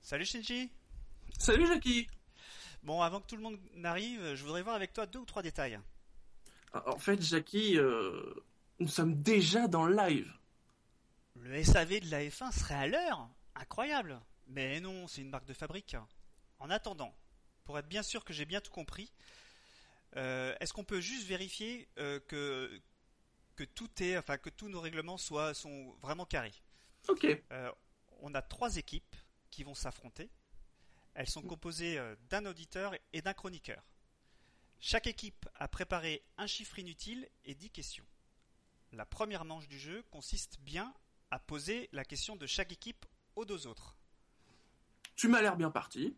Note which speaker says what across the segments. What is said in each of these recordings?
Speaker 1: Salut Shinji
Speaker 2: Salut Jackie
Speaker 1: Bon, avant que tout le monde n'arrive, je voudrais voir avec toi deux ou trois détails.
Speaker 2: En fait, Jackie, euh, nous sommes déjà dans le live.
Speaker 1: Le SAV de la F1 serait à l'heure Incroyable Mais non, c'est une marque de fabrique. En attendant, pour être bien sûr que j'ai bien tout compris, euh, est-ce qu'on peut juste vérifier euh, que, que tout est, enfin que tous nos règlements soient sont vraiment carrés
Speaker 2: Ok.
Speaker 1: Euh, on a trois équipes qui vont s'affronter. Elles sont composées euh, d'un auditeur et d'un chroniqueur. Chaque équipe a préparé un chiffre inutile et 10 questions. La première manche du jeu consiste bien à poser la question de chaque équipe aux deux autres.
Speaker 2: Tu m'as l'air bien parti.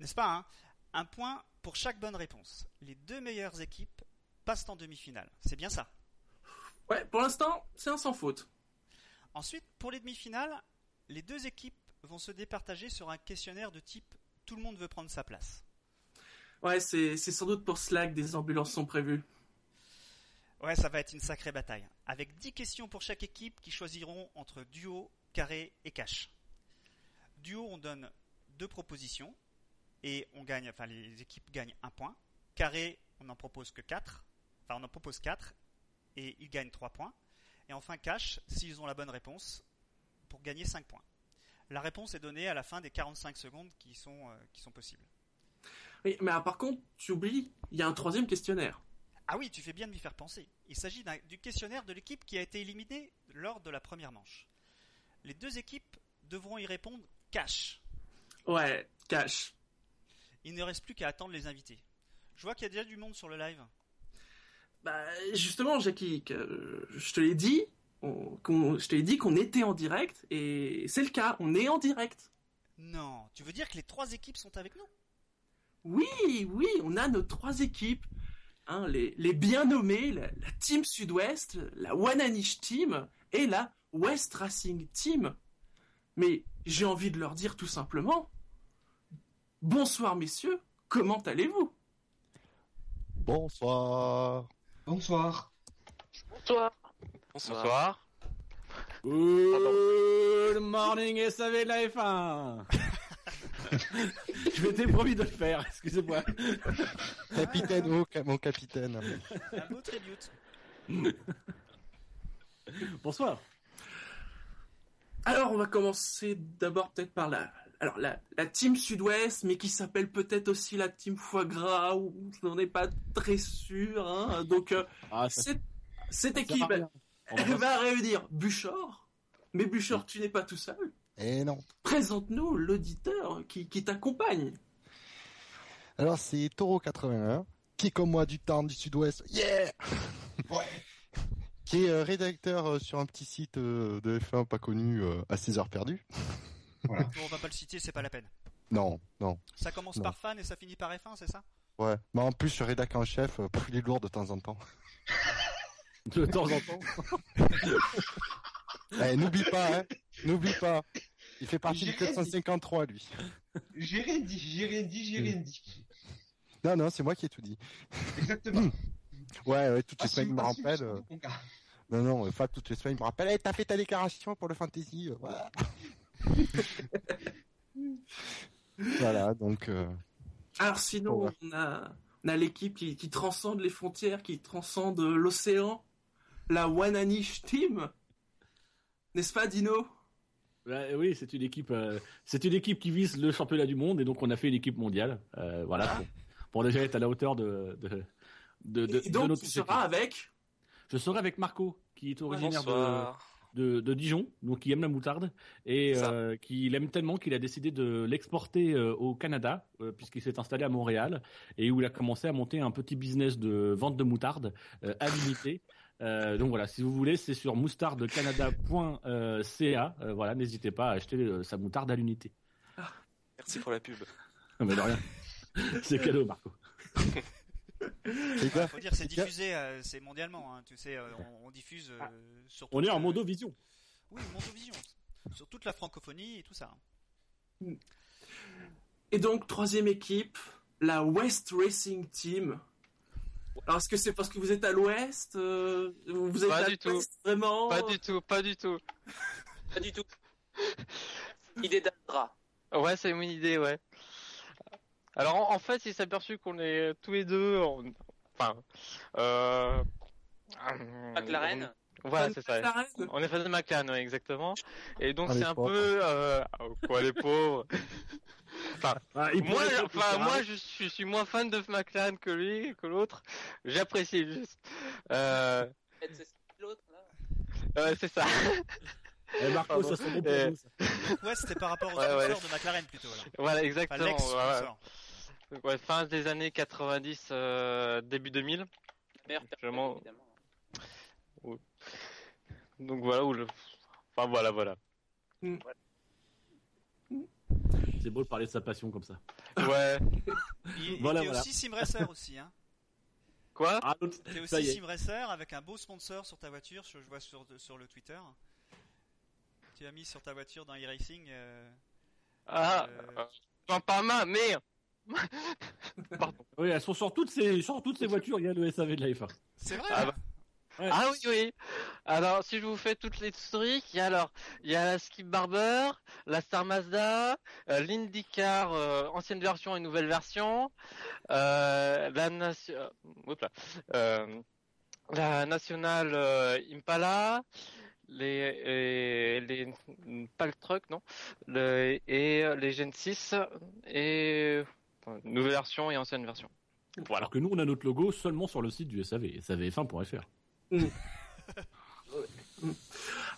Speaker 1: N'est-ce pas hein Un point pour chaque bonne réponse. Les deux meilleures équipes passent en demi-finale. C'est bien ça.
Speaker 2: Ouais, pour l'instant, c'est un sans faute.
Speaker 1: Ensuite, pour les demi-finales, les deux équipes vont se départager sur un questionnaire de type tout le monde veut prendre sa place.
Speaker 2: Ouais, c'est c'est sans doute pour cela que des ambulances sont prévues.
Speaker 1: Ouais, ça va être une sacrée bataille. Avec 10 questions pour chaque équipe qui choisiront entre duo, carré et cash. Duo, on donne deux propositions et on gagne, enfin les équipes gagnent un point. Carré, on n'en propose que 4. Enfin, on en propose 4 et ils gagnent 3 points. Et enfin cash, s'ils ont la bonne réponse, pour gagner 5 points. La réponse est donnée à la fin des 45 secondes qui sont, euh, qui sont possibles.
Speaker 2: Oui, mais ah, par contre, tu oublies, il y a un troisième questionnaire.
Speaker 1: Ah oui, tu fais bien de m'y faire penser. Il s'agit d'un- du questionnaire de l'équipe qui a été éliminée lors de la première manche. Les deux équipes devront y répondre cash.
Speaker 2: Ouais, cash.
Speaker 1: Il ne reste plus qu'à attendre les invités. Je vois qu'il y a déjà du monde sur le live.
Speaker 2: Bah, justement, Jackie, que, euh, je te l'ai dit, on- qu'on, je te l'ai dit qu'on était en direct, et c'est le cas, on est en direct.
Speaker 1: Non, tu veux dire que les trois équipes sont avec nous
Speaker 2: Oui, oui, on a nos trois équipes. Hein, les, les bien nommées, la, la Team Sud-Ouest, la Wananish Team et la West Racing Team. Mais j'ai envie de leur dire tout simplement, bonsoir messieurs, comment allez-vous
Speaker 3: Bonsoir.
Speaker 4: Bonsoir.
Speaker 5: Bonsoir.
Speaker 6: Bonsoir.
Speaker 3: Good morning SAV de la F1 Je m'étais promis de le faire, excusez-moi.
Speaker 4: Capitaine, oh, ca- mon capitaine.
Speaker 1: Un beau tribute.
Speaker 3: Bonsoir.
Speaker 2: Alors on va commencer d'abord peut-être par la, alors la, la Team Sud-Ouest, mais qui s'appelle peut-être aussi la Team Foie Gras, ou je n'en ai pas très sûr. Hein. Donc euh,
Speaker 3: Ah, ça-
Speaker 2: cette, cette
Speaker 3: ça
Speaker 2: équipe,
Speaker 3: va bien. On
Speaker 2: Elle
Speaker 3: va-
Speaker 2: va réunir Buchor. Mais Buchor, tu n'es pas tout seul.
Speaker 4: Et Eh non.
Speaker 2: Présente-nous l'auditeur qui, qui t'accompagne.
Speaker 4: Alors c'est Taureau 81, qui comme moi du Tarn du Sud-Ouest, yeah, qui est euh, rédacteur euh, sur un petit site euh, de F1 pas connu euh, à 6 heures perdues.
Speaker 1: Bon, on va pas le citer, c'est pas la peine.
Speaker 4: Non, non.
Speaker 1: Ça commence
Speaker 4: Non.
Speaker 1: par fan et ça finit par F1, c'est ça
Speaker 4: Ouais. Mais en plus, je rédac en chef, euh, pff, il est lourd de temps en temps.
Speaker 3: De temps en temps.
Speaker 4: Eh, n'oublie pas, hein, n'oublie pas. Il fait partie du
Speaker 7: J'ai rien dit.
Speaker 4: 453, lui.
Speaker 7: J'ai rien dit, j'ai rien dit, j'ai rien dit.
Speaker 4: Non, non, c'est moi qui ai tout dit.
Speaker 7: Exactement.
Speaker 4: Ouais, ouais, toutes les
Speaker 7: Assume,
Speaker 4: semaines, il me
Speaker 7: assume,
Speaker 4: rappelle.
Speaker 7: surtout,
Speaker 4: euh,
Speaker 7: mon gars.
Speaker 4: Non, non, euh, Fab, toutes les semaines, il me rappelle. Eh, t'as fait ta déclaration pour le fantasy. euh, voilà. voilà, donc... euh,
Speaker 2: Alors sinon,
Speaker 4: Ouais.
Speaker 2: on a, on a l'équipe qui, qui transcende les frontières, qui transcende l'océan. La Wananish Team. N'est-ce pas, Dino
Speaker 3: Ouais, Bah, eh oui, c'est une équipe, euh, c'est une équipe qui vise le championnat du monde et donc on a fait une équipe mondiale. Euh, voilà.
Speaker 2: Ah.
Speaker 3: Pour, pour déjà être à la hauteur de, de, de, de,
Speaker 2: Et
Speaker 3: de
Speaker 2: donc,
Speaker 3: notre
Speaker 2: tu seras avec...
Speaker 3: Je serai avec Marco, qui est originaire de,
Speaker 6: Bonsoir.
Speaker 3: de, de Dijon, donc il aime la moutarde et
Speaker 6: Ça.
Speaker 3: euh, qui l'aime tellement qu'il a décidé de l'exporter euh, au Canada euh, puisqu'il s'est installé à Montréal et où il a commencé à monter un petit business de vente de moutarde euh, à l'unité. Euh, donc voilà, si vous voulez, c'est sur moutardecanada.ca. Euh, voilà, n'hésitez pas à acheter euh, sa moutarde à l'unité.
Speaker 6: Merci pour la pub.
Speaker 3: Mais de rien. c'est cadeau, Marco.
Speaker 4: Les gars,
Speaker 1: Faut dire, c'est
Speaker 4: les gars,
Speaker 1: diffusé, euh, c'est mondialement. hein, Tu sais, euh, on, on diffuse euh, sur.
Speaker 3: On est en
Speaker 1: toute, euh,
Speaker 3: mondo-vision.
Speaker 1: Oui, mondovision. Sur toute la francophonie et tout ça. hein.
Speaker 2: Et donc, troisième équipe, la West Racing Team. Alors, est-ce que c'est parce que vous êtes à l'ouest euh, Vous êtes
Speaker 6: Pas
Speaker 2: à
Speaker 6: du tout.
Speaker 2: l'ouest, vraiment
Speaker 6: Pas du tout, pas du tout.
Speaker 5: Pas du tout. Il est d'Adra.
Speaker 6: Ouais, c'est une idée, ouais. Alors en, en fait, il s'est aperçu qu'on est tous les deux. en- Enfin. Euh...
Speaker 8: McLaren.
Speaker 6: on- Voilà, c'est ça.
Speaker 2: McLaren.
Speaker 6: On est face de McLaren, ouais, exactement. Et donc
Speaker 4: Ah, les
Speaker 6: c'est un
Speaker 4: pauvres.
Speaker 6: peu. euh, oh, quoi, les pauvres
Speaker 3: Ah, et pour
Speaker 6: Moi,
Speaker 3: les
Speaker 6: je-
Speaker 3: autres,
Speaker 6: enfin,
Speaker 3: Ferrari,
Speaker 6: moi je, suis, je suis moins fan de McLaren que lui, que l'autre. J'apprécie juste. Euh,
Speaker 8: Peut-être c'est l'autre, là.
Speaker 6: ouais, c'est ça.
Speaker 3: eh, Marco, ça serait bon pour
Speaker 6: Eh.
Speaker 3: nous, ça.
Speaker 1: Donc, ouais, c'était par rapport au
Speaker 6: Ouais,
Speaker 1: sponsor
Speaker 6: ouais.
Speaker 1: de McLaren plutôt. Là.
Speaker 6: Voilà,
Speaker 1: Enfin,
Speaker 6: exactement. voilà.
Speaker 1: l'ex-sponsor.
Speaker 6: Ouais, fin des années 90, euh, début 2000.
Speaker 8: La meilleure personne,
Speaker 6: Vraiment.
Speaker 8: évidemment.
Speaker 6: Donc voilà où le. Enfin voilà, voilà.
Speaker 3: C'est beau de parler de sa passion comme ça.
Speaker 6: Ouais.
Speaker 1: Il,
Speaker 3: Voilà,
Speaker 1: il était
Speaker 3: voilà.
Speaker 1: aussi Sim Racer aussi. Hein.
Speaker 6: Quoi
Speaker 3: Ah, l'autre,
Speaker 1: T'es
Speaker 3: Ça y
Speaker 1: aussi
Speaker 3: est.
Speaker 1: Sim Racer avec un beau sponsor sur ta voiture, je je vois sur, sur le Twitter. Tu as mis sur ta voiture dans iRacing. euh,
Speaker 6: Ah
Speaker 1: euh,
Speaker 6: J'en parle main, mais
Speaker 3: Oui, elles sont sur toutes ces, sur toutes ces voitures, il y a le SAV de la F1.
Speaker 1: C'est vrai
Speaker 6: Ah
Speaker 1: hein.
Speaker 6: bah. Ah oui, oui. Alors, si je vous fais toute l'historique, il y a alors, il y a la Skip Barber, la Star Mazda, euh, l'IndyCar, euh, ancienne version et nouvelle version, euh, la, nation- euh, oups là, euh, la National euh, Impala, les, et les, pas le truck, non, le, et les Gen 6, et enfin, nouvelle version et ancienne version.
Speaker 3: Alors que nous, on a notre logo seulement sur le site du SAV, savf1.fr.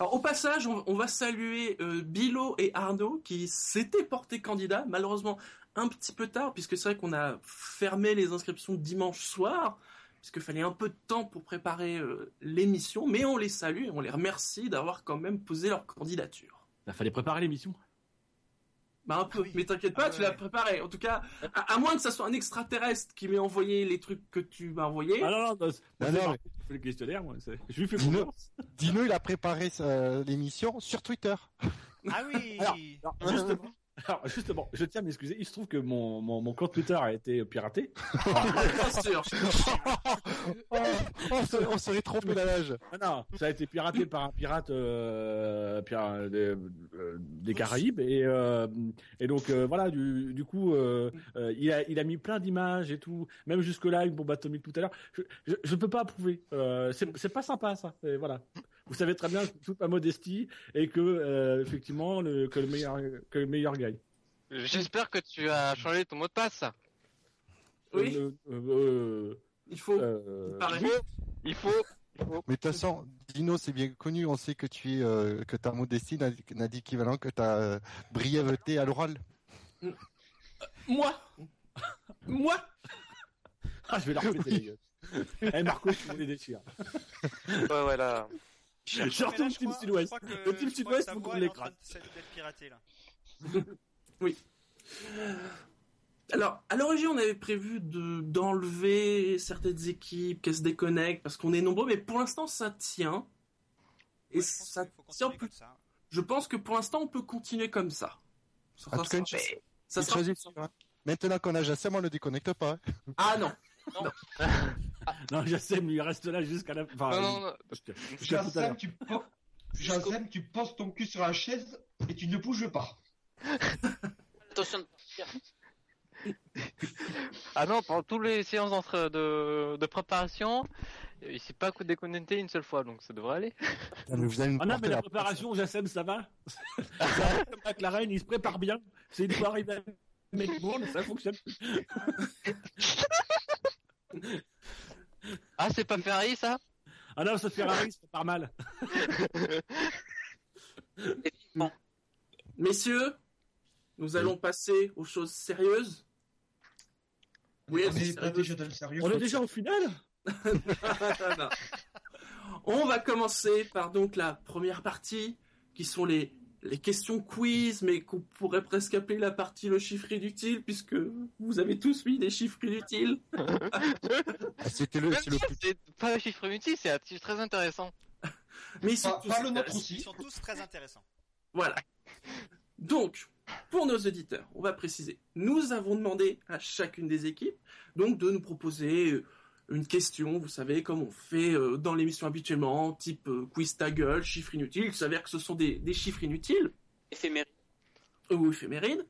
Speaker 2: Alors, au passage, on, on va saluer euh, Bilo et Arnaud qui s'étaient portés candidats, malheureusement un petit peu tard, puisque c'est vrai qu'on a fermé les inscriptions dimanche soir, puisque fallait un peu de temps pour préparer euh, l'émission, mais on les salue et on les remercie d'avoir quand même posé leur candidature.
Speaker 3: Il fallait préparer l'émission.
Speaker 2: Bah un peu,
Speaker 1: Oui.
Speaker 2: mais t'inquiète pas,
Speaker 1: Ah,
Speaker 2: tu
Speaker 1: ouais,
Speaker 2: l'as
Speaker 1: ouais.
Speaker 2: préparé. En tout cas, à, à moins que ça soit un extraterrestre qui m'ait envoyé les trucs que tu m'as envoyés.
Speaker 3: Ah non, non, non, c'est-
Speaker 4: Non,
Speaker 3: c'est
Speaker 4: non,
Speaker 3: Marco qui fait le questionnaire, moi. c'est- Je lui fais
Speaker 4: Non.
Speaker 3: confiance.
Speaker 4: Dino, il a préparé euh, l'émission sur Twitter.
Speaker 1: Ah oui
Speaker 3: Alors, Alors, justement, alors, justement, je tiens à m'excuser. Il se trouve que mon, mon, mon compte Twitter a été piraté.
Speaker 2: bien sûr.
Speaker 4: Oh, on, se- on serait trompé d'âge.
Speaker 3: Ah non, ça a été piraté par un pirate, euh, pira- des, euh, des Caraïbes. Et, euh, et donc, euh, voilà, du, du coup, euh, euh, il, a, il a mis plein d'images et tout. Même jusque-là, une bombe atomique tout à l'heure. Je- Je je ne peux pas approuver. Euh, c'est c'est pas sympa, ça. Et voilà. Vous savez très bien toute ma modestie et que, euh, effectivement, le, que, le meilleur, que le meilleur gagne.
Speaker 6: J'espère que tu as changé ton mot de passe.
Speaker 2: Oui.
Speaker 3: Euh, euh,
Speaker 2: Il faut.
Speaker 3: euh,
Speaker 2: Pareil.
Speaker 6: Il faut, il faut.
Speaker 4: Mais de toute façon, Dino, c'est bien connu. On sait que tu es, euh, que ta modestie n'a n'a d'équivalent que ta euh, brièveté à l'oral.
Speaker 2: Moi Moi
Speaker 3: Ah, je vais leur péter les gueules. Eh, Marco, tu me les déchires.
Speaker 9: Ouais, ouais, là.
Speaker 1: Mais là,
Speaker 3: Surtout le
Speaker 1: je
Speaker 3: Team
Speaker 1: crois- je
Speaker 3: Sud-Ouest.
Speaker 1: crois que-
Speaker 3: Le Team
Speaker 1: je crois
Speaker 3: Sud-Ouest,
Speaker 1: que sa
Speaker 3: vous
Speaker 1: voix,
Speaker 3: voulez
Speaker 1: elle est en train de- d'être piratée, là.
Speaker 2: Alors, à l'origine, on avait prévu de- d'enlever certaines équipes, qu'elles se déconnectent, parce qu'on est nombreux, mais pour l'instant, ça tient. Et
Speaker 1: Ouais, je pense
Speaker 2: ça
Speaker 1: qu'il faut
Speaker 2: tient
Speaker 1: continuer
Speaker 2: plus.
Speaker 1: comme ça.
Speaker 2: Je pense que pour l'instant, on peut continuer comme ça. Ça
Speaker 4: En tout cas, une
Speaker 2: sera-
Speaker 4: chose-
Speaker 2: ça
Speaker 4: une
Speaker 2: sera-
Speaker 4: chose est sûre, hein. Maintenant qu'on a Jacem, on le déconnecte pas. hein.
Speaker 2: Ah non
Speaker 3: Non, Jacem, lui, il reste là jusqu'à la fin.
Speaker 6: Non, non, non.
Speaker 3: jusqu'à- jusqu'à tout à l'heure.
Speaker 7: Jacem, tu, po- Jacem, tu poses ton cul sur la chaise et tu ne bouges pas.
Speaker 8: Attention de partir.
Speaker 6: Ah non, pendant toutes les séances d'entre- de, de préparation, il s'est pas déconnecté une seule fois, donc ça devrait aller.
Speaker 4: Putain, mais vous allez nous
Speaker 3: Ah non,
Speaker 4: porter
Speaker 3: mais la
Speaker 4: la-
Speaker 3: préparation, Jacem, ça va Ça va comme McLaren, il se prépare bien. C'est une fois arrivé à Melbourne, ça fonctionne.
Speaker 6: Ah, c'est pas Ferrari ça
Speaker 3: Ah non, ça Ferrari, ça part mal.
Speaker 2: Messieurs, nous allons passer aux choses sérieuses. Oui,
Speaker 6: Ah,
Speaker 7: on
Speaker 2: elles
Speaker 7: Ah, est
Speaker 2: sont
Speaker 7: pas
Speaker 2: sérieuses.
Speaker 7: déjà dans le sérieux.
Speaker 3: On est déjà au final
Speaker 2: Non. On va commencer par donc la première partie, qui sont les, les questions quiz, mais qu'on pourrait presque appeler la partie le chiffre inutile, puisque vous avez tous mis des chiffres inutiles.
Speaker 4: Ah, C'était le, c'est le plus.
Speaker 6: C'est pas un chiffre multi, c'est un chiffre très intéressant.
Speaker 2: Mais ils sont
Speaker 7: Par,
Speaker 2: tous
Speaker 7: par le nôtre
Speaker 2: intéressants.
Speaker 1: Ils
Speaker 7: aussi.
Speaker 1: sont tous très intéressants.
Speaker 2: Voilà. Donc, pour nos auditeurs, on va préciser. Nous avons demandé à chacune des équipes donc de nous proposer euh, une question, vous savez, comme on fait euh, dans l'émission habituellement, type euh, quiz ta gueule, chiffre inutile. Il s'avère que ce sont des, des chiffres inutiles
Speaker 8: Éphéméride.
Speaker 2: ou éphémérides.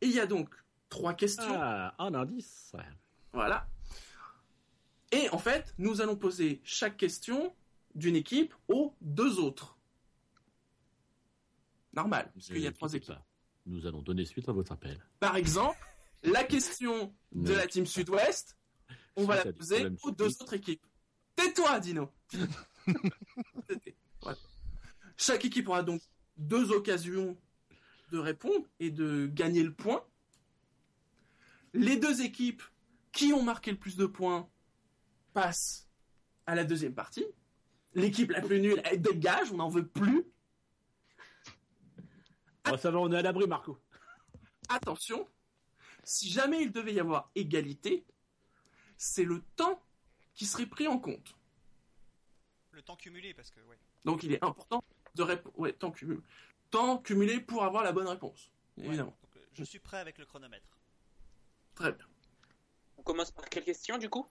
Speaker 2: Et il y a donc trois questions.
Speaker 3: Ah, un indice.
Speaker 2: Voilà. Et en fait, nous allons poser chaque question d'une équipe aux deux autres. Normal, parce
Speaker 3: Ne
Speaker 2: qu'il y a
Speaker 3: quittez
Speaker 2: trois équipes.
Speaker 3: pas. Nous allons donner suite à votre appel.
Speaker 2: Par exemple, la question de
Speaker 3: Ne
Speaker 2: la team sud-ouest, on va
Speaker 3: Suite
Speaker 2: la
Speaker 3: à des
Speaker 2: poser
Speaker 3: problèmes
Speaker 2: aux deux
Speaker 3: techniques.
Speaker 2: autres équipes. Tais-toi, Dino Voilà. Chaque équipe aura donc deux occasions de répondre et de gagner le point. Les deux équipes qui ont marqué le plus de points passent à la deuxième partie. L'équipe la plus nulle, elle dégage, on n'en veut plus.
Speaker 3: Oh, ça va, on est à l'abri, Marco.
Speaker 2: attention, si jamais il devait y avoir égalité, c'est le temps qui serait pris en compte.
Speaker 1: Le temps cumulé, parce que, ouais.
Speaker 2: Donc il est important de répondre. Ouais, temps cumulé. Temps cumulé pour avoir la bonne réponse. Évidemment.
Speaker 1: Ouais, donc, euh, je suis prêt avec le chronomètre.
Speaker 2: Très bien.
Speaker 8: On commence par quelle question du coup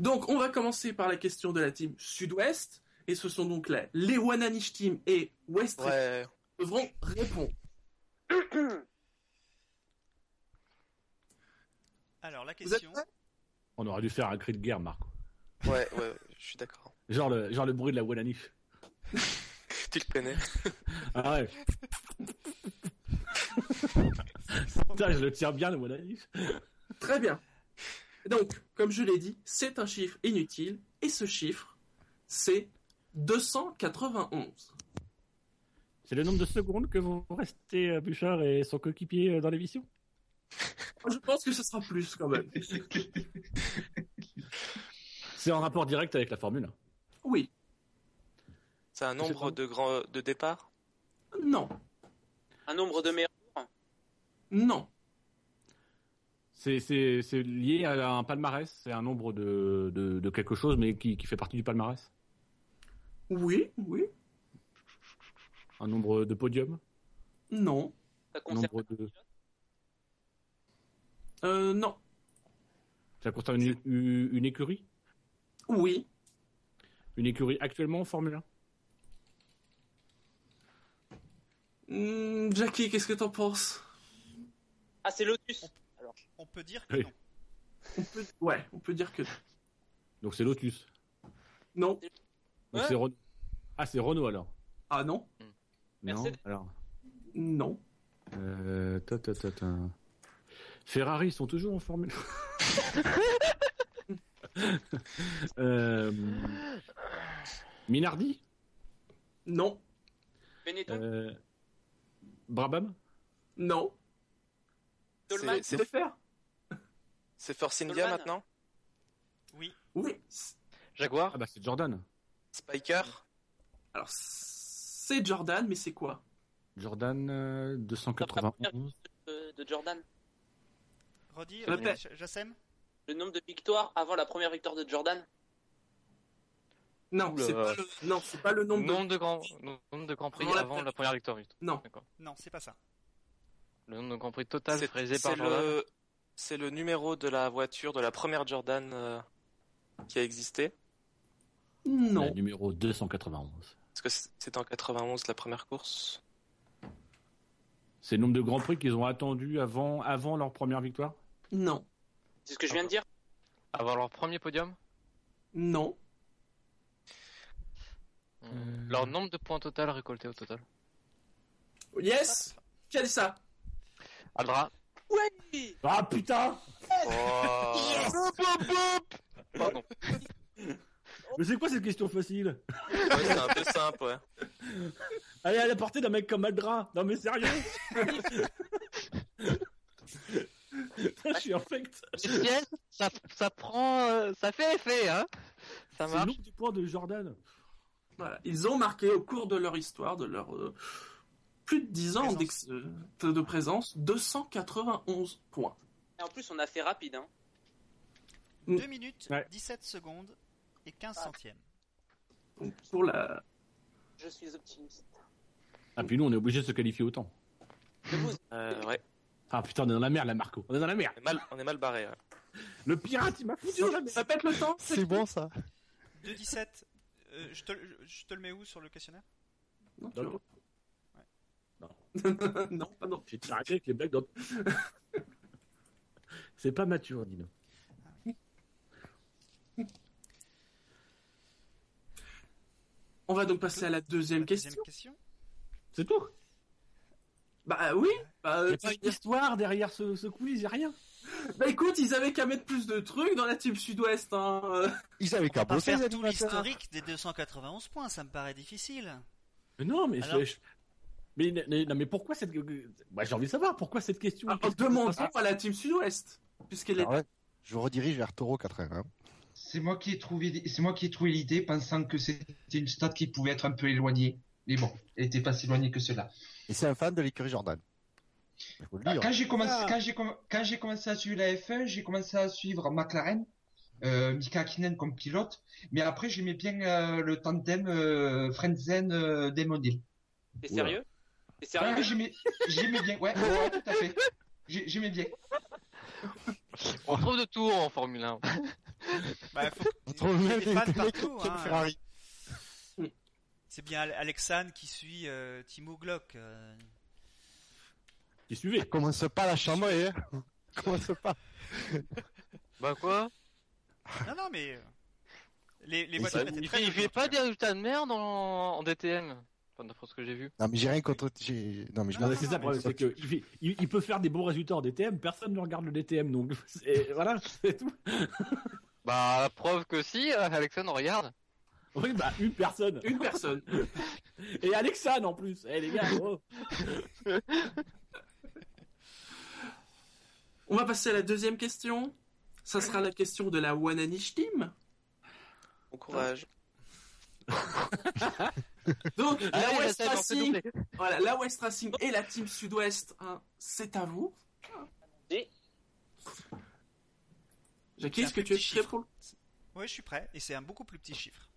Speaker 2: Donc on va commencer par la question de la team sud-ouest. Et ce sont donc la- les Wananish Team et West Rep
Speaker 6: Ouais.
Speaker 2: qui devront répondre.
Speaker 1: Alors, la
Speaker 2: Vous êtes
Speaker 1: question.
Speaker 2: prêts
Speaker 3: On aurait dû faire un cri de guerre, Marco.
Speaker 6: Ouais, ouais, Euh, je suis d'accord.
Speaker 3: Genre le, genre le bruit de la Wallanif.
Speaker 6: Tu le connais.
Speaker 3: Ah ouais, putain, je le tire bien, le Wallanif.
Speaker 2: Très bien. Donc, comme je l'ai dit, c'est un chiffre inutile. Et ce chiffre, c'est 291.
Speaker 3: C'est le nombre de secondes que vont rester euh, Bouchard et son coéquipier euh, dans l'émission
Speaker 2: Je pense que ce sera plus quand même.
Speaker 3: C'est en rapport direct avec la Formule.
Speaker 2: Oui,
Speaker 6: C'est un nombre de grands de départ
Speaker 2: non,
Speaker 8: Un nombre de meilleurs.
Speaker 2: non,
Speaker 3: C'est, c'est, c'est lié à un palmarès, c'est un nombre de, de, de quelque chose, mais qui, qui fait partie du palmarès.
Speaker 2: oui, oui,
Speaker 3: Un nombre de podiums,
Speaker 2: non,
Speaker 8: Ça
Speaker 3: un
Speaker 8: concerne
Speaker 3: nombre de...
Speaker 2: euh, non,
Speaker 3: Ça concerne une, une écurie
Speaker 2: oui,
Speaker 3: Une écurie actuellement en Formule 1
Speaker 2: Hmm, Jackie, qu'est-ce que t'en penses
Speaker 8: Ah, c'est Lotus.
Speaker 1: On peut dire que
Speaker 3: Oui.
Speaker 1: non.
Speaker 2: on peut... Ouais, on peut dire que
Speaker 3: Donc c'est Lotus.
Speaker 2: non.
Speaker 3: Donc
Speaker 8: Ouais.
Speaker 3: c'est Renault. Ah, c'est Renault alors
Speaker 2: Ah non,
Speaker 3: Non,
Speaker 8: Mercedes.
Speaker 3: alors.
Speaker 2: non,
Speaker 3: Euh, ta, ta, ta, ta. Ferrari ils sont toujours en Formule 1. euh, Minardi
Speaker 2: non,
Speaker 8: Benetton,
Speaker 3: Euh, Brabham
Speaker 2: non.
Speaker 8: Dolman,
Speaker 6: C'est-
Speaker 2: C'est faire
Speaker 6: C'est Force India
Speaker 8: Stallman.
Speaker 6: maintenant
Speaker 1: Oui,
Speaker 2: Oui. c'est-
Speaker 3: Ah
Speaker 6: Jaguar
Speaker 3: bah c'est Jordan.
Speaker 6: Spiker
Speaker 2: Alors, c'est Jordan, mais c'est quoi
Speaker 3: Jordan euh, 291.
Speaker 8: euh, de Jordan.
Speaker 1: redis,
Speaker 2: Je
Speaker 1: euh,
Speaker 2: répète.
Speaker 1: J- Jassem
Speaker 8: Le nombre de victoires avant la première victoire de Jordan.
Speaker 2: Non,
Speaker 6: Oula.
Speaker 2: c'est pas le... non, c'est pas le nombre. de-
Speaker 5: Nombre de grands, nombre de grands prix
Speaker 2: Avant la
Speaker 5: avant la première victoire. Victor.
Speaker 2: Non.
Speaker 5: D'accord.
Speaker 1: Non, c'est pas ça.
Speaker 5: Le nombre de grands prix total
Speaker 6: C'est-
Speaker 5: réalisé
Speaker 6: c'est
Speaker 5: par Jordan.
Speaker 6: le... Euh, C'est le numéro de la voiture de la première Jordan euh, qui a existé.
Speaker 3: la
Speaker 2: Non,
Speaker 3: Numéro 291.
Speaker 6: Parce que c'est- c'était en 91 la première course.
Speaker 3: C'est le nombre de grands prix qu'ils ont attendu avant, avant leur première victoire
Speaker 2: non,
Speaker 8: C'est ce que je viens de dire.
Speaker 5: Avant leur premier podium.
Speaker 2: non,
Speaker 3: Euh.
Speaker 5: Hmm. Leur nombre de points total récoltés au total.
Speaker 2: Yes. Qui a dit ça
Speaker 5: Aldra.
Speaker 8: Oui
Speaker 3: Ah putain
Speaker 6: Oh.
Speaker 5: Pardon.
Speaker 3: Mais c'est quoi cette question facile
Speaker 6: Ouais,
Speaker 3: é,
Speaker 6: c'est un peu simple, ouais.
Speaker 3: Elle est à la portée d'un mec comme Aldra Non mais sérieux Putain, Je suis infect
Speaker 5: Les pièces, ça, ça prend, euh, ça fait effet, hein. Ça
Speaker 3: C'est le
Speaker 5: marche.
Speaker 3: nombre de points de Jordan
Speaker 2: Voilà. Ils ont marqué au cours de leur histoire, de leur euh, plus de 10 ans
Speaker 1: Présence.
Speaker 2: d'ex- euh, de présence, 291 points.
Speaker 8: Et en plus, on a fait rapide. Hein.
Speaker 2: Mm.
Speaker 1: 2 minutes,
Speaker 3: Ouais.
Speaker 1: 17 secondes et 15
Speaker 8: Ah.
Speaker 1: centièmes.
Speaker 2: Donc, pour la...
Speaker 8: Je suis optimiste.
Speaker 3: Ah puis nous on est obligé de se qualifier autant.
Speaker 8: Je vous-
Speaker 6: Euh, ouais.
Speaker 3: Ah putain on est dans la merde là Marco, on est dans la merde
Speaker 6: On est mal, on est mal barré. ouais.
Speaker 3: Le pirate il m'a foutu dans la merde
Speaker 2: Ça pète le temps
Speaker 4: C'est bon ça.
Speaker 1: 2 17 euh, je, te, je te le mets où sur le questionnaire
Speaker 2: Non, tu
Speaker 3: D'accord.
Speaker 2: vois.
Speaker 1: Ouais.
Speaker 3: Non.
Speaker 2: non, pardon.
Speaker 3: J'ai arrêté avec les blagues dans... C'est pas mature, Dino.
Speaker 2: On va donc passer à la deuxième
Speaker 1: La deuxième
Speaker 2: question.
Speaker 1: question.
Speaker 3: C'est tout.
Speaker 2: Bah oui. Bah,
Speaker 3: Il
Speaker 2: euh,
Speaker 3: a pas une histoire derrière ce, ce quiz, y a rien.
Speaker 2: bah écoute, ils avaient qu'à mettre plus de trucs dans la team sud-ouest. Hein. euh.
Speaker 4: Ils avaient qu'à
Speaker 1: On va pas
Speaker 4: bosser, les
Speaker 1: faire tout
Speaker 4: animateurs.
Speaker 1: l'historique Ah. des 291 points, ça me paraît difficile.
Speaker 3: Mais non, mais, je-
Speaker 1: Alors
Speaker 3: je- mais, mais- non, mais pourquoi cette. Moi, j'ai envie de savoir pourquoi cette question.
Speaker 2: Alors,
Speaker 3: Qu'est-ce que-
Speaker 2: Ah, demandons à la team sud-ouest. Puisqu'elle est...
Speaker 4: Alors Ah ouais, je vous redirige vers Toro hein. 81.
Speaker 7: C'est moi qui ai trouvé, c'est moi qui ai trouvé l'idée, pensant que c'était une stat qui pouvait être un peu éloignée. Mais bon, elle était pas si éloignée que cela.
Speaker 4: Et c'est un fan de l'écurie Jordan. Il faut le hein. dire.
Speaker 7: Bah, Quand j'ai commencé,
Speaker 1: Ah.
Speaker 7: quand j'ai comm- quand j'ai commencé à suivre la F1, j'ai commencé à suivre McLaren, euh, Mika Hakkinen comme pilote, mais après j'aimais bien euh, le tandem euh, Frentzen euh, Damon Hill.
Speaker 8: T'es sérieux T'es
Speaker 7: Ouais,
Speaker 2: Ah,
Speaker 8: sérieux
Speaker 7: j'aimais, j'aimais bien, ouais, ouais, tout à fait. J'ai- J'aimais bien.
Speaker 5: On trouve de tout en Formule 1.
Speaker 1: Bah, faut
Speaker 4: On trouve
Speaker 1: il y a
Speaker 4: même
Speaker 1: des
Speaker 4: des,
Speaker 1: fans
Speaker 4: des mecs
Speaker 1: partout,
Speaker 4: qui aiment
Speaker 1: hein.
Speaker 4: Ferrari.
Speaker 1: C'est bien Al- Alexane qui suit euh, Timo Glock. euh.
Speaker 3: Qui suivait
Speaker 4: Commence pas la chambre, hein. Commence pas.
Speaker 5: Bah quoi
Speaker 1: Non, non, mais. euh, Les, les
Speaker 4: Et
Speaker 1: voitures
Speaker 4: ça-
Speaker 1: étaient
Speaker 5: Il
Speaker 1: très
Speaker 5: fait, il
Speaker 1: jolies,
Speaker 5: fait
Speaker 1: en
Speaker 5: pas
Speaker 1: tout
Speaker 5: des résultats de merde en, en DTM. Enfin, d'après ce que j'ai vu.
Speaker 4: Non, mais j'ai rien contre. j'ai- Non, mais je
Speaker 3: Non,
Speaker 1: Non,
Speaker 3: mais
Speaker 1: mais c'est
Speaker 3: c'est
Speaker 1: ça,
Speaker 3: ça
Speaker 1: le problème,
Speaker 3: c'est que il, fait- il- il peut faire des bons résultats en DTM, personne ne regarde le DTM, donc c'est- voilà, c'est tout.
Speaker 5: Bah la preuve que si, euh, Alexandre regarde.
Speaker 3: Oui, bah une personne.
Speaker 2: Une personne.
Speaker 3: Et Alexane en plus. Eh les gars, oh.
Speaker 2: On va passer à la deuxième question. Ça sera la question de la Wananish Team.
Speaker 6: Bon courage.
Speaker 2: Donc,
Speaker 6: Ah,
Speaker 8: Ah
Speaker 2: la
Speaker 5: Allez,
Speaker 2: West
Speaker 5: Alexandre, s'il
Speaker 2: Racing,
Speaker 5: te plaît.
Speaker 2: voilà, la West Racing et la team sud-ouest, hein, c'est à vous.
Speaker 8: Et
Speaker 2: Jackie, est-ce
Speaker 1: C'est
Speaker 2: que tu es
Speaker 1: un petit
Speaker 2: prêt
Speaker 1: chiffre.
Speaker 2: pour le-
Speaker 1: Oui, je suis prêt, et c'est un beaucoup plus petit chiffre.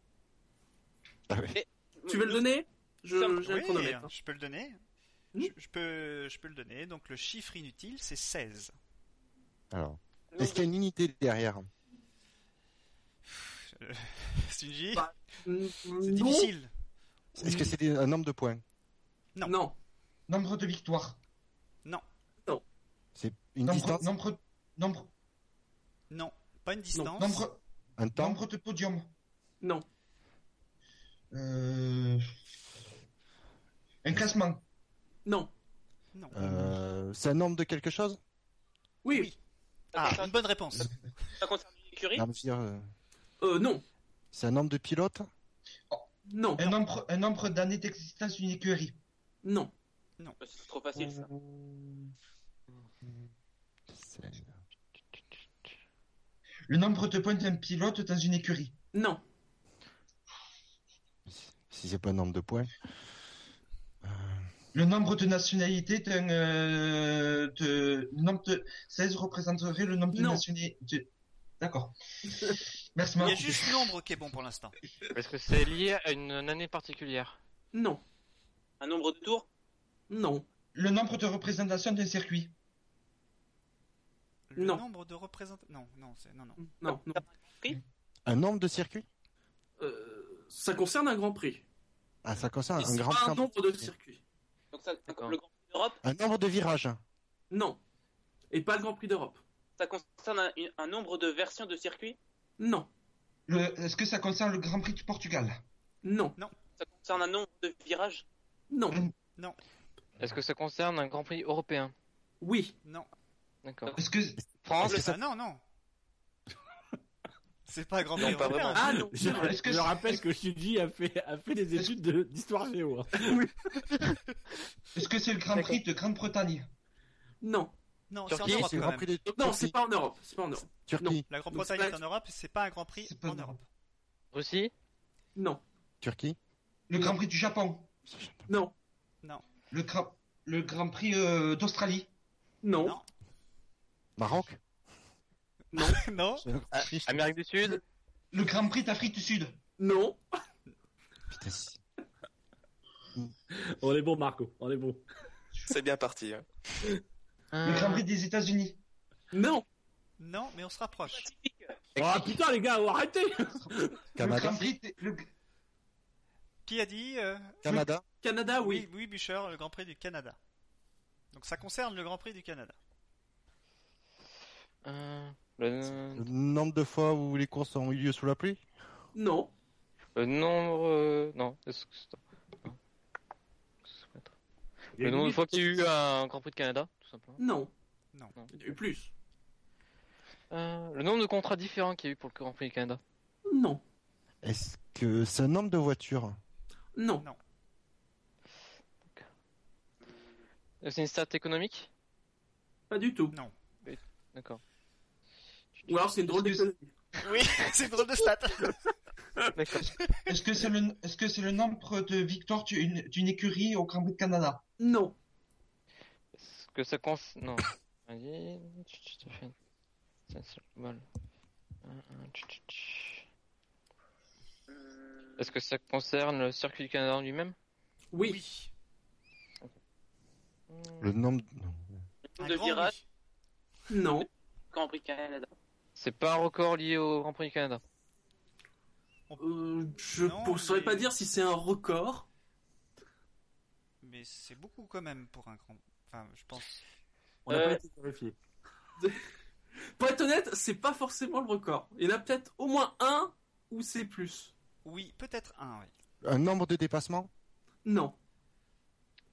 Speaker 4: Ah
Speaker 2: Tu veux le donner Je j'ai
Speaker 8: Nous
Speaker 2: le
Speaker 1: Oui,
Speaker 2: chronomètre.
Speaker 1: je peux le donner.
Speaker 2: Hmm.
Speaker 1: Je, je peux, je peux le donner. Donc le chiffre inutile, c'est 16.
Speaker 4: Alors.
Speaker 8: nous-
Speaker 4: Est-ce qu'il y a une unité derrière
Speaker 1: Shinji,
Speaker 2: Bah, Mm,
Speaker 1: c'est
Speaker 2: non,
Speaker 1: difficile.
Speaker 4: Est-ce que c'est des- un nombre de points
Speaker 1: Non.
Speaker 2: Non.
Speaker 7: Nombre de victoires.
Speaker 4: C'est une
Speaker 7: Nombre,
Speaker 4: distance,
Speaker 7: nombre, nombre,
Speaker 1: Non, pas une distance.
Speaker 7: nombre,
Speaker 4: un temps.
Speaker 7: nombre de podiums.
Speaker 2: Non.
Speaker 7: Euh... Un classement.
Speaker 2: Non.
Speaker 1: Non.
Speaker 4: Euh, c'est un nombre de quelque chose
Speaker 2: Oui.
Speaker 1: Oui. Ah, une bonne réponse.
Speaker 8: Ça concerne l'écurie
Speaker 4: Non, mais je veux dire, euh,
Speaker 2: Euh, non.
Speaker 4: C'est un nombre de pilotes
Speaker 2: Non.
Speaker 7: Un nombre, un nombre d'années d'existence d'une écurie.
Speaker 2: Non.
Speaker 8: Bah, C'est trop facile ça.
Speaker 4: C'est-
Speaker 7: Le nombre de points d'un pilote dans une écurie.
Speaker 2: Non.
Speaker 4: Si c'est pas un nombre de points.
Speaker 7: Le nombre de nationalités d'un, euh, de, le nombre de 16 représenterait le nombre de
Speaker 2: Non.
Speaker 7: nationalités. de- D'accord. Merci,
Speaker 1: Il y a
Speaker 7: Marc.
Speaker 1: juste nombre qui est bon pour l'instant.
Speaker 5: Est-ce que c'est lié à une, une année particulière
Speaker 2: Non.
Speaker 8: Un nombre de tours
Speaker 2: Non.
Speaker 7: Le nombre de représentations d'un circuit.
Speaker 1: Le
Speaker 2: Non. Hmm.
Speaker 1: nombre de représentants. Non, non, c'est non, non.
Speaker 2: Non. non.
Speaker 4: Un nombre de circuits
Speaker 2: Euh, ça concerne un Grand Prix.
Speaker 4: Ah, ça concerne
Speaker 2: Et
Speaker 4: un
Speaker 2: c'est
Speaker 4: grand
Speaker 2: pas un
Speaker 4: champ-
Speaker 2: nombre de circuits.
Speaker 8: Donc ça, le
Speaker 5: D'accord.
Speaker 8: Grand Prix d'Europe,
Speaker 4: Un nombre de virages.
Speaker 2: Non. Et pas le Grand Prix d'Europe.
Speaker 8: ça concerne un, un nombre de versions de circuit
Speaker 2: Non.
Speaker 7: Le- Est-ce que ça concerne le Grand Prix du Portugal
Speaker 2: Non.
Speaker 8: Ça concerne un nombre de virages
Speaker 2: Non.
Speaker 5: Est-ce que ça concerne un Grand Prix européen
Speaker 2: Oui.
Speaker 1: Non.
Speaker 5: D'accord.
Speaker 7: Est-ce que
Speaker 5: France
Speaker 4: Est-ce que ça-
Speaker 1: Ah non, non. C'est pas un grand
Speaker 6: Non,
Speaker 1: prix
Speaker 6: pas
Speaker 1: européen.
Speaker 2: Ah non.
Speaker 3: je,
Speaker 7: Est-ce que
Speaker 3: je
Speaker 7: c'est-
Speaker 3: rappelle que Shinji a fait, a fait des études de- d'histoire géo. hein.
Speaker 7: est-ce que c'est le Grand Prix de Grande-Bretagne
Speaker 2: Non.
Speaker 1: Non, c'est en
Speaker 5: Turquie,
Speaker 1: Europe
Speaker 4: C'est le
Speaker 1: quand
Speaker 4: Grand
Speaker 1: même.
Speaker 4: Prix de
Speaker 2: Non, c'est pas en Europe. C'est pas en Europe.
Speaker 4: Turquie.
Speaker 1: La Grande-Bretagne
Speaker 2: Donc,
Speaker 1: est en Europe, c'est pas un grand prix
Speaker 7: c'est pas
Speaker 1: en
Speaker 7: bon.
Speaker 1: Europe.
Speaker 5: Russie
Speaker 2: Non.
Speaker 4: Turquie.
Speaker 7: Le Grand Prix du Japon
Speaker 2: Non.
Speaker 7: Le, Gra- le Grand Prix euh, d'Australie
Speaker 2: Non.
Speaker 1: Non.
Speaker 4: Maroc.
Speaker 1: non.
Speaker 4: Putain,
Speaker 5: Amérique du Sud
Speaker 7: Le Grand Prix d'Afrique du Sud
Speaker 2: Non.
Speaker 4: si.
Speaker 3: On est bon, Marco, on est bon.
Speaker 6: C'est bien parti. hein.
Speaker 7: Le Grand Prix des États-Unis
Speaker 2: Non.
Speaker 1: Non, mais on se rapproche.
Speaker 8: Pacifique.
Speaker 3: Oh putain, les gars, oh, arrêtez
Speaker 7: Le
Speaker 4: Canada.
Speaker 7: Grand Prix des- le-
Speaker 1: Qui a euh, dit euh,
Speaker 4: Canada.
Speaker 2: Canada, oui.
Speaker 1: Oui, oui, Bûcher, le Grand Prix du Canada. Donc ça concerne le Grand Prix du Canada.
Speaker 6: Euh, le,
Speaker 4: Le nombre de fois où les courses ont eu lieu sous la pluie
Speaker 2: Non.
Speaker 6: le nombre. euh, non. est-ce que c'est- Le nombre de fois qu'il y a eu un Grand Prix de Canada, tout simplement.
Speaker 2: Non.
Speaker 1: Non.
Speaker 2: Il y en a eu plus.
Speaker 6: Euh, le nombre de contrats différents qu'il y a eu pour le Grand Prix du Canada.
Speaker 2: Non.
Speaker 4: Est-ce que c'est un nombre de voitures
Speaker 2: Non.
Speaker 6: Euh, C'est une stat économique
Speaker 2: Pas du tout.
Speaker 1: Non.
Speaker 6: D'accord.
Speaker 2: Ou alors c'est une drôle de...
Speaker 1: Oui, c'est une drôle de stat.
Speaker 6: D'accord.
Speaker 7: Est-ce que c'est le, est-ce que c'est le nombre de victoires d'une d'une écurie au Grand Prix de Canada
Speaker 2: Non.
Speaker 6: Est-ce que ça concerne. Non. Vas-y. Tch, tch, tch, fais- ça, c'est le bol. Un, un, tch, tch, tch. Est-ce que ça concerne le circuit du Canada en lui-même
Speaker 2: Oui.
Speaker 1: Oui.
Speaker 4: Le nombre. non.
Speaker 1: Un
Speaker 8: de
Speaker 1: grand
Speaker 8: virage
Speaker 1: oui.
Speaker 2: Non.
Speaker 8: Grand Prix Canada.
Speaker 6: C'est pas un record lié au Grand Prix du Canada.
Speaker 2: Euh, je
Speaker 1: Non,
Speaker 2: ne saurais
Speaker 1: mais-
Speaker 2: pas dire si c'est un record.
Speaker 1: Mais c'est beaucoup quand même pour un grand. Enfin, je pense.
Speaker 2: On n'a
Speaker 6: Euh.
Speaker 2: pas été vérifié. Pour être honnête, c'est pas forcément le record. Il y en a peut-être au moins un ou c'est plus.
Speaker 1: Oui, peut-être un. Oui.
Speaker 4: Un nombre de dépassements
Speaker 2: Non.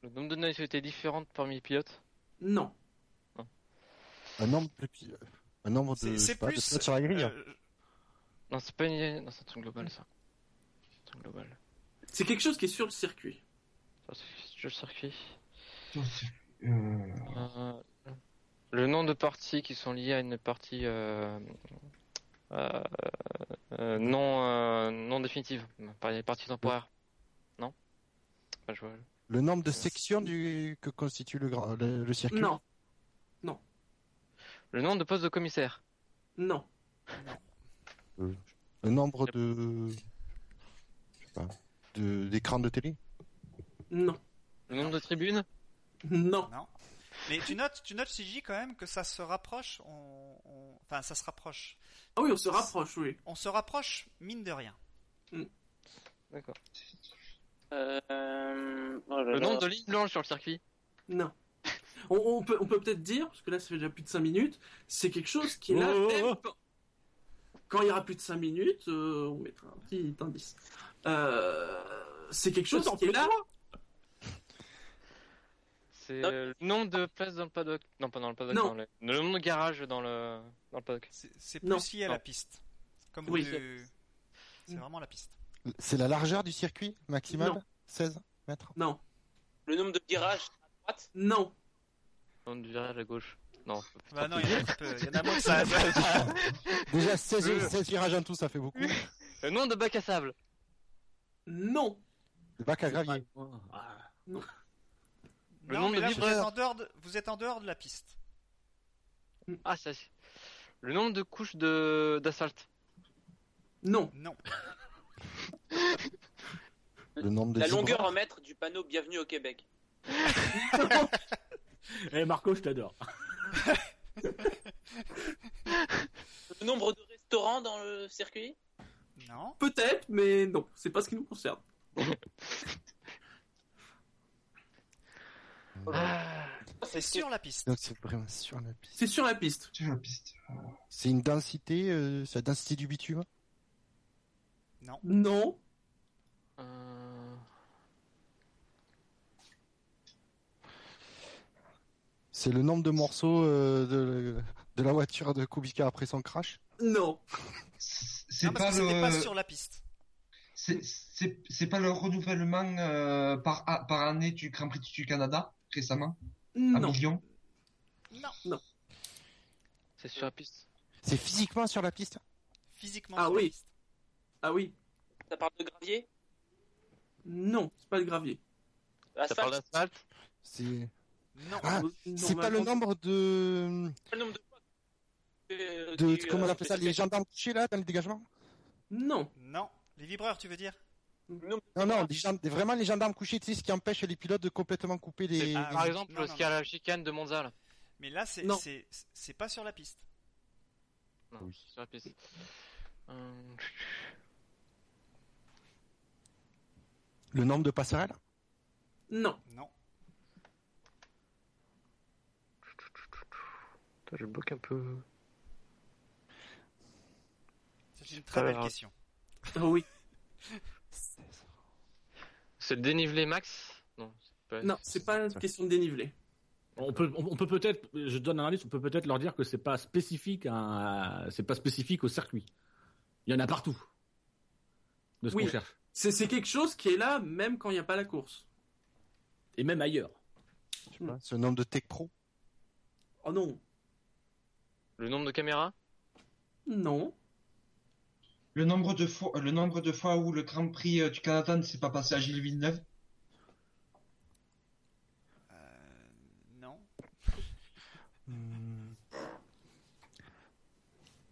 Speaker 6: Le nombre de nationalités différentes parmi les pilotes
Speaker 2: Non.
Speaker 4: Un nombre de. pi- Un nombre de.
Speaker 1: C'est
Speaker 4: Euh, je
Speaker 1: c'est
Speaker 4: sais pas, de
Speaker 1: plus.
Speaker 4: places sur la grille hein.
Speaker 1: euh,
Speaker 6: Non, c'est pas une. Non, c'est un truc global ça. C'est un truc global.
Speaker 2: C'est quelque chose qui est sur le circuit.
Speaker 6: Ça, c'est sur le circuit.
Speaker 7: Euh,
Speaker 6: Euh, le nom de parties qui sont liées à une partie euh, euh, euh, non, euh, non définitive, par les parties temporaires. Non Enfin, je vois.
Speaker 4: Le nombre de sections du... que constitue le, grand- le, le circuit
Speaker 2: Non.
Speaker 6: Le nom de poste de commissaire.
Speaker 2: Non.
Speaker 4: Le nombre de. Je sais pas. de- D'écrans de télé
Speaker 2: Non.
Speaker 6: Le nombre de tribunes
Speaker 2: Non.
Speaker 1: Non. Mais tu notes, tu notes, CJ, quand même que ça se rapproche. On, on- Enfin, ça se rapproche.
Speaker 2: Ah oui, on se rapproche, oui. Mm.
Speaker 1: On se rapproche, mine de rien.
Speaker 6: D'accord.
Speaker 8: Euh, oh là
Speaker 6: Le
Speaker 8: là.
Speaker 6: nombre de lignes blanches sur le circuit
Speaker 2: Non. On, on peut on peut peut-être dire, parce que là ça fait déjà plus de 5 minutes, c'est quelque chose qui est là.
Speaker 3: Oh, oh,
Speaker 2: même
Speaker 3: oh.
Speaker 2: quand- Quand il y aura plus de 5 minutes, euh, on mettra un petit indice. Euh, c'est quelque chose qui est là.
Speaker 6: C'est
Speaker 8: Non.
Speaker 6: euh, le nombre de places dans le paddock. Non, pas dans le paddock.
Speaker 2: Non.
Speaker 6: Dans le... le nombre de garages dans le, dans le paddock.
Speaker 1: C'est c'est
Speaker 2: Non.
Speaker 1: plus lié à
Speaker 6: Non.
Speaker 1: la piste. Comme
Speaker 2: Oui.
Speaker 1: tu-
Speaker 2: Mm.
Speaker 1: C'est vraiment la piste.
Speaker 4: C'est la largeur du circuit maximale
Speaker 2: Non.
Speaker 4: 16 mètres
Speaker 2: Non.
Speaker 8: Le nombre de virages à droite.
Speaker 2: Non.
Speaker 6: Le nombre de virages à gauche. Non. c'est pas
Speaker 1: Bah non,
Speaker 6: possible.
Speaker 1: il y en a un petit peu- il y en a moins que ça.
Speaker 4: Déjà 16,
Speaker 6: Euh.
Speaker 4: 16 virages en tout, ça fait beaucoup.
Speaker 6: Le nombre de bacs à sable.
Speaker 2: Non.
Speaker 4: Le bac à gravier.
Speaker 6: Le
Speaker 1: Non,
Speaker 6: nombre
Speaker 1: mais
Speaker 6: de
Speaker 1: là, vous êtes,
Speaker 6: livreurs.
Speaker 1: en dehors de, vous êtes en dehors de la piste.
Speaker 6: Ah, ça. c'est- Le nombre de couches de d'asphalte.
Speaker 2: Non.
Speaker 1: Non.
Speaker 4: Le nombre de
Speaker 8: La
Speaker 4: zibras.
Speaker 8: longueur en mètres du panneau Bienvenue au Québec.
Speaker 3: Eh Marco, je t'adore.
Speaker 8: Le nombre de restaurants dans le circuit.
Speaker 1: Non.
Speaker 2: Peut-être, mais non. C'est pas ce qui nous concerne.
Speaker 1: Ah, C'est sur la piste.
Speaker 4: Donc c'est vraiment sur la piste.
Speaker 2: C'est sur la piste.
Speaker 7: sur la piste.
Speaker 4: C'est une densité, euh, c'est la densité du bitume
Speaker 1: Non.
Speaker 2: Non.
Speaker 6: Euh,
Speaker 4: C'est le nombre de morceaux euh, de, de la voiture de Kubica après son crash
Speaker 2: Non.
Speaker 7: C'est
Speaker 1: Non,
Speaker 7: pas
Speaker 1: parce que c'était pas
Speaker 7: le,
Speaker 1: sur la piste.
Speaker 7: c'est- c'est c'est pas le renouvellement euh, par a- par année du Grand Prix du Canada récemment à
Speaker 2: Non.
Speaker 7: Lyon.
Speaker 1: Non.
Speaker 6: C'est sur la piste.
Speaker 4: C'est physiquement sur la piste
Speaker 1: Physiquement
Speaker 2: Ah
Speaker 1: sur la
Speaker 2: oui.
Speaker 1: piste.
Speaker 2: Ah oui.
Speaker 8: Ça parle de gravier.
Speaker 2: Non. C'est pas le gravier.
Speaker 6: Ça parle
Speaker 8: Asphalte.
Speaker 6: d'asphalte
Speaker 4: C'est
Speaker 1: Non.
Speaker 4: Ah, c'est pas le
Speaker 2: Normalement,
Speaker 4: nombre de,
Speaker 8: Le nombre de fois que-
Speaker 4: de
Speaker 8: que-
Speaker 4: comment on
Speaker 8: euh,
Speaker 4: appelle ça les gendarmes couchés là dans le dégagement
Speaker 2: Non.
Speaker 1: Non. Les vibreurs, tu veux dire
Speaker 8: Le nombre de
Speaker 4: Non non,
Speaker 8: virages.
Speaker 4: les gen- vraiment les gendarmes couchés, tu sais ce qui empêche les pilotes de complètement couper les.
Speaker 1: C'est- ah,
Speaker 6: Par exemple,
Speaker 1: Non, non,
Speaker 6: ce qu'il y a à la chicane de Monza là.
Speaker 1: Mais là, c'est
Speaker 2: Non.
Speaker 1: c'est- c'est pas sur la piste.
Speaker 6: Non, c'est sur la piste. Euh,
Speaker 4: Le nombre de passerelles
Speaker 2: Non.
Speaker 1: Non.
Speaker 6: Putain, Je bloque un peu.
Speaker 1: C'est une très belle
Speaker 6: grave.
Speaker 1: question.
Speaker 2: Oh oui.
Speaker 6: C'est le dénivelé max Non. c'est pas-
Speaker 2: Non, c'est pas une question de dénivelé.
Speaker 3: On peut, on on peut peut-être, je donne un indice, on peut peut-être leur dire que c'est pas spécifique, à- c'est pas spécifique au circuit. Il y en a partout. De ce
Speaker 2: Oui.
Speaker 3: qu'on cherche.
Speaker 2: C'est c'est quelque chose qui est là même quand il n'y a pas la course.
Speaker 3: Et même ailleurs.
Speaker 4: Je sais pas, c'est le nombre de tech pro.
Speaker 2: Oh non,
Speaker 6: Le nombre de caméras
Speaker 2: non.
Speaker 7: Le nombre de fois, le nombre de fois où le Grand Prix euh, du Canada ne s'est pas passé à Gilles Villeneuve.
Speaker 1: Euh, non.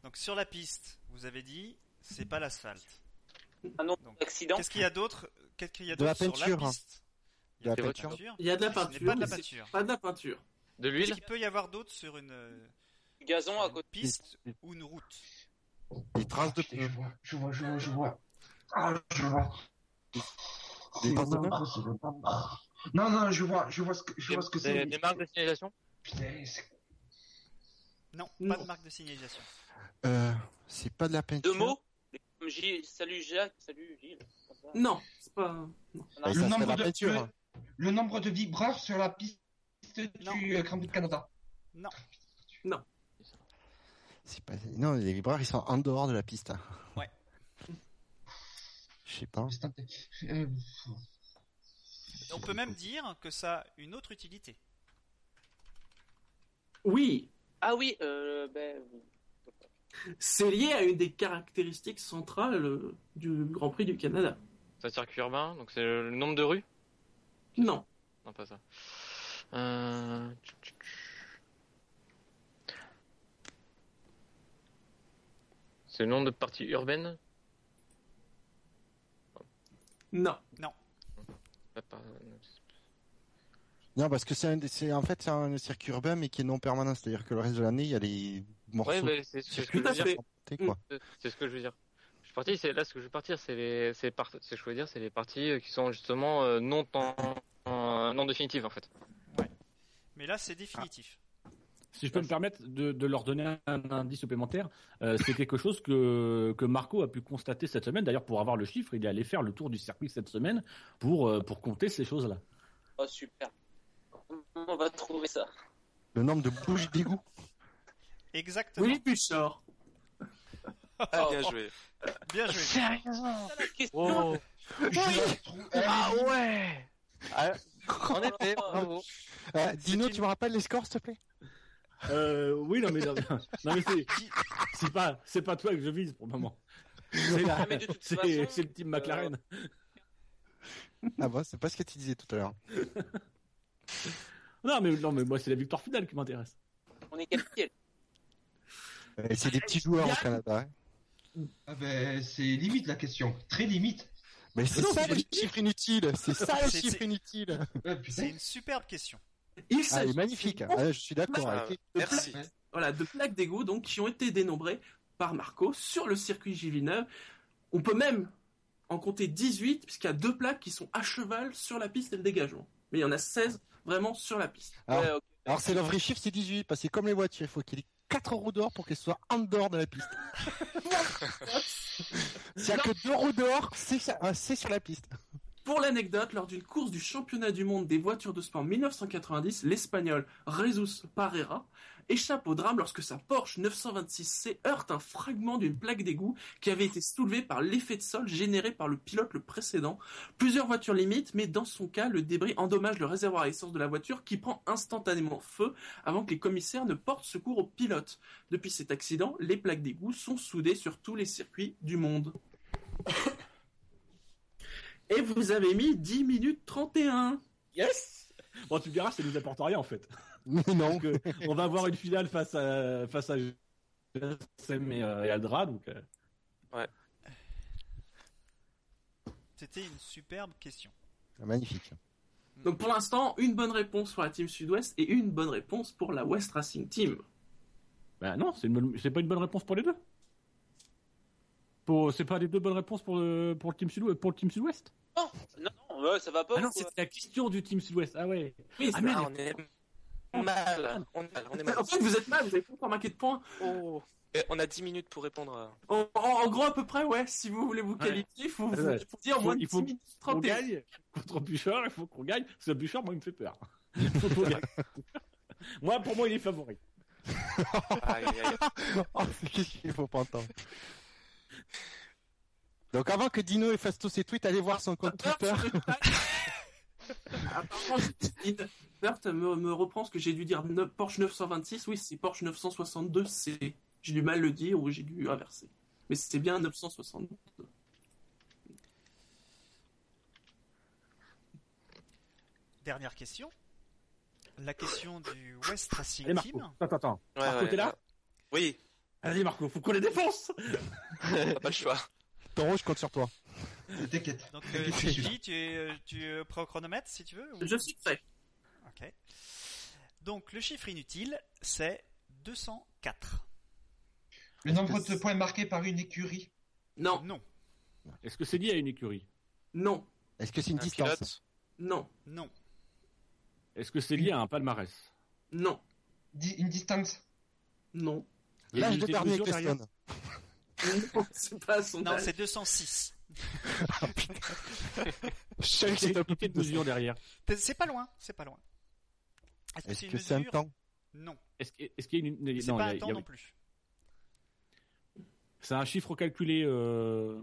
Speaker 1: Donc sur la piste, vous avez dit, c'est pas l'asphalte.
Speaker 8: Un nombre
Speaker 1: Donc,
Speaker 8: d'accidents.
Speaker 1: Qu'est-ce qu'il y a d'autre Qu'est-ce qu'il y a
Speaker 4: De la
Speaker 1: d'autre sur la
Speaker 4: peinture. hein.
Speaker 1: piste Il y
Speaker 4: De
Speaker 1: a
Speaker 4: la
Speaker 1: de la
Speaker 4: peinture.
Speaker 1: peinture.
Speaker 2: Il y a de la
Speaker 1: Ce n'est
Speaker 2: peinture.
Speaker 1: pas de la
Speaker 2: mais
Speaker 1: peinture.
Speaker 2: c'est Pas de la peinture.
Speaker 6: De
Speaker 1: Qu'est-ce
Speaker 6: l'huile
Speaker 1: qu'il peut y avoir d'autre sur une, euh,
Speaker 8: Du gazon à
Speaker 1: une
Speaker 8: côté.
Speaker 1: piste ou une route
Speaker 4: Des traces de E.
Speaker 7: Putain, Ah, Je vois, je vois, je vois, je vois. Ah, je vois.
Speaker 4: Des
Speaker 7: C'est
Speaker 4: traces de E.
Speaker 7: le nombre, c'est le nombre. Non, non, je vois, je vois ce que, je vois ce que
Speaker 6: Des,
Speaker 7: c'est.
Speaker 6: des marques de signalisation
Speaker 7: Putain, c'est
Speaker 1: Non,
Speaker 2: Non.
Speaker 1: pas de marque de signalisation.
Speaker 4: Euh, c'est pas de la
Speaker 8: Deux
Speaker 4: peinture.
Speaker 8: mots. Comme Gilles- Salut Jacques, salut Gilles.
Speaker 2: Non, c'est pas.
Speaker 4: Bah,
Speaker 7: Le
Speaker 4: ça serait
Speaker 7: nombre
Speaker 4: la
Speaker 7: de-
Speaker 4: peinture.
Speaker 7: le nombre de vibreurs sur la piste
Speaker 1: Non.
Speaker 7: du euh, Grand Prix du Canada.
Speaker 4: C'est pas... Non, les vibreurs, ils sont en dehors de la piste. hein.
Speaker 1: Ouais.
Speaker 4: Je sais pas.
Speaker 7: Putain, euh,
Speaker 1: On peut même dire que ça a une autre utilité.
Speaker 2: Oui,
Speaker 8: Ah oui, euh, ben,
Speaker 2: c'est lié à une des caractéristiques centrales euh, du Grand Prix du Canada.
Speaker 6: C'est un circuit urbain, donc c'est le nombre de rues
Speaker 2: Non.
Speaker 6: Non, pas ça. Euh... tch, tch, tch. C'est le nombre de parties urbaines
Speaker 2: Non.
Speaker 6: Pas euh, par-
Speaker 4: Non, parce que c'est un des- c'est- en fait c'est un circuit urbain mais qui est non permanent, c'est-à-dire que le reste de l'année il y a les morceaux.
Speaker 6: Ouais, bah, c'est c'est ce que
Speaker 4: Tout
Speaker 6: je veux
Speaker 2: à
Speaker 6: dire.
Speaker 2: fait.
Speaker 4: de
Speaker 10: Mm.
Speaker 4: quoi.
Speaker 6: Euh, C'est ce que je veux dire. Je suis parti, c'est là ce que je veux partir, c'est les, c'est par- c'est ce que je veux dire, c'est les parties euh, qui sont justement euh, non tan- euh, non définitives en fait.
Speaker 1: Mais là, c'est définitif.
Speaker 3: Si je peux me permettre de, de leur donner un indice supplémentaire, euh, c'est quelque chose que, que Marco a pu constater cette semaine. D'ailleurs, pour avoir le chiffre, il est allé faire le tour du circuit cette semaine pour, euh, pour compter ces choses-là.
Speaker 8: oh, super. On va trouver ça.
Speaker 4: Le nombre de bouches d'égout.
Speaker 1: Exactement.
Speaker 2: Willy Puchor.
Speaker 10: Ah, bien joué.
Speaker 1: Bien joué. Oh.
Speaker 8: Ah, la question.
Speaker 7: je trouve- elle est
Speaker 6: ouais
Speaker 8: Ah,
Speaker 6: En effet, bravo.
Speaker 4: Euh, Dino, tu me rappelles les scores s'il te plaît
Speaker 3: Euh, oui, non mais, non, mais c'est- c'est pas, c'est pas toi que je vise pour le moment. C'est la-
Speaker 8: Ah, mais de toute
Speaker 3: c'est
Speaker 8: façon,
Speaker 3: c'est le team McLaren.
Speaker 4: Ah bah c'est pas ce que tu disais tout à l'heure.
Speaker 3: Non mais non mais moi c'est la victoire finale qui m'intéresse.
Speaker 8: On est qualifié.
Speaker 4: Euh, C'est des petits joueurs au Canada. hein.
Speaker 7: Ah ben, c'est limite la question, très limite.
Speaker 4: Mais c'est
Speaker 2: Non,
Speaker 4: ça
Speaker 2: c'est
Speaker 4: le chiffre inutile, c'est ça le
Speaker 1: C'est-
Speaker 4: chiffre
Speaker 1: c'est-
Speaker 4: inutile.
Speaker 7: Euh,
Speaker 1: C'est
Speaker 7: putain,
Speaker 1: une superbe question.
Speaker 2: Il
Speaker 4: Ah, il est
Speaker 2: s'agit
Speaker 4: magnifique. Ah, je suis d'accord.
Speaker 10: Ah,
Speaker 4: avec-
Speaker 10: merci.
Speaker 2: voilà, de plaques d'égout donc qui ont été dénombrées par Marco sur le circuit J9. On peut même en compter 18 puisqu'il y a deux plaques qui sont à cheval sur la piste et le dégagement. Mais il y en a 16 vraiment sur la piste.
Speaker 4: Alors,
Speaker 8: Ouais, ok.
Speaker 4: Ah. Alors c'est le vrai chiffre, c'est 18 parce que comme les voitures, il faut qu'il y ait 4 roues dehors pour qu'elles soient en dehors de la piste. S'il y a que deux roues dehors, c'est ah, c'est sur la piste.
Speaker 2: Pour l'anecdote, lors d'une course du championnat du monde des voitures de sport en 1990, l'Espagnol Jesus Parera échappe au drame lorsque sa Porsche 926C heurte un fragment d'une plaque d'égout qui avait été soulevé par l'effet de sol généré par le pilote le précédent. Plusieurs voitures limitent, mais dans son cas, le débris endommage le réservoir à essence de la voiture qui prend instantanément feu avant que les commissaires ne portent secours au pilote. Depuis cet accident, les plaques d'égout sont soudées sur tous les circuits du monde. Et vous avez mis 10 minutes 31.
Speaker 3: Yes. Bon tu me diras ça nous apporte rien en fait.
Speaker 4: Mais non.
Speaker 3: Donc, euh, on va avoir une finale face à face à Sam et, euh, et Aldra donc. euh,
Speaker 1: C'était une superbe question.
Speaker 4: Ah, Magnifique.
Speaker 2: Donc pour l'instant, une bonne réponse pour la team sud-ouest et une bonne réponse pour la West Racing Team.
Speaker 3: Bah non, c'est une bonne- c'est pas une bonne réponse pour les deux. Pour c'est pas les deux bonnes réponses pour le pour le team sud pour le team sud-ouest.
Speaker 8: Non, non, euh, ça va pas.
Speaker 3: Ah non,
Speaker 8: ou quoi
Speaker 3: c'est la question du team sud-ouest. Ah ouais.
Speaker 2: Oui,
Speaker 3: Ah
Speaker 2: c'est-
Speaker 3: merde.
Speaker 10: Ah, on est
Speaker 8: hein.
Speaker 10: mal. On, est mal, on est mal.
Speaker 2: En fait, vous êtes mal, vous avez pas encore marqué de points. Oh,
Speaker 10: Oh. Et on a 10 minutes pour répondre. à-
Speaker 2: En, en- en gros, à peu près, ouais, si vous voulez vous qualifier, faut, vous-
Speaker 3: Ouais.
Speaker 2: faut dire
Speaker 3: Il
Speaker 2: moins de
Speaker 3: faut- il faut
Speaker 2: 10 minutes
Speaker 3: On
Speaker 2: 30 et-
Speaker 3: gagne contre Bouchard, il faut qu'on gagne. Parce que Bouchard, moi, il me fait peur. Il faut qu'on gagne. moi, pour moi, il est favori.
Speaker 10: Aïe, aïe, aïe.
Speaker 4: Oh, c'est qu'est-ce qu'il faut pas entendre. Donc avant que Dino efface tous ses tweets, allez voir son compte Twitter.
Speaker 2: oh, Apparemment, Justine Bert me, me reprend ce que j'ai dû dire no- Porsche 926. Oui, c'est Porsche 962. C'est, j'ai du mal le dire ou j'ai dû inverser. Mais c'était bien 962.
Speaker 1: Dernière question. La question du West Racing
Speaker 3: Allez, Marco.
Speaker 1: Team.
Speaker 3: Attends, attends.
Speaker 4: Ah,
Speaker 10: Ouais,
Speaker 3: Marco,
Speaker 10: ouais.
Speaker 3: t'es là
Speaker 10: Oui,
Speaker 3: Allez, Marco, faut qu'on les défonce
Speaker 10: t'as pas le choix.
Speaker 4: Taureau, je compte sur toi.
Speaker 7: T'inquiète.
Speaker 1: Donc, euh,
Speaker 7: T'inquiète, je suis là.
Speaker 1: Gigi, tu es, euh, tu es prêt au chronomètre si tu veux ou-
Speaker 2: Je suis prêt.
Speaker 1: Ok. Donc, le chiffre inutile, c'est 204.
Speaker 7: Le nombre de points marqués par une écurie.
Speaker 2: Non,
Speaker 1: Non,
Speaker 3: Est-ce que c'est lié à une écurie
Speaker 2: non,
Speaker 4: Est-ce que c'est une
Speaker 10: Un
Speaker 4: distance
Speaker 10: pilote.
Speaker 2: non,
Speaker 1: non,
Speaker 3: Est-ce que c'est lié à un palmarès
Speaker 2: non,
Speaker 7: Di- une distance.
Speaker 2: non.
Speaker 3: Il y a
Speaker 4: L'âge
Speaker 3: une
Speaker 4: de dernier
Speaker 3: décision derrière
Speaker 4: question.
Speaker 2: Non, c'est pas son
Speaker 1: non,
Speaker 2: âge. Ah,
Speaker 1: c'est 206.
Speaker 4: Je savais que
Speaker 3: Il y a
Speaker 4: c'était un
Speaker 3: une
Speaker 4: peu
Speaker 3: petite
Speaker 4: de
Speaker 3: mesure derrière.
Speaker 1: T'es- C'est pas loin, c'est pas loin. Est-ce que
Speaker 4: Est-ce
Speaker 1: c'est une
Speaker 4: que c'est un
Speaker 1: mesure
Speaker 4: temps
Speaker 1: Non,
Speaker 3: Est-ce que- est-ce qu'il y a une.
Speaker 1: c'est
Speaker 3: non, il
Speaker 1: pas
Speaker 3: y a-
Speaker 1: un temps
Speaker 3: il y a-
Speaker 1: non plus.
Speaker 3: C'est un chiffre calculé euh,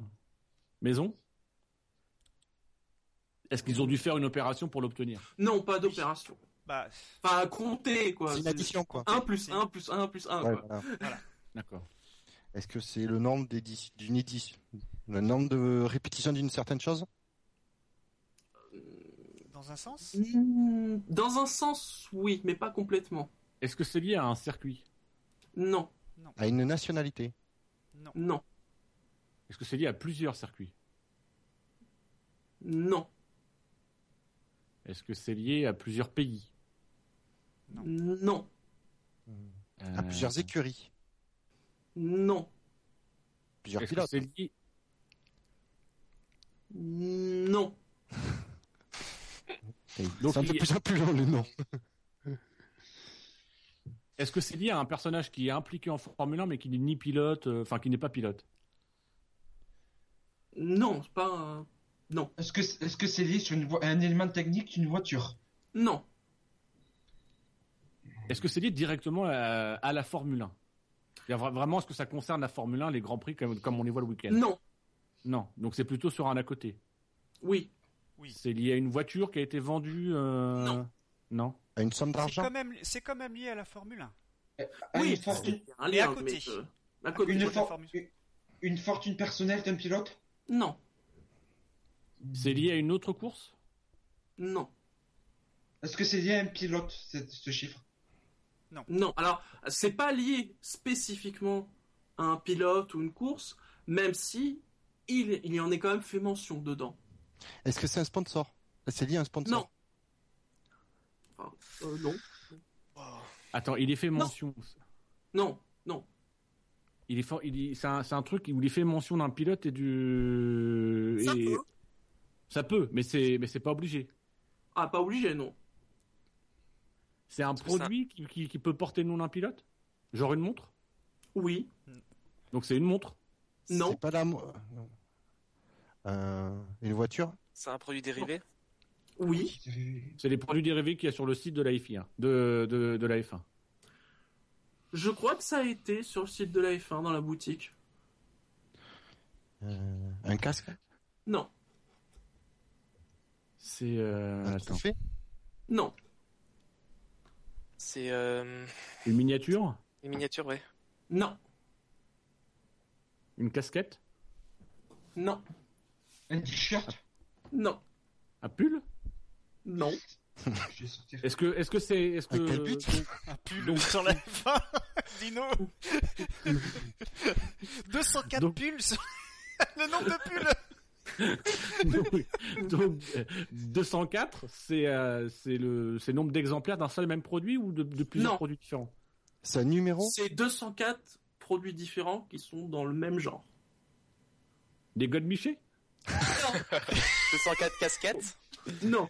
Speaker 3: maison Est-ce qu'ils ont dû faire une opération pour l'obtenir
Speaker 2: Non, pas d'opération.
Speaker 1: Bah,
Speaker 2: Enfin, compter quoi.
Speaker 4: C'est une addition quoi.
Speaker 2: 1 plus 1 plus 1 plus 1.
Speaker 4: Ouais,
Speaker 2: quoi.
Speaker 4: voilà.
Speaker 3: D'accord.
Speaker 4: Est-ce que c'est le nombre d'édi- d'une édition Le nombre de répétitions d'une certaine chose
Speaker 1: dans un sens
Speaker 2: Hmm, Dans un sens, oui, mais pas complètement.
Speaker 3: Est-ce que c'est lié à un circuit
Speaker 2: Non,
Speaker 4: À une nationalité
Speaker 1: Non.
Speaker 2: non,
Speaker 3: Est-ce que c'est lié à plusieurs circuits
Speaker 2: non,
Speaker 3: Est-ce que c'est lié à plusieurs pays
Speaker 2: non,
Speaker 4: À
Speaker 3: Euh,
Speaker 4: plusieurs écuries
Speaker 2: non,
Speaker 4: Plusieurs
Speaker 3: Est-ce que
Speaker 4: pilotes
Speaker 3: c'est lié
Speaker 2: non.
Speaker 3: Donc,
Speaker 4: C'est un
Speaker 3: il-
Speaker 4: de plus en plus long le nom.
Speaker 3: Est-ce que c'est lié à un personnage qui est impliqué en Formule 1 mais qui n'est ni pilote, euh, enfin qui n'est pas pilote
Speaker 2: Non, c'est pas un... Non,
Speaker 7: Est-ce que est-ce que c'est lié sur une vo- un élément technique d'une voiture
Speaker 2: non,
Speaker 3: Est-ce que c'est lié directement à, à la Formule 1 C'est-à-dire vra- Vraiment, est-ce que ça concerne la Formule 1, les grands prix comme, comme on les voit le week-end
Speaker 2: non,
Speaker 3: Non. Donc c'est plutôt sur un à côté.
Speaker 2: oui,
Speaker 1: Oui.
Speaker 3: C'est lié à une voiture qui a été vendue. euh,
Speaker 2: Non.
Speaker 3: non.
Speaker 4: À une somme
Speaker 1: C'est
Speaker 4: d'argent
Speaker 1: quand, même, c'est quand même lié à la Formule 1.
Speaker 7: Ah,
Speaker 2: oui.
Speaker 7: une, fortune,
Speaker 2: Il y a Euh, un
Speaker 1: Mais à
Speaker 2: lien,
Speaker 1: côté.
Speaker 2: mais, euh, à côté.
Speaker 7: une
Speaker 1: Une
Speaker 7: for-
Speaker 1: Formule.
Speaker 7: une- une fortune personnelle d'un pilote
Speaker 2: Non,
Speaker 3: C'est lié à une autre course
Speaker 2: non,
Speaker 7: Est-ce que c'est lié à un pilote, ce, ce chiffre
Speaker 2: non. Alors, c'est pas lié spécifiquement à un pilote ou une course, même si il, il y en est quand même fait mention dedans.
Speaker 4: Est-ce que c'est un sponsor C'est lié à un sponsor
Speaker 2: Non. Enfin, euh, non,
Speaker 3: Attends, il est fait mention.
Speaker 2: non, non,
Speaker 3: Il est for- il est- c'est un, c'est un truc où il est fait mention d'un pilote et du.
Speaker 2: Ça
Speaker 3: et-
Speaker 2: peut.
Speaker 3: Ça peut, mais c'est mais c'est pas obligé.
Speaker 2: ah pas obligé, non.
Speaker 3: C'est un
Speaker 10: Est-ce que c'est un-
Speaker 3: produit qui, qui- qui peut porter le nom d'un pilote Genre une montre
Speaker 2: Oui,
Speaker 3: Donc c'est une montre
Speaker 2: non,
Speaker 4: C'est pas la mo- non. Euh, une voiture
Speaker 10: C'est un produit dérivé
Speaker 2: oui,
Speaker 3: C'est les produits dérivés qu'il y a sur le site de la F1. De, de, de la F1.
Speaker 2: Je crois que ça a été sur le site de la F1 dans la boutique.
Speaker 4: Euh, Un casque
Speaker 2: Non,
Speaker 3: C'est. euh,
Speaker 4: Un
Speaker 3: attends.
Speaker 4: trophée
Speaker 2: non,
Speaker 10: C'est euh,
Speaker 3: Une miniature
Speaker 10: une miniature, ouais.
Speaker 2: non,
Speaker 3: Une casquette
Speaker 2: non,
Speaker 7: Un t-shirt
Speaker 2: non,
Speaker 3: Un pull
Speaker 2: non,
Speaker 7: Je vais sortir.
Speaker 3: Est-ce que est-ce que c'est est-ce que
Speaker 4: À quel but
Speaker 1: Un pull sur la F1 Dino 204
Speaker 3: Donc-
Speaker 1: pulls sur- Le nombre de pulls
Speaker 3: donc, donc, euh, 204 c'est euh, c'est le c'est le nombre d'exemplaires d'un seul et même produit ou de, de plusieurs
Speaker 2: Non.
Speaker 3: produits différents
Speaker 4: C'est un numéro
Speaker 2: c'est 204 produits différents qui sont dans le même genre.
Speaker 3: Des godemichés
Speaker 10: 204 casquettes
Speaker 2: Non,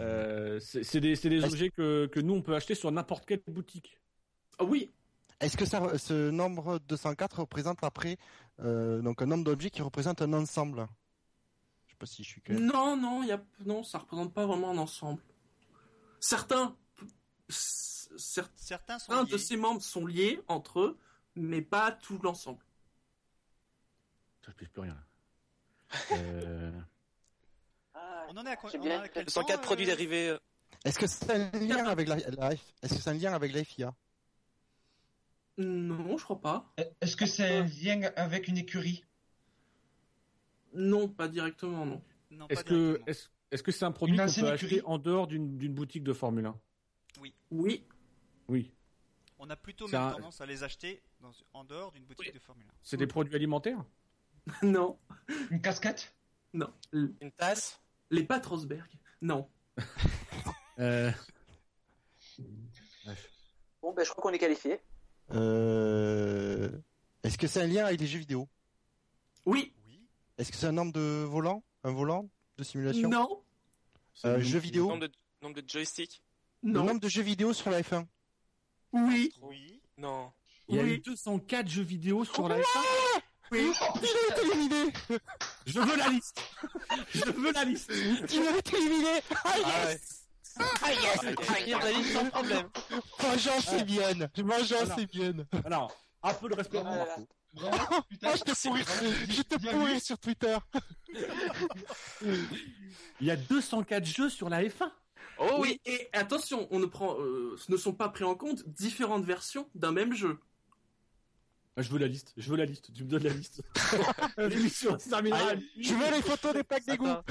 Speaker 3: Euh, c'est c'est des, c'est des objets que, que nous on peut acheter sur n'importe quelle boutique.
Speaker 2: Ah oui,
Speaker 4: Est-ce que ça, ce nombre 204 représente après euh, donc un nombre d'objets qui représente un ensemble Je sais pas si je suis clair.
Speaker 2: Non, non, y a... non, ça représente pas vraiment un ensemble. Certains, c- certains
Speaker 1: Certains sont
Speaker 2: de
Speaker 1: liés.
Speaker 2: ses membres sont liés entre eux, mais pas tout l'ensemble.
Speaker 3: Ça, je pige plus rien. là. Euh,
Speaker 8: Ah,
Speaker 1: On en est à quoi
Speaker 8: J'ai
Speaker 1: on
Speaker 8: bien
Speaker 1: en est à
Speaker 8: cru.
Speaker 1: quel
Speaker 10: 204
Speaker 1: temps, euh,
Speaker 10: produits dérivés. euh,
Speaker 4: Est-ce que c'est un lien avec la, la F- Est-ce que c'est un lien avec la FIA
Speaker 2: Non, je crois pas.
Speaker 7: E, Est-ce que c'est un lien avec une écurie
Speaker 2: Non, pas directement, non.
Speaker 1: Non, pas
Speaker 3: Est-ce que
Speaker 1: directement.
Speaker 3: est-ce est-ce que c'est un produit
Speaker 7: Une
Speaker 3: qu'on
Speaker 7: ancienne
Speaker 3: peut
Speaker 7: écurie.
Speaker 3: acheter en dehors d'une d'une boutique de Formule 1
Speaker 2: Oui,
Speaker 3: Oui.
Speaker 1: On a plutôt
Speaker 3: C'est
Speaker 1: même
Speaker 3: un-
Speaker 1: tendance à les acheter dans- en dehors d'une boutique de Formule
Speaker 3: C'est des produits alimentaires
Speaker 2: non,
Speaker 7: Une casquette
Speaker 2: non. L-
Speaker 10: Une tasse.
Speaker 2: Les pâtes Rosberg, non.
Speaker 3: euh,
Speaker 8: Bon, ben, je crois qu'on est qualifié.
Speaker 4: Euh, Est-ce que c'est un lien avec les jeux vidéo
Speaker 2: Oui,
Speaker 1: 1. Oui.
Speaker 4: Est-ce que c'est un nombre de volants Un volant de simulation
Speaker 2: non,
Speaker 4: Euh,
Speaker 3: c'est-
Speaker 4: Jeux vidéo
Speaker 10: Nombre de, nombre de joysticks.
Speaker 4: Le
Speaker 2: non,
Speaker 4: nombre de jeux vidéo sur la F1
Speaker 2: oui,
Speaker 1: Oui.
Speaker 10: Non.
Speaker 3: Il y a
Speaker 2: Oui.
Speaker 3: eu 204 jeux vidéo sur la
Speaker 2: oui,
Speaker 4: Il a Oh, été éliminé
Speaker 3: Je veux la liste Je veux la liste
Speaker 4: Il a été éliminé Ah
Speaker 10: Ah ouais.
Speaker 5: Écrire la liste sans problème.
Speaker 4: Vengeance c'est bien Vengeance
Speaker 3: Voilà.
Speaker 4: c'est bien
Speaker 3: Alors, un peu de respect pour
Speaker 8: Voilà.
Speaker 3: Marco.
Speaker 7: Bravo, putain.
Speaker 4: Ah, je te pourris Je te
Speaker 7: Bien
Speaker 4: pourris
Speaker 7: vu.
Speaker 4: sur Twitter
Speaker 3: Il y a 204 jeux sur la F1
Speaker 5: Oh oui.
Speaker 2: oui. Et attention, on ne prend, euh, ne sont pas pris en compte différentes versions d'un même jeu.
Speaker 3: Je veux la liste, je veux la liste, tu me donnes la liste. L'émission se terminera à minuit.
Speaker 4: Je veux les photos des packs d'égout
Speaker 5: Attends.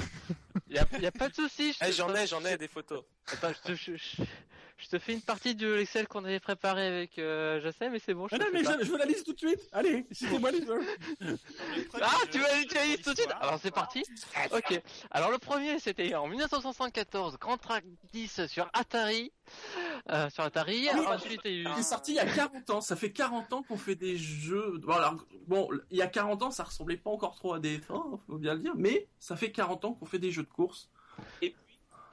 Speaker 5: Y a, y a pas de soucis.
Speaker 10: Ah. Eh, j'en ai, j'en ai des photos.
Speaker 5: Attends, je, te, je- je- je te fais une partie de l'Excel qu'on avait préparé avec euh, Jacem, mais c'est bon. Je
Speaker 3: Ah
Speaker 5: te
Speaker 3: non,
Speaker 5: fais
Speaker 3: mais
Speaker 5: pas.
Speaker 3: je, je veux la liste tout de suite Allez, citez-moi les jeux
Speaker 1: Le premier
Speaker 5: Ah,
Speaker 1: jeu
Speaker 5: tu vas l'utiliser
Speaker 1: de
Speaker 5: tout de suite
Speaker 1: l'histoire.
Speaker 5: Alors c'est parti Ok. Alors le premier, c'était en 1974, Grand Track 10 sur Atari. Euh, sur Atari.
Speaker 2: Ah oui,
Speaker 5: Ensuite, il y a
Speaker 2: Il est
Speaker 5: eu-
Speaker 2: sorti il y a 40 ans, ça fait 40 ans qu'on fait des jeux. Bon, alors, bon, il y a 40 ans, ça ressemblait pas encore trop à des F1, faut bien le dire, mais ça fait 40 ans qu'on fait des jeux de course.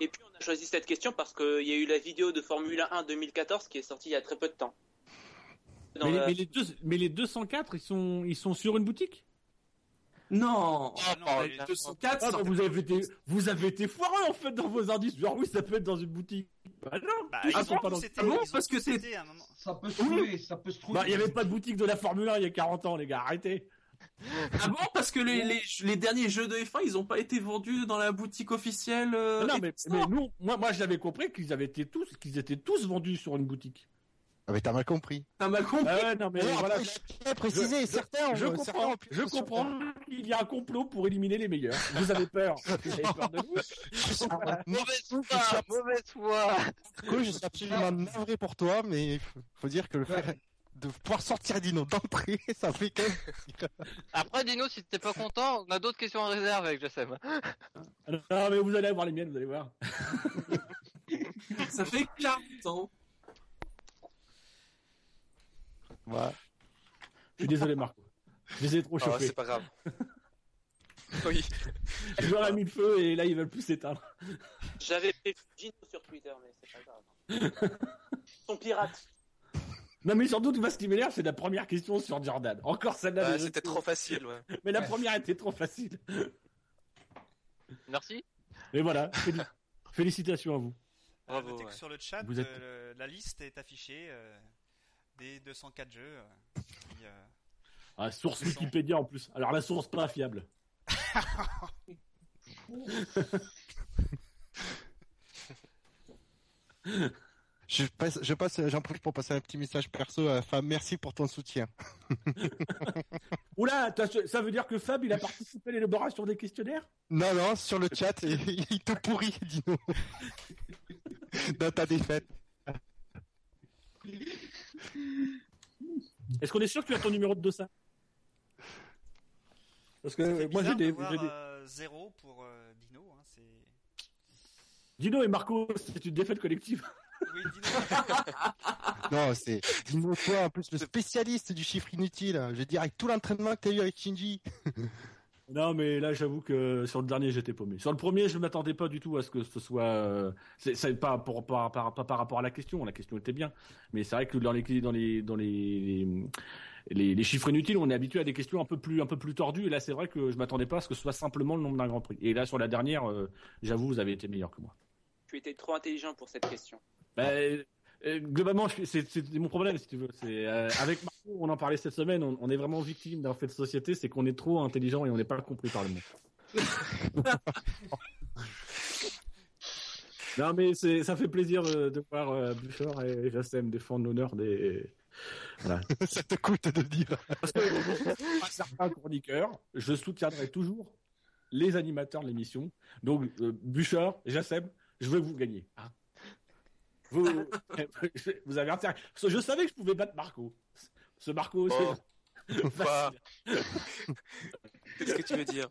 Speaker 8: Et puis, on a choisi cette question parce qu'il y a eu la vidéo de Formule 1 2014 qui est sortie il y a très peu de temps. euh, Dans
Speaker 3: mais,
Speaker 8: la-
Speaker 3: mais les deux- mais les 204, ils sont, ils sont sur une boutique
Speaker 2: Non
Speaker 1: Ah non,
Speaker 5: Oh,
Speaker 1: mais-
Speaker 5: putain.
Speaker 2: 204,
Speaker 3: Ah,
Speaker 2: ça-
Speaker 3: bah, vous, avez été, vous avez été foireux en fait dans vos indices. Genre, oui, ça peut être dans une boutique. Bah non
Speaker 1: Bah,
Speaker 3: tous
Speaker 1: ils
Speaker 3: sont
Speaker 1: ont
Speaker 3: pas
Speaker 1: tous
Speaker 3: dans-
Speaker 1: été-
Speaker 2: Ah bon
Speaker 1: ils ont
Speaker 2: Parce que
Speaker 1: tous
Speaker 2: c'est-
Speaker 1: été hein. à un moment.
Speaker 7: Ça peut se trouver, ça peut se trouver.
Speaker 3: Bah, il n'y avait pas de boutique de la Formule 1 il y a 40 ans, les gars, arrêtez
Speaker 2: Ah bon Parce que les, les, les derniers jeux de F1, ils ont pas été vendus dans la boutique officielle euh,
Speaker 3: Ah Non, mais,
Speaker 2: Xbox.
Speaker 3: mais nous, moi, moi j'avais compris qu'ils avaient été tous, qu'ils étaient tous vendus sur une boutique.
Speaker 4: Ah mais t'as mal compris
Speaker 2: T'as mal compris
Speaker 3: Ah ouais, non, mais
Speaker 4: Alors,
Speaker 3: voilà.
Speaker 4: il a bien précisé,
Speaker 3: Je-
Speaker 4: certains
Speaker 3: Je
Speaker 4: ont- certains
Speaker 3: comprends,
Speaker 4: ont pu-
Speaker 3: je comprends. Il y a un complot pour éliminer les meilleurs. Vous avez peur. Vous avez peur de vous.
Speaker 5: Mauvaise foi Mauvaise foi
Speaker 4: Marco, je suis absolument navré pour toi, mais il faut- faut dire que le fait de pouvoir sortir Dino d'entrée, ça fait quand même...
Speaker 5: Après, Dino, si t'es pas content, on a d'autres questions en réserve avec Jacem.
Speaker 3: Non, mais vous allez avoir les miennes, vous allez voir.
Speaker 2: Ça fait 40 ans
Speaker 4: Voilà.
Speaker 3: Je suis désolé, Marco. Je les ai trop
Speaker 10: Ah,
Speaker 3: chauffés.
Speaker 10: c'est pas grave. oui.
Speaker 3: Je leur ai mis le feu et là, ils veulent plus s'éteindre.
Speaker 8: J'avais fait Gino sur Twitter, mais c'est pas grave. Ils sont pirates.
Speaker 3: Non, mais surtout, tu vois, ce qui m'énerve, c'est la première question sur Jordan. Encore celle-là.
Speaker 10: Ah,
Speaker 3: mais je-
Speaker 10: C'était trop facile, ouais.
Speaker 3: Mais la première était trop facile.
Speaker 5: Merci.
Speaker 3: Mais voilà. féli- Félicitations à vous.
Speaker 1: Euh,
Speaker 10: Bravo,
Speaker 1: notez que
Speaker 10: ouais.
Speaker 1: sur le chat,
Speaker 3: Vous êtes-
Speaker 1: euh, le- la liste est affichée euh, des 204 jeux. euh, qui, euh,
Speaker 3: Ah, source
Speaker 1: Ils sont-
Speaker 3: Wikipédia en plus. Alors la source pas fiable.
Speaker 4: Je passe, je passe, j'en profite pour passer un petit message perso à Fab. Merci pour ton soutien.
Speaker 3: Oula, Ah, t'as- ça veut dire que Fab, il a participé à l'élaboration des questionnaires
Speaker 4: Non, non, sur le chat, il il te pourrit, Dino. Dans ta défaite.
Speaker 3: Est-ce qu'on est sûr que tu as ton numéro de ça Parce que
Speaker 1: ça fait
Speaker 3: euh, moi j'ai
Speaker 1: bizarre de
Speaker 3: des,
Speaker 1: voir,
Speaker 3: j'ai des-
Speaker 1: euh, zéro pour euh, Dino. hein, c'est...
Speaker 3: Dino et Marco, c'est une défaite collective.
Speaker 1: Oui, Dino.
Speaker 4: Non, c'est Dino, toi, en plus, le spécialiste du chiffre inutile. Je veux dire, avec tout l'entraînement que t'as eu avec Shinji.
Speaker 3: Non, mais là, j'avoue que sur le dernier, j'étais paumé. Sur le premier, je ne m'attendais pas du tout à ce que ce soit. euh, c'est c'est pas, pour, par- par- pas par rapport à la question. La question était bien, mais c'est vrai que dans les dans les dans les les, les chiffres inutiles, on est habitué à des questions un peu plus un peu plus tordues. Et là, c'est vrai que je m'attendais pas à ce que ce soit simplement le nombre d'un Grand Prix. Et là, sur la dernière, euh, j'avoue, vous avez été meilleur que moi.
Speaker 8: Tu étais trop intelligent pour cette question.
Speaker 3: Ben, euh, globalement, je- c'est c'est mon problème, si tu veux. C'est euh, avec Marco, on en parlait cette semaine. On, on est vraiment victime d'un fait de société, c'est qu'on est trop intelligent et on n'est pas compris par le monde. non, mais c'est- ça fait plaisir euh, de voir euh, Bouchard et Jassem défendre l'honneur des.
Speaker 4: Ça te coûte de dire.
Speaker 3: certains chroniqueurs. Je soutiendrai toujours les animateurs de l'émission. Donc, euh, Bouchard, Jassem, je veux vous gagner. hein. Vous, vous avez intérêt. Parce que je savais que je pouvais battre Marco. Ce Marco, c'est-
Speaker 10: Oh. Quoi Qu'est-ce que tu veux dire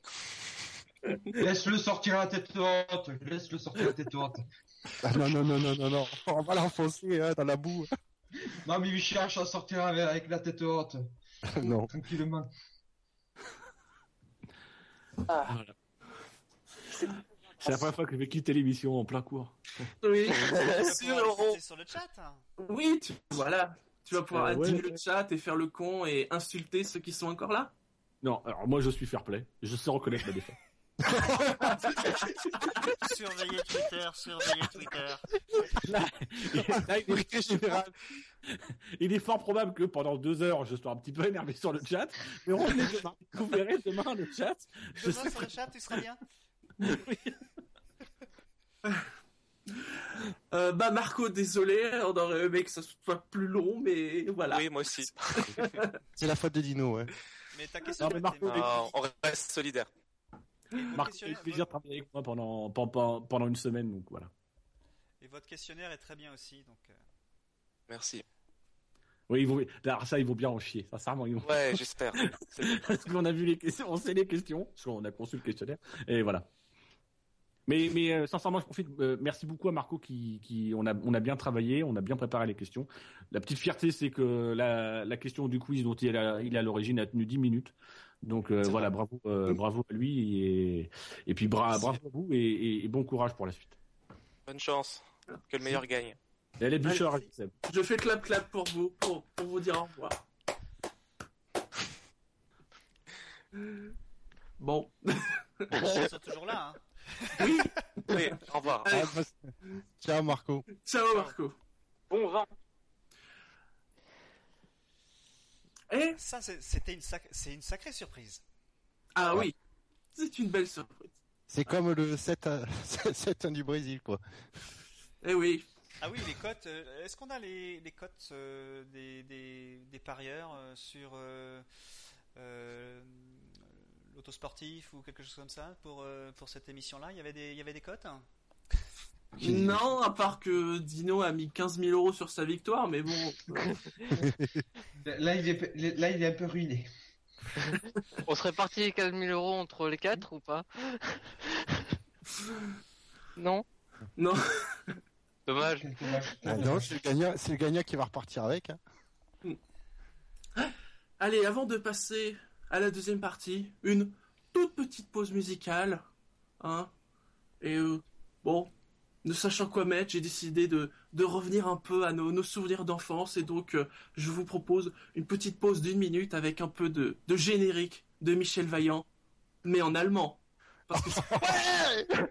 Speaker 7: Laisse-le sortir la tête haute. Laisse-le sortir la tête haute.
Speaker 4: Ah, non, non, non, non, non, non. On va l'enfoncer hein, dans la boue.
Speaker 7: Non, mais il cherche à sortir avec- avec la tête haute.
Speaker 4: non.
Speaker 7: Tranquillement.
Speaker 3: c'est la première fois que je vais quitter l'émission en plein cours.
Speaker 2: Oui,
Speaker 1: Tu vas pouvoir
Speaker 2: sur-
Speaker 1: discuter sur le chat. hein.
Speaker 2: oui, tu- voilà. Tu vas pouvoir
Speaker 3: Euh, ouais.
Speaker 2: animer le chat et faire le con et insulter ceux qui sont encore là.
Speaker 3: Non, alors moi je suis fair play. Je sais reconnaître ma défaite.
Speaker 1: Surveillez Twitter, surveillez Twitter.
Speaker 3: Là, il, est,
Speaker 4: Brigade générale.
Speaker 3: il est fort probable que pendant deux heures je sois un petit peu énervé sur le chat. Mais revenez demain. Vous verrez demain le chat. Je
Speaker 1: Demain
Speaker 3: sais
Speaker 1: sur le chat, tu seras bien.
Speaker 2: Euh, bah Marco, désolé, on aurait aimé que ça soit plus long, mais voilà.
Speaker 10: Oui, moi aussi.
Speaker 4: C'est la faute de Dino. Hein.
Speaker 1: Mais ta question.
Speaker 3: Non, mais
Speaker 1: était-
Speaker 3: Marco,
Speaker 10: Ah, on reste solidaire.
Speaker 1: votre
Speaker 3: Marc, ça a eu
Speaker 1: questionnaire-
Speaker 3: plaisir de travailler avec moi pendant, pendant, pendant une semaine. Donc voilà.
Speaker 1: Et votre questionnaire est très bien aussi. Donc, euh,
Speaker 10: Merci.
Speaker 3: Oui, ils vont, alors ça, ils vont bien en chier. Sincèrement, ils vont.
Speaker 10: Ouais, j'espère. C'est-
Speaker 3: parce qu'on a vu les questions, on sait les questions, parce qu'on a conçu le questionnaire, et voilà. Mais, mais euh, sincèrement, je profite. euh, merci beaucoup à Marco qui, qui on a, on a bien travaillé, on a bien préparé les questions. La petite fierté, c'est que la, la question du quiz dont il est à- il est à l'origine a tenu 10 minutes. Donc euh, voilà, bravo, euh, bravo à lui et, et puis bra-
Speaker 10: Merci.
Speaker 3: bravo à vous et, et- et bon courage pour la suite.
Speaker 10: Bonne chance. Que le meilleur gagne.
Speaker 3: Et allez, Bouchard,
Speaker 2: Allez.
Speaker 3: Seb.
Speaker 2: Je fais clap clap pour vous, pour, pour vous dire au revoir. Bon,
Speaker 1: ils sont toujours là. hein.
Speaker 10: Oui, au revoir.
Speaker 4: Ah, bah, c'est- Ciao, Marco.
Speaker 2: ciao Marco.
Speaker 8: Bon vent.
Speaker 2: Eh
Speaker 1: Ça, c'est- c'était une, sac- c'est une sacrée surprise.
Speaker 2: ah
Speaker 4: Ouais.
Speaker 2: oui, c'est une belle surprise.
Speaker 4: C'est comme le euh, 7 à- 7 du Brésil, quoi.
Speaker 2: Eh oui,
Speaker 1: Ah oui, les cotes. euh, Est-ce qu'on a les, les cotes euh, des, des, des parieurs euh, sur euh, euh, l'autosportif ou quelque chose comme ça pour, euh, pour cette émission-là il, y avait des- il y avait des cotes hein
Speaker 2: non, à part que Dino a mis 15 000 euros sur sa victoire, mais bon,
Speaker 7: Là, il est, là, il est un peu ruiné.
Speaker 5: On se répartit les 4000 euros entre les quatre ou pas Non
Speaker 2: non.
Speaker 5: Dommage.
Speaker 7: Quel dommage.
Speaker 4: Ah non, c'est le gagnant, c'est le gagnant qui va repartir avec. hein.
Speaker 2: Allez, avant de passer à la deuxième partie, une toute petite pause musicale. Hein Et euh, bon, ne sachant quoi mettre, j'ai décidé de, de revenir un peu à nos, nos souvenirs d'enfance. Et donc, euh, je vous propose une petite pause d'une minute avec un peu de, de générique de Michel Vaillant, mais en allemand. Parce que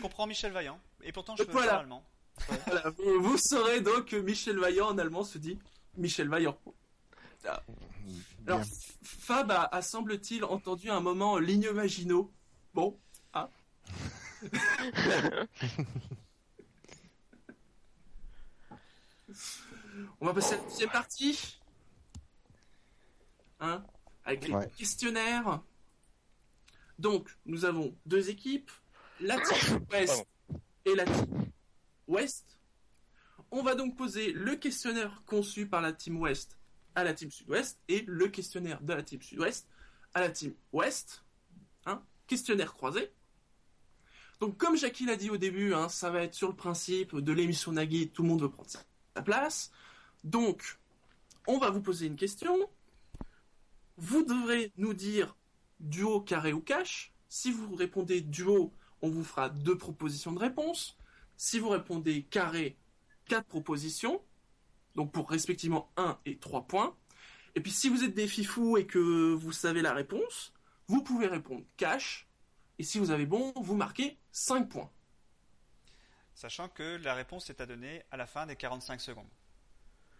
Speaker 1: comprends Michel Vaillant. Et pourtant, je peux
Speaker 2: Voilà.
Speaker 1: pas allemand.
Speaker 2: Voilà, vous, vous saurez donc que Michel Vaillant en allemand se dit Michel Vaillant. Alors,
Speaker 4: Bien.
Speaker 2: F- Fab a, a, semble-t-il entendu à un moment ligne Maginot. Bon, ah. On va passer à la deuxième partie. Hein Avec les
Speaker 4: Ouais.
Speaker 2: questionnaires. Donc, nous avons deux équipes. La team Ouest et la team Ouest. On va donc poser le questionnaire conçu par la team Ouest à la team Sud-Ouest et le questionnaire de la team Sud-Ouest à la team Ouest. Hein questionnaire croisé. Donc, comme Jackie l'a dit au début, hein, ça va être sur le principe de l'émission Nagui, tout le monde veut prendre sa sa place. Donc, on va vous poser une question. Vous devrez nous dire duo, carré ou cash. Si vous répondez duo, on vous fera deux propositions de réponse. Si vous répondez carré, quatre propositions. Donc pour respectivement 1 et 3 points. Et puis si vous êtes des fifous et que vous savez la réponse, vous pouvez répondre cash. Et si vous avez bon, vous marquez 5 points.
Speaker 1: Sachant que la réponse est à donner à la fin des 45 secondes.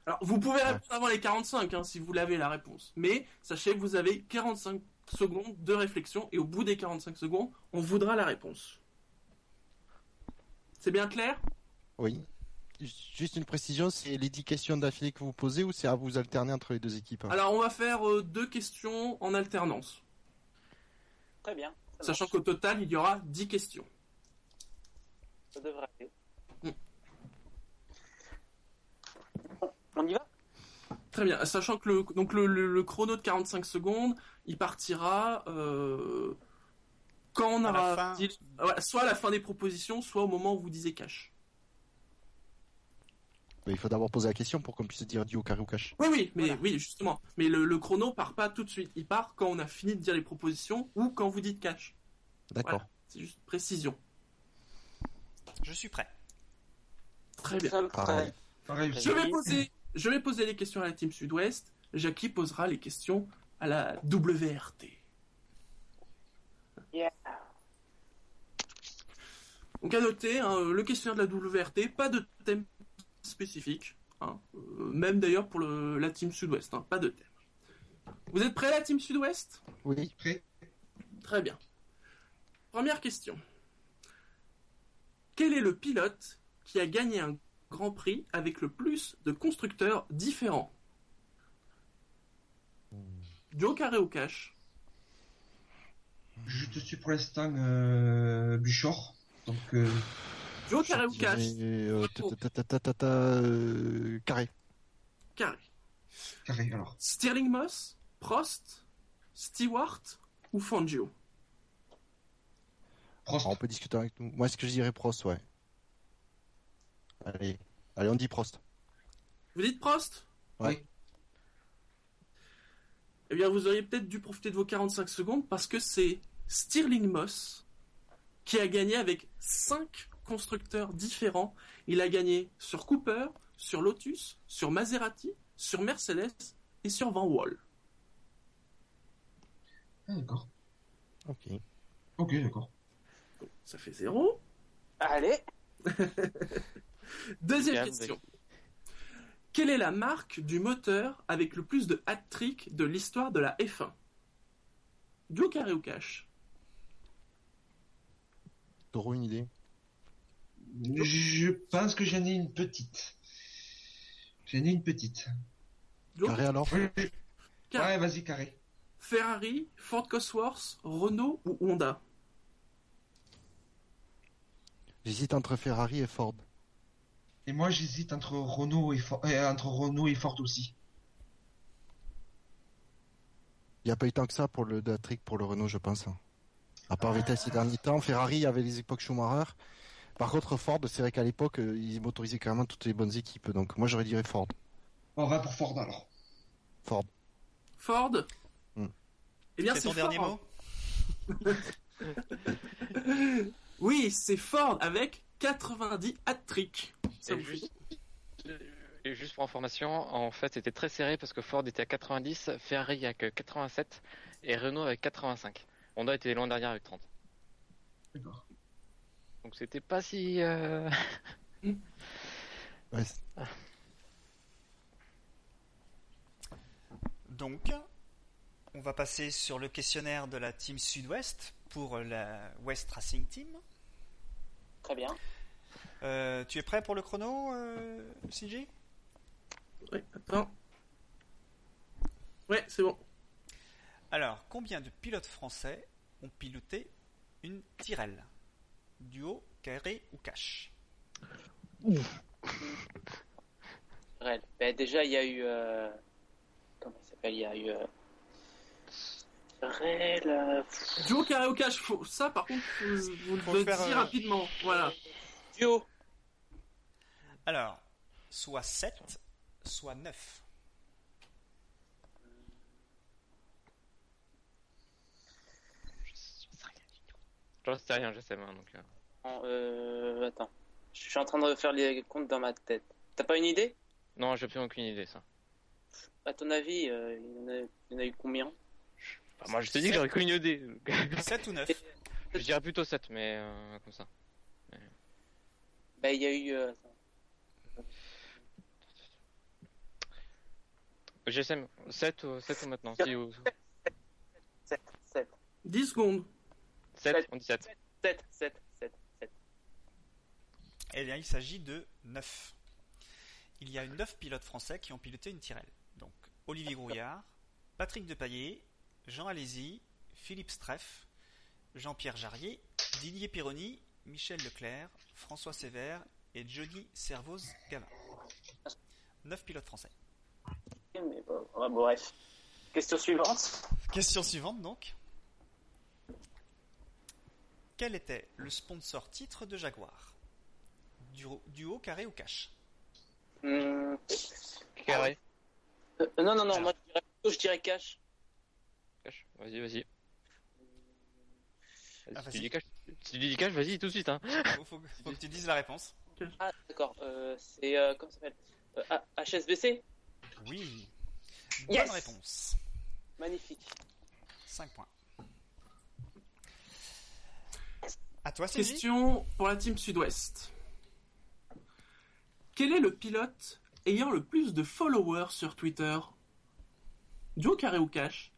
Speaker 2: Alors, vous pouvez répondre avant les 45 hein, si vous l'avez la réponse. Mais sachez que vous avez 45 secondes de réflexion et au bout des 45 secondes, on voudra la réponse. C'est bien clair
Speaker 4: Oui. Juste une précision, c'est l'éducation d'affilée que vous posez ou c'est à vous alterner entre les deux équipes hein
Speaker 2: Alors, on va faire euh, deux questions en alternance.
Speaker 8: Très bien. Ça,
Speaker 2: Sachant
Speaker 8: marche,
Speaker 2: qu'au total, il y aura 10 questions.
Speaker 8: ça devrait aller.
Speaker 2: Mm.
Speaker 8: On y va
Speaker 2: Très bien. Sachant que le, donc le, le- le chrono de 45 secondes, il partira euh, quand on
Speaker 1: À la
Speaker 2: aura
Speaker 1: fin.
Speaker 2: dit- Ah ouais, soit à la fin des propositions, soit au moment où vous disiez cash.
Speaker 4: Mais Bah, Il faut d'abord poser la question pour qu'on puisse dire duo carré ou cash.
Speaker 2: Oui, oui, mais oui, justement. Mais le, le chrono part pas tout de suite. Il part quand on a fini de dire les propositions ou quand vous dites cash.
Speaker 4: D'accord.
Speaker 2: Voilà. C'est juste précision.
Speaker 1: Je suis prêt.
Speaker 2: Très
Speaker 8: Nous
Speaker 2: bien.
Speaker 8: sommes
Speaker 4: Pareil.
Speaker 8: prêts.
Speaker 2: Je vais poser, je vais poser les questions à la team Sud-Ouest. Jackie posera les questions à la WRT.
Speaker 8: Yeah.
Speaker 2: Donc à noter, hein, le questionnaire de la WRT, pas de thème spécifique. hein. Euh, même d'ailleurs pour le- la team Sud-Ouest, hein, pas de thème. Vous êtes prêts la team Sud-Ouest
Speaker 4: Oui.
Speaker 2: Très bien. Première question. Quel est le pilote qui a gagné un Grand Prix avec le plus de constructeurs différents Joe Carré au cash
Speaker 7: Je te suis pour l'instant euh, Buchor. Donc euh,
Speaker 2: Joe Carré au cash
Speaker 4: Et, euh, ta- ta- ta- ta- ta- ta- euh, Carré.
Speaker 2: Carré.
Speaker 7: carré alors.
Speaker 2: Stirling Moss Prost Stewart ou Fangio
Speaker 7: Prost.
Speaker 4: Alors, on peut discuter avec nous. Moi, est-ce que je dirais Prost, ouais. Allez, allez, on dit Prost.
Speaker 2: Vous dites Prost
Speaker 4: Ouais.
Speaker 7: Oui.
Speaker 2: Eh bien, vous auriez peut-être dû profiter de vos 45 secondes parce que c'est Stirling Moss qui a gagné avec 5 constructeurs différents. Il a gagné sur Cooper, sur Lotus, sur Maserati, sur Mercedes et sur Van Wall.
Speaker 7: Ah, d'accord.
Speaker 4: Ok.
Speaker 7: Ok, d'accord.
Speaker 2: Ça fait zéro.
Speaker 8: Allez.
Speaker 2: Deuxième
Speaker 6: Williams,
Speaker 2: question. Quelle est la marque du moteur avec le plus de hat-trick de l'histoire de la F1 Joe carré ou cash
Speaker 4: Taureau, une idée.
Speaker 7: Je pense que j'en ai une petite. J'en ai une petite.
Speaker 2: Joe
Speaker 4: Carré alors
Speaker 2: Carré.
Speaker 7: Ouais, vas-y, carré.
Speaker 2: Ferrari, Ford Cosworth, Renault ou Honda
Speaker 4: J'hésite entre Ferrari et Ford.
Speaker 7: Et moi, j'hésite entre Renault et Ford, entre Renault et Ford aussi.
Speaker 4: Il n'y a pas eu tant que ça pour le de la trick pour le Renault, je pense. hein. À
Speaker 7: Ah.
Speaker 4: part Vettel ces derniers temps, Ferrari avait les époques Schumacher. Par contre, Ford, c'est vrai qu'à l'époque, euh, ils motorisaient carrément toutes les bonnes équipes. Donc, moi, j'aurais dirais Ford.
Speaker 7: On va pour Ford alors.
Speaker 4: Ford.
Speaker 2: Ford
Speaker 4: Hmm.
Speaker 2: Eh bien,
Speaker 1: C'est
Speaker 2: c'est
Speaker 1: ton
Speaker 2: Ford.
Speaker 1: dernier mot
Speaker 2: Oui, c'est Ford avec 90 hat-trick. Ça
Speaker 6: Et
Speaker 2: vous
Speaker 6: juste,
Speaker 2: fait-
Speaker 6: et juste pour information, en fait, c'était très serré parce que Ford était à 90, Ferrari avec 87 et Renault avec 85. Honda était loin derrière avec 30.
Speaker 7: D'accord.
Speaker 6: Donc c'était pas si. euh, Ah.
Speaker 4: Ouais, c'est-
Speaker 1: Donc, on va passer sur le questionnaire de la team Sud-Ouest pour la West Racing Team.
Speaker 8: Très bien.
Speaker 1: Euh, tu es prêt pour le chrono, euh, CJ
Speaker 2: Ouais, attends. Ouais, c'est bon.
Speaker 1: Alors, combien de pilotes français ont piloté une Tyrrell Duo, carré ou cash
Speaker 8: Red. Ben, déjà, il y a eu. euh, Comment il s'appelle Il y a eu. euh, Red, euh, pff,
Speaker 2: Duo carré au cash, faut- ça par contre, faut- vous
Speaker 1: Faut
Speaker 2: le
Speaker 1: faire,
Speaker 2: dire
Speaker 1: euh,
Speaker 2: rapidement. Voilà.
Speaker 8: Duo.
Speaker 1: Alors, soit 7, soit 9.
Speaker 6: J'en sais rien, je sais pas. Donc, euh,
Speaker 8: En, euh, Attends. Je suis en train de faire les comptes dans ma tête. T'as pas une idée
Speaker 6: Non, j'ai plus aucune idée ça.
Speaker 8: À ton avis, euh, il, y en a, il y en a eu combien
Speaker 6: Enfin, Ah, moi je te dis que j'aurais aucune idée.
Speaker 1: 7 ou 9
Speaker 6: je dirais plutôt 7, mais euh, comme ça.
Speaker 8: Ben, il y a eu. euh, attends.
Speaker 6: GSM, 7 ou, 7 ou maintenant si, ou...
Speaker 8: 7, 7,
Speaker 2: 10 secondes.
Speaker 6: 7, on dit 7.
Speaker 8: 7, 7, 7, 7.
Speaker 1: Eh bien, il s'agit de 9. Il y a 9 pilotes français qui ont piloté une Tyrrell. Donc, Olivier Grouillard, Patrick Depaillé, Jean Alési, Philippe Streff, Jean-Pierre Jarrier, Didier Pironi, Michel Leclerc, François Sévère et Johnny Servoz-Gavin. 9 pilotes français.
Speaker 8: Mais bon, ouais, bref. Question suivante.
Speaker 1: Question suivante donc. Quel était le sponsor titre de Jaguar Duo, duo carré ou cash
Speaker 8: Hum,
Speaker 6: Carré.
Speaker 8: euh, non, non, non,
Speaker 1: Alors.
Speaker 8: moi je dirais, plutôt, je dirais cash.
Speaker 6: Cash. Vas-y, vas-y.
Speaker 1: Ah,
Speaker 6: Si
Speaker 1: vas-y.
Speaker 6: tu dis cash, si tu dis cash, vas-y tout de suite. Hein.
Speaker 1: faut, faut- faut que tu dises la réponse.
Speaker 8: Ah, d'accord. Euh, c'est. Euh, comment ça s'appelle Euh, ah, HSBC
Speaker 1: Oui. Bonne
Speaker 8: Yes.
Speaker 1: réponse.
Speaker 8: Magnifique.
Speaker 1: 5 points. À toi, Céline.
Speaker 2: Question pour la team sud-ouest. Quel est le pilote ayant le plus de followers sur Twitter Duo carré ou cash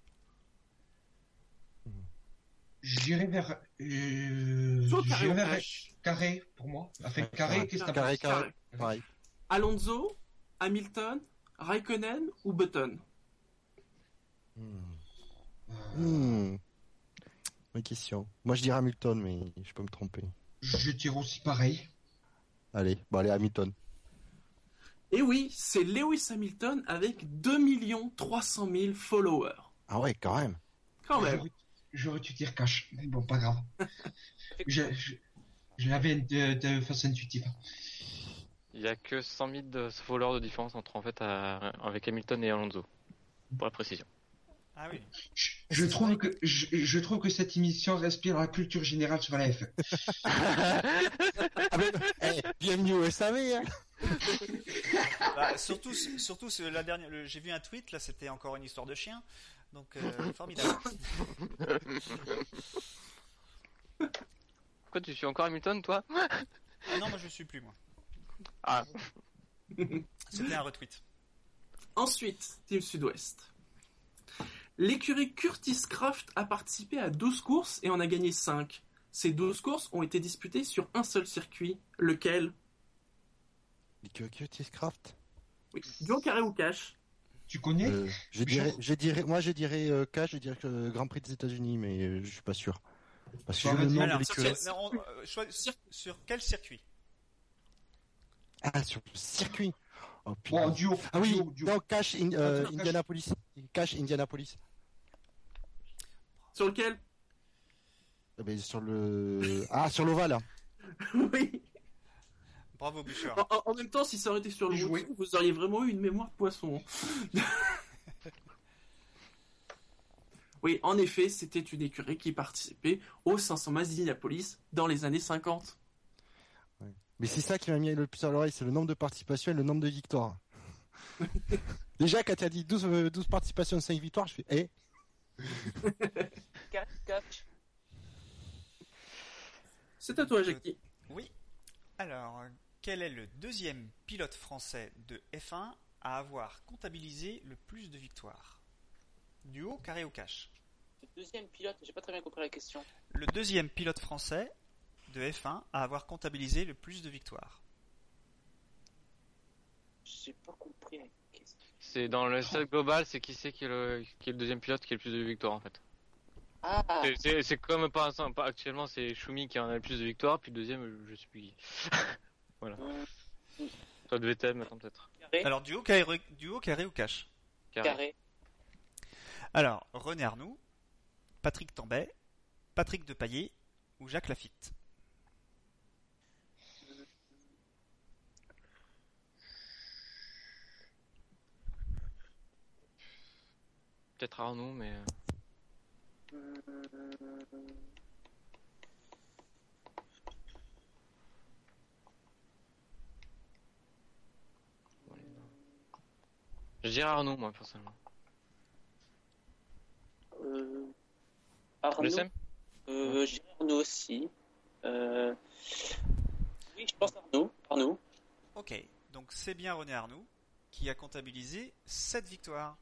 Speaker 7: J'irai vers, euh,
Speaker 2: Duo carré
Speaker 7: j'irai
Speaker 2: ou
Speaker 7: vers
Speaker 2: cash
Speaker 7: carré pour moi. Enfin,
Speaker 4: Ouais,
Speaker 7: carré,
Speaker 4: carré.
Speaker 7: qu'est-ce que t'as
Speaker 4: Carré, carré.
Speaker 2: Carré.
Speaker 4: Pareil.
Speaker 2: Alonso, Hamilton, Raikkonen ou Button
Speaker 4: Hmm.
Speaker 7: Euh,
Speaker 4: Hmm. Bonne question. Moi, je dirais Hamilton, mais je peux me tromper.
Speaker 7: Je tire aussi pareil.
Speaker 4: Allez, bon, allez, Hamilton.
Speaker 2: Et oui, c'est Lewis Hamilton avec 2 300 000 followers.
Speaker 4: Ah ouais, quand même.
Speaker 2: Quand même.
Speaker 7: J'aurais- J'aurais dû dire cash, mais bon, pas grave. je, je, je l'avais de, de façon intuitive.
Speaker 6: Il y a que 100 000 de followers de différence entre en fait à- avec Hamilton et Alonso. Pour la précision.
Speaker 1: Ah oui.
Speaker 7: Je, je trouve que je, je trouve que cette émission respire la culture générale sur la F1.
Speaker 4: Ah ben, eh, bienvenue au SAV. hein.
Speaker 1: Bah, surtout, surtout ce- la dernière. le- J'ai vu un tweet là, c'était encore une histoire de chien. Donc euh, formidable.
Speaker 6: Pourquoi tu suis encore Hamilton toi
Speaker 1: Ah non, moi je le suis plus moi.
Speaker 6: Ah.
Speaker 1: C'était un retweet.
Speaker 2: Ensuite, Team Sud-Ouest. L'écurie Curtis Craft a participé à 12 courses et en a gagné 5. Ces 12 courses ont été disputées sur un seul circuit, lequel
Speaker 4: Que- que Tiscraft
Speaker 2: Oui, duo carré ou cash
Speaker 7: Tu connais
Speaker 4: Euh, je dirais, je dirais, moi je dirais euh, K, je dirais que euh, Grand Prix des États-Unis, mais euh, je suis pas sûr. Parce que
Speaker 7: Bon,
Speaker 4: j'ai le
Speaker 7: vas-y.
Speaker 4: nom
Speaker 1: Alors,
Speaker 4: de
Speaker 1: sur,
Speaker 4: l'écurie.
Speaker 1: sur- non, on- euh, choi- sur- sur quel circuit
Speaker 4: Ah, sur le circuit. Oh, putain.
Speaker 7: Oh, duo,
Speaker 4: ah oui,
Speaker 7: duo, duo.
Speaker 4: non, Cash in- euh,
Speaker 7: Cash.
Speaker 4: Indianapolis. Cash Indianapolis.
Speaker 2: Sur lequel
Speaker 4: Ah, ben, sur le. Ah, sur l'Oval.
Speaker 2: Oui.
Speaker 1: Bravo Bouchard.
Speaker 2: En, en- en même temps, si ça aurait été sur le
Speaker 7: Joué.
Speaker 2: route, vous auriez vraiment eu une mémoire de poisson. hein. oui, en effet, c'était une écurie qui participait aux 500 Mas d'Indianapolis dans les années 50.
Speaker 4: Mais c'est ça qui m'a mis le plus à l'oreille, c'est le nombre de participations et le nombre de victoires. Déjà, quand t'as dit 12, euh, 12 participations, 5 victoires, je fais, eh,
Speaker 8: Cash, cash.
Speaker 2: C'est à toi, Jackie.
Speaker 1: Euh, Quel est le deuxième pilote français de F1 à avoir comptabilisé le plus de victoires Duo, carré ou cash
Speaker 8: Le deuxième pilote, j'ai pas très bien compris la question.
Speaker 1: Le deuxième pilote français de F1 à avoir comptabilisé le plus de victoires.
Speaker 8: J'ai pas compris la question.
Speaker 6: C'est dans le stade global, c'est qui c'est qui est le, qui est le deuxième pilote qui a le plus de victoires en fait.
Speaker 8: Ah,
Speaker 6: C'est- C'est c'est comme par exemple, pas- actuellement c'est Schumi qui en a le plus de victoires, puis le deuxième je je sais plus qui. voilà. Soit de Vettel maintenant peut-être.
Speaker 8: carré,
Speaker 1: Alors, duo, carré, duo, carré ou cash
Speaker 6: Carré.
Speaker 8: carré.
Speaker 1: Alors, René Arnoux, Patrick Tambay, Patrick Depaillé ou Jacques Lafitte
Speaker 6: Peut-être Arnaud, mais. euh, ouais, non. Je dirais Arnaud, moi personnellement.
Speaker 8: Euh,
Speaker 6: Le
Speaker 8: Arnaud,
Speaker 6: SEM
Speaker 8: euh, je dirais Arnaud aussi. Euh, Oui, je pense Arnaud. Arnaud.
Speaker 1: Ok, donc c'est bien René Arnoux qui a comptabilisé 7 victoires.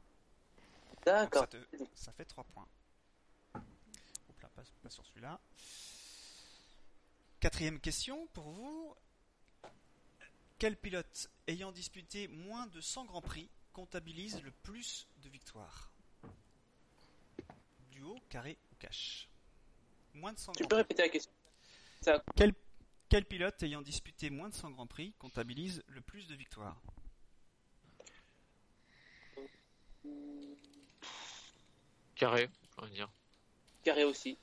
Speaker 1: Donc
Speaker 8: D'accord.
Speaker 1: ça, te- ça fait 3 points. Oups là, pas, pas sur celui-là. Quatrième question pour vous. Quel pilote ayant disputé moins de 100 grands prix comptabilise le plus de victoires Duo, carré ou cash Moins de 100
Speaker 8: Tu peux
Speaker 1: grands prix.
Speaker 8: répéter la question
Speaker 1: Quel, quel pilote ayant disputé moins de 100 grands prix comptabilise le plus de victoires
Speaker 8: Hmm,
Speaker 6: Carré, je pourrais dire.
Speaker 8: Carré aussi.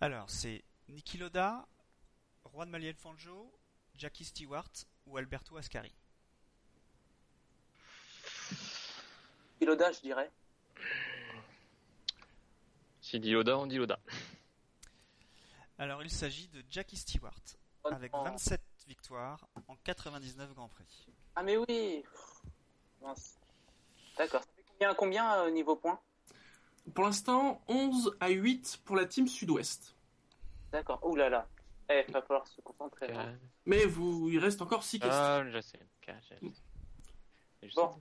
Speaker 1: Alors, c'est Niki Loda, Juan Maliel Fanjo, Jackie Stewart ou Alberto Ascari.
Speaker 8: Piloda, je dirais.
Speaker 6: Si dit Yoda, on dit Yoda.
Speaker 1: Alors, il s'agit de Jackie Stewart, avec 27 victoires en 99 Grands Prix.
Speaker 8: Ah, mais oui. Mince. D'accord. Ça fait combien, combien euh, niveau points
Speaker 2: Pour l'instant, 11 à 8 pour la team sud-ouest.
Speaker 8: D'accord. Ouh là là. Eh, va falloir se concentrer. hein.
Speaker 2: Mais vous, il reste encore 6 questions.
Speaker 6: Ah, je sais. Carré, je sais. Je sais.
Speaker 8: Bon.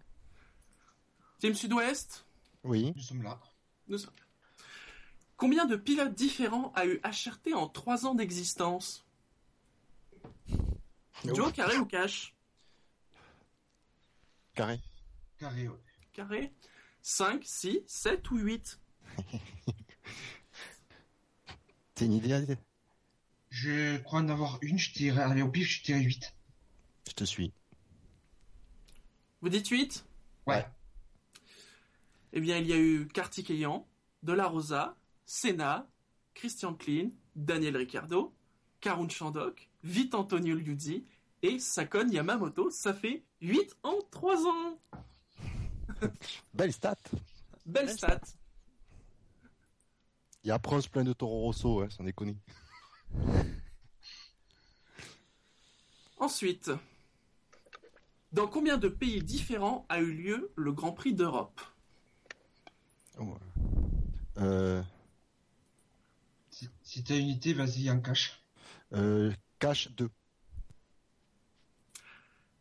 Speaker 2: Team sud-ouest,
Speaker 4: Oui.
Speaker 7: Nous sommes là.
Speaker 2: nous sommes. Combien de pilotes différents a eu HRT en 3 ans d'existence
Speaker 7: Oh.
Speaker 2: Duo, carré ou cash
Speaker 4: Carré.
Speaker 7: Carré, ouais.
Speaker 2: Carré 5, 6, 7 ou 8
Speaker 4: T'es une idée Adrien
Speaker 7: Je crois en avoir une, je dirais, allez, au pif, je dirais 8.
Speaker 4: Je te suis.
Speaker 2: Vous dites 8
Speaker 7: Ouais.
Speaker 2: Eh bien, il y a eu Kartikeyan, De La Rosa, Senna, Christian Klein, Daniel Ricciardo, Karun Chandok, Vite Antonio Liuzzi et Sakon Yamamoto. Ça fait 8 en 3 ans
Speaker 4: Belle stat.
Speaker 2: Belle
Speaker 1: Belle
Speaker 2: stat
Speaker 4: Il y a Prost plein de Toro Rosso, hein, sans déconner.
Speaker 2: Ensuite, dans combien de pays différents a eu lieu le Grand Prix d'Europe
Speaker 4: Oh, euh,
Speaker 7: Si, si t'as une idée, vas-y, en cache.
Speaker 4: euh, cash 2.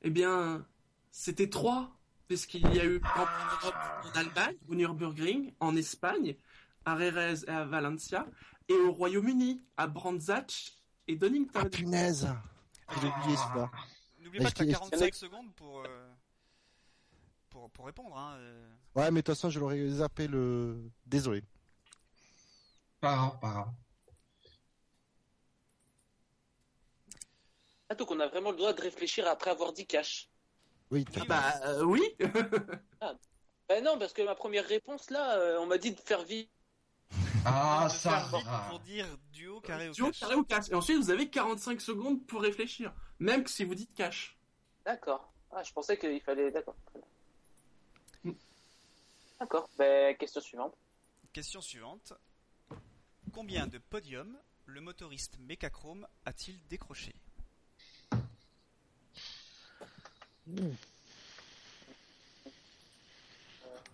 Speaker 2: Eh bien, c'était trois, puisqu'il y a eu Grand Prix d'Europe en Allemagne, au Nürburgring, en Espagne, à Rérez et à Valencia, et au Royaume-Uni, à Brandzatch et Donington.
Speaker 4: Ah punaise Je l'ai oublié celui-là. Mais
Speaker 1: N'oubliez Ah, pas
Speaker 4: je
Speaker 1: que tu as
Speaker 4: t'ai-
Speaker 1: 45 secondes pour, euh, pour, pour répondre. hein, euh.
Speaker 4: Ouais, mais de toute façon, je l'aurais zappé le. Désolé.
Speaker 7: Pas grave, pas grave.
Speaker 8: Ah, donc on a vraiment le droit de réfléchir après avoir dit cash.
Speaker 4: Oui,
Speaker 2: Ah
Speaker 4: t'as-
Speaker 2: bah euh, oui
Speaker 8: Ben non, parce que ma première réponse là, euh, on m'a dit de faire vite.
Speaker 7: Ah,
Speaker 1: De
Speaker 7: ça
Speaker 1: faire vite
Speaker 7: va.
Speaker 1: Pour dire duo, carré ou
Speaker 2: Duo,
Speaker 1: cash.
Speaker 2: carré ou cash. Et ensuite, vous avez 45 secondes pour réfléchir, même que si vous dites cash.
Speaker 8: D'accord. Ah, je pensais qu'il fallait. D'accord. Très bien.
Speaker 2: Mm.
Speaker 8: D'accord. Ben, question suivante.
Speaker 1: Question suivante. Combien de podiums le motoriste Mechachrome a-t-il décroché
Speaker 8: Euh,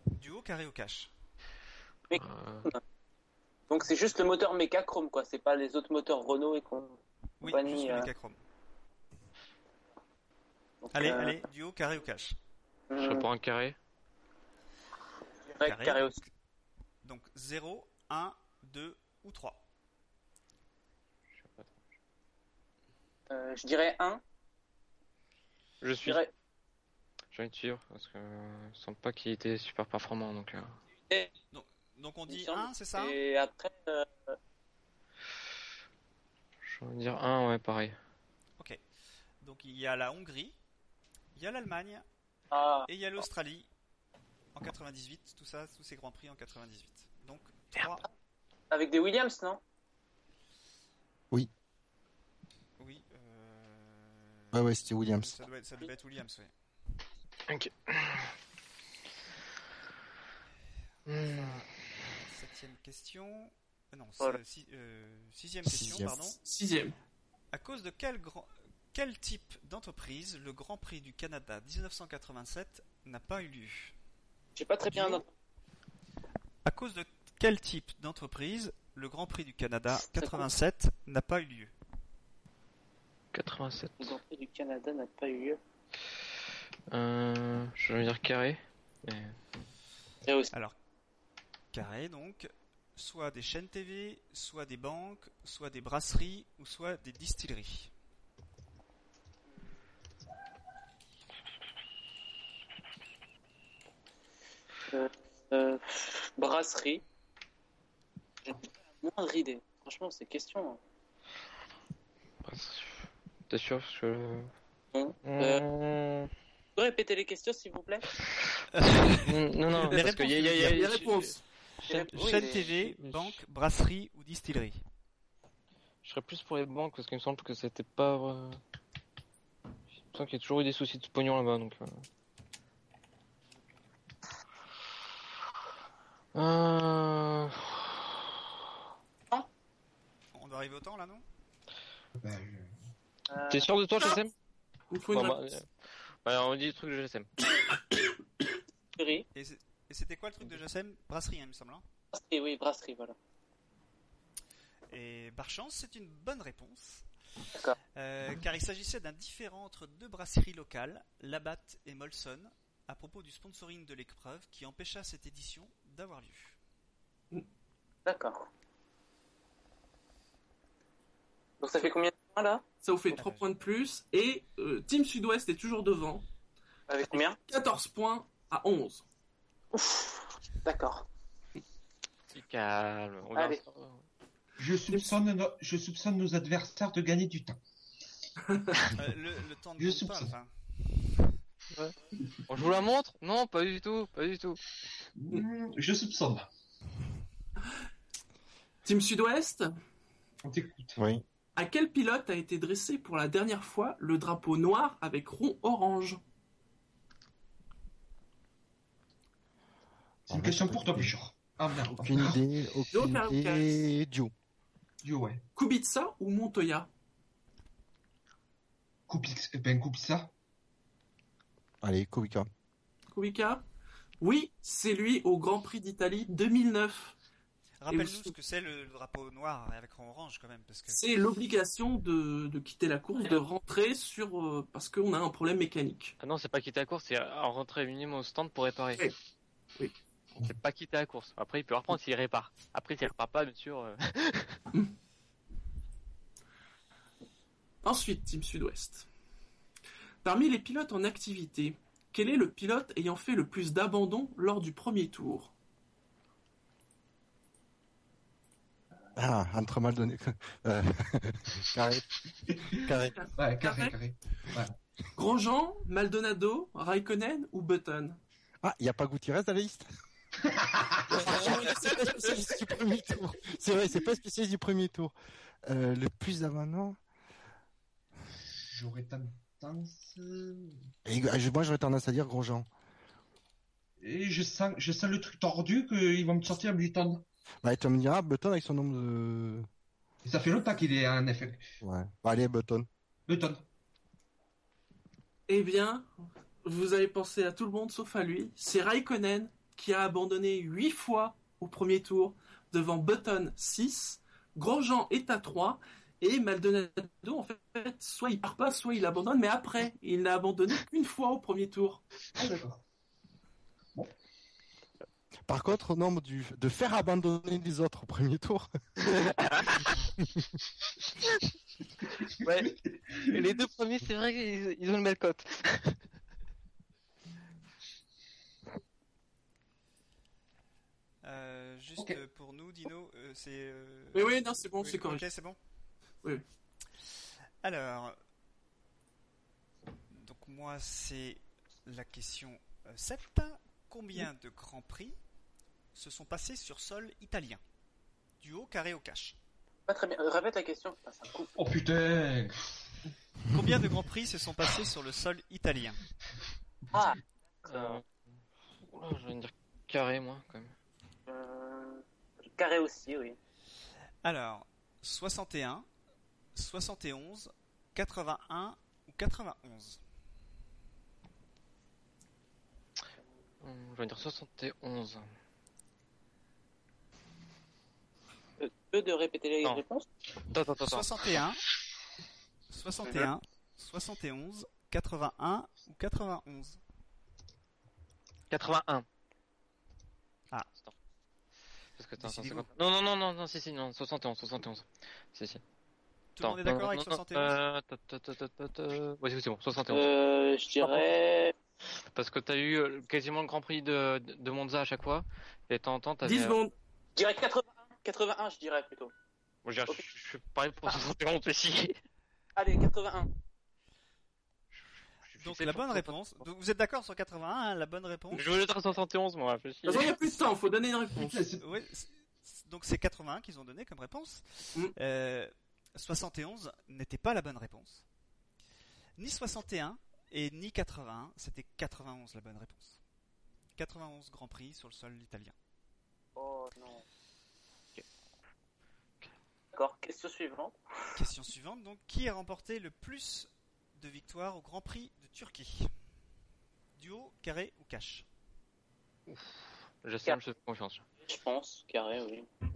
Speaker 1: Duo carré au cash.
Speaker 6: Euh,
Speaker 8: Donc c'est juste le moteur méca chrome quoi, c'est pas les autres moteurs Renault et qu'on.
Speaker 1: Oui,
Speaker 8: Compagnie,
Speaker 1: juste le
Speaker 8: euh.
Speaker 1: Mechachrome.
Speaker 8: hein. Donc,
Speaker 1: Allez,
Speaker 8: euh,
Speaker 1: allez, duo, carré ou cash
Speaker 6: Je
Speaker 8: hum,
Speaker 6: reprends un carré.
Speaker 8: ouais,
Speaker 1: carré.
Speaker 8: carré aussi.
Speaker 1: Donc 0, 1, 2 ou 3.
Speaker 8: Euh, je dirais 1.
Speaker 6: Je
Speaker 8: Je
Speaker 6: suis.
Speaker 8: dirais
Speaker 6: J'ai envie de suivre parce que euh, je sens pas qu'il était super performant donc. euh.
Speaker 1: Donc on
Speaker 8: Il me
Speaker 1: dit
Speaker 8: semble
Speaker 1: 1, c'est ça
Speaker 8: Et après, euh,
Speaker 6: Je vais dire un, ouais, pareil.
Speaker 1: Ok. Donc il y a la Hongrie, il y a l'Allemagne
Speaker 8: ah,
Speaker 1: et il y a l'Australie en 98. Tout ça, tous ces grands prix en 98. Donc 3,
Speaker 8: avec des Williams, non
Speaker 1: oui. euh,
Speaker 4: Ouais, ouais, c'était Williams.
Speaker 1: Ça, doit être- ça devait être Williams, oui. Septième question. euh, Non, c'est-
Speaker 8: Voilà.
Speaker 1: si- euh, sixième question,
Speaker 4: Sixième.
Speaker 1: pardon.
Speaker 2: Sixième.
Speaker 1: À cause de quel, grand, quel type d'entreprise le Grand Prix du Canada 1987 n'a pas eu lieu
Speaker 8: J'ai pas très bien
Speaker 1: Duo.
Speaker 8: entendu.
Speaker 1: À cause de quel type d'entreprise le Grand Prix du Canada 87 n'a pas eu lieu
Speaker 6: 87.
Speaker 8: Le Grand Prix du Canada n'a pas eu lieu.
Speaker 6: Euh, je vais dire carré. mais-
Speaker 8: Et aussi,
Speaker 1: Alors, carré donc, soit des chaînes TV, soit des banques, soit des brasseries ou soit des distilleries.
Speaker 8: euh, brasserie. J'ai pas la moindre idée. Franchement, c'est question. hein.
Speaker 6: Bah, c'est- T'es sûr parce que.
Speaker 8: Non.
Speaker 6: Euh,
Speaker 8: Vous pouvez Hein répéter les questions, s'il vous plaît
Speaker 6: Non, non,
Speaker 1: Les
Speaker 6: parce que
Speaker 1: réponses,
Speaker 6: y a, y a- y a-
Speaker 2: Les réponses.
Speaker 6: Je,
Speaker 8: Oui,
Speaker 1: chaîne
Speaker 8: les-
Speaker 1: TV,
Speaker 6: les-
Speaker 1: banque, brasserie ou distillerie.
Speaker 6: je serais plus pour les banques parce qu'il me semble que c'était pas. euh, Il me semble qu'il y a toujours eu des soucis de pognon là-bas donc. euh. Euh,
Speaker 1: On doit arriver au temps là, non
Speaker 7: Bah, je-
Speaker 8: Euh,
Speaker 6: T'es sûr de toi, GSM
Speaker 2: Il Ah. faut une
Speaker 6: Bon, bah,
Speaker 2: réponse.
Speaker 6: euh, bah, On dit le truc de GSM.
Speaker 8: brasserie.
Speaker 1: Et c'est- et c'était quoi le truc de Jacem Brasserie, hein, il me semble. hein.
Speaker 8: Brasserie, oui, brasserie, voilà.
Speaker 1: Et par chance, c'est une bonne réponse.
Speaker 8: D'accord.
Speaker 1: Euh, car il s'agissait d'un différent entre deux brasseries locales, Labatt et Molson, à propos du sponsoring de l'épreuve qui empêcha cette édition d'avoir lieu.
Speaker 8: D'accord. Donc ça fait combien de points là
Speaker 2: Ça vous fait 3 points de plus. Et euh, Team Sud-Ouest est toujours devant.
Speaker 8: Avec combien
Speaker 2: 14 points à 11.
Speaker 8: D'accord.
Speaker 6: Calme, on verra
Speaker 8: Allez.
Speaker 6: ça.
Speaker 7: je soupçonne, no- je soupçonne nos adversaires de gagner du temps.
Speaker 1: Euh, le, le temps ne
Speaker 7: Je
Speaker 1: compte pas,
Speaker 7: soupçonne.
Speaker 1: enfin.
Speaker 6: On joue la montre Non, pas du tout, pas du tout.
Speaker 7: Mmh, Je soupçonne.
Speaker 2: Team Sud-Ouest,
Speaker 7: On t'écoute.
Speaker 4: Oui.
Speaker 2: à quel pilote a été dressé pour la dernière fois le drapeau noir avec rond orange
Speaker 7: C'est une question pour toi, Bichard. Ah merde.
Speaker 4: Aucune idée, aucune
Speaker 2: Joe
Speaker 4: idée. Joe.
Speaker 7: Yo, ouais.
Speaker 2: Kubica ou Montoya
Speaker 7: Coupe, eh ben, coupe ça.
Speaker 4: Allez, Kubica.
Speaker 2: Kubica Oui, c'est lui au Grand Prix d'Italie 2009.
Speaker 1: Rappelle-nous
Speaker 2: vous-
Speaker 1: ce que c'est le drapeau noir avec rond orange quand même, parce que
Speaker 2: C'est l'obligation de, de quitter la course, de rentrer sur euh, parce qu'on a un problème mécanique.
Speaker 6: Ah non, c'est pas quitter la course, c'est en rentrer minimum au stand pour réparer.
Speaker 2: Oui. Oui.
Speaker 6: C'est pas quitter la course. Après, il peut reprendre s'il répare. Après, s'il repart pas, bien sûr. euh,
Speaker 2: Ensuite, Team Sud-Ouest. Parmi les pilotes en activité, quel est le pilote ayant fait le plus d'abandon lors du premier tour
Speaker 4: Ah, entre mal donné. Euh, Carré. Carré.
Speaker 7: Ouais, carré,
Speaker 2: Carré.
Speaker 7: carré.
Speaker 2: Grosjean, Maldonado, Raikkonen ou Button
Speaker 4: Ah, il n'y a pas Gutiérrez dans la liste C'est pas spécialiste du premier tour. C'est vrai, c'est pas spécialiste du premier tour. Euh, le plus avant,
Speaker 7: J'aurais tendance.
Speaker 4: Et je- moi, j'aurais tendance à dire Grosjean.
Speaker 7: Et je sens, je sens le truc tordu qu'ils vont me sortir Button.
Speaker 4: Bah, tu me diras, Button avec son nombre de.
Speaker 7: Et ça fait longtemps qu'il est en effet.
Speaker 4: Ouais. Bah, allez, Button.
Speaker 7: Button.
Speaker 2: Eh bien, vous avez pensé à tout le monde sauf à lui. C'est Raikkonen qui a abandonné 8 fois au premier tour devant Button 6. Grosjean est à 3 Et Maldonado, en fait, soit il part pas, soit il abandonne, mais après, il n'a abandonné qu'une fois au premier tour.
Speaker 7: Ah, d'accord.
Speaker 4: Par contre, au nombre du, de faire abandonner les autres au premier tour,
Speaker 5: Ouais. Les deux premiers, c'est vrai qu'ils ils ont une belle cote.
Speaker 1: Euh, juste
Speaker 7: Ok.
Speaker 1: euh, pour nous, Dino, euh, c'est. euh,
Speaker 2: Mais oui, non, c'est bon,
Speaker 1: oui,
Speaker 2: c'est correct.
Speaker 1: Ok, c'est bon.
Speaker 2: Oui.
Speaker 1: Alors, donc moi c'est la question euh, 7. Combien de grands prix se sont passés sur sol italien Du haut carré au cash.
Speaker 8: Pas très bien. Euh, Répète la question. Putain, ça me coupe.
Speaker 7: Oh putain
Speaker 1: Combien de grands prix se sont passés sur le sol italien
Speaker 8: Ah.
Speaker 6: Euh, oula, je viens de dire carré, moi, quand même.
Speaker 8: Euh, Carré aussi, oui.
Speaker 1: Alors, 61, 71, 81 ou 91
Speaker 6: Hum, Je viens de dire 71.
Speaker 8: Euh, Deux de répéter les
Speaker 6: Non.
Speaker 8: réponses.
Speaker 6: Attends, attends, attends.
Speaker 1: 61, 61, 71, 81 ou 91
Speaker 6: 81.
Speaker 1: Ah.
Speaker 6: Attends. Parce que t'as un
Speaker 1: Décidez-vous.
Speaker 6: 150. Non, non, non, non, non, si, si, non, 71, 71. Si, si.
Speaker 1: Tout le monde est d'accord avec 71
Speaker 6: euh, 71 Oui, c'est bon, 71.
Speaker 8: Euh, je dirais.
Speaker 6: Parce que t'as eu euh, quasiment le Grand Prix de, de Monza à chaque fois. Et de temps en temps, t'avais.
Speaker 2: 10
Speaker 6: euh,
Speaker 2: secondes.
Speaker 8: Je dirais 81. 81, je dirais plutôt.
Speaker 6: bon, je, veux dire, je- je suis pareil pour
Speaker 8: Ah.
Speaker 6: 71 aussi.
Speaker 8: Allez, 81.
Speaker 1: Donc la bonne réponse. Donc vous êtes d'accord sur 81, hein, la bonne réponse
Speaker 6: Je voulais dire 71, moi, réfléchis.
Speaker 2: De toute façon, il n'y a plus de temps, faut donner une réponse.
Speaker 7: Putain, c'est-
Speaker 1: Ouais, c'est- c'est- donc c'est 81 qu'ils ont donné comme réponse.
Speaker 2: Mm.
Speaker 1: Euh, 71 n'était pas la bonne réponse. Ni 61 et ni 81, c'était 91 la bonne réponse. 91 Grand Prix sur le sol italien.
Speaker 8: Oh non. D'accord, question suivante.
Speaker 1: Question suivante donc qui a remporté le plus de victoires au Grand Prix de Turquie Duo, carré ou cash
Speaker 6: J'assume, je fais confiance.
Speaker 8: Je pense, carré, oui.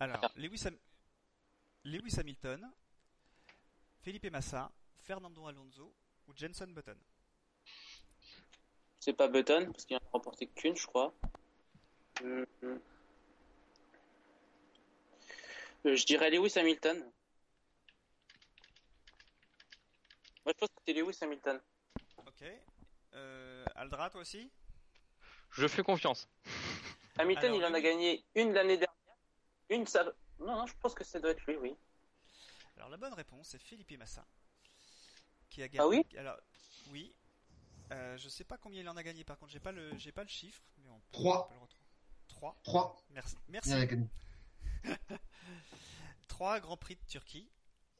Speaker 1: Alors, Lewis, Ham- Lewis Hamilton, Felipe Massa, Fernando Alonso ou Jenson Button
Speaker 8: C'est pas Button, parce qu'il en a remporté qu'une, je crois. Hum, hum. Euh, Je dirais Lewis Hamilton. Moi, je pense que c'est Lewis Hamilton.
Speaker 1: Ok. Euh, Aldra, toi aussi
Speaker 6: Je fais confiance.
Speaker 8: Hamilton,
Speaker 1: Alors,
Speaker 8: il en a
Speaker 1: Lewis-
Speaker 8: gagné une l'année dernière. Une, ça... Non, non, je pense que ça doit être lui, oui.
Speaker 1: Alors, la bonne réponse, c'est Felipe Massa. Qui a gagné.
Speaker 8: Ah
Speaker 1: Alors, oui. Euh, je sais pas combien il en a gagné, par contre, j'ai pas le, j'ai pas le chiffre. Mais on peut,
Speaker 7: Trois.
Speaker 1: on peut le retrouver. 3.
Speaker 7: 3.
Speaker 1: Merci.
Speaker 7: Il
Speaker 1: Merci.
Speaker 7: y en a gagné.
Speaker 1: 3 Grands Prix de Turquie.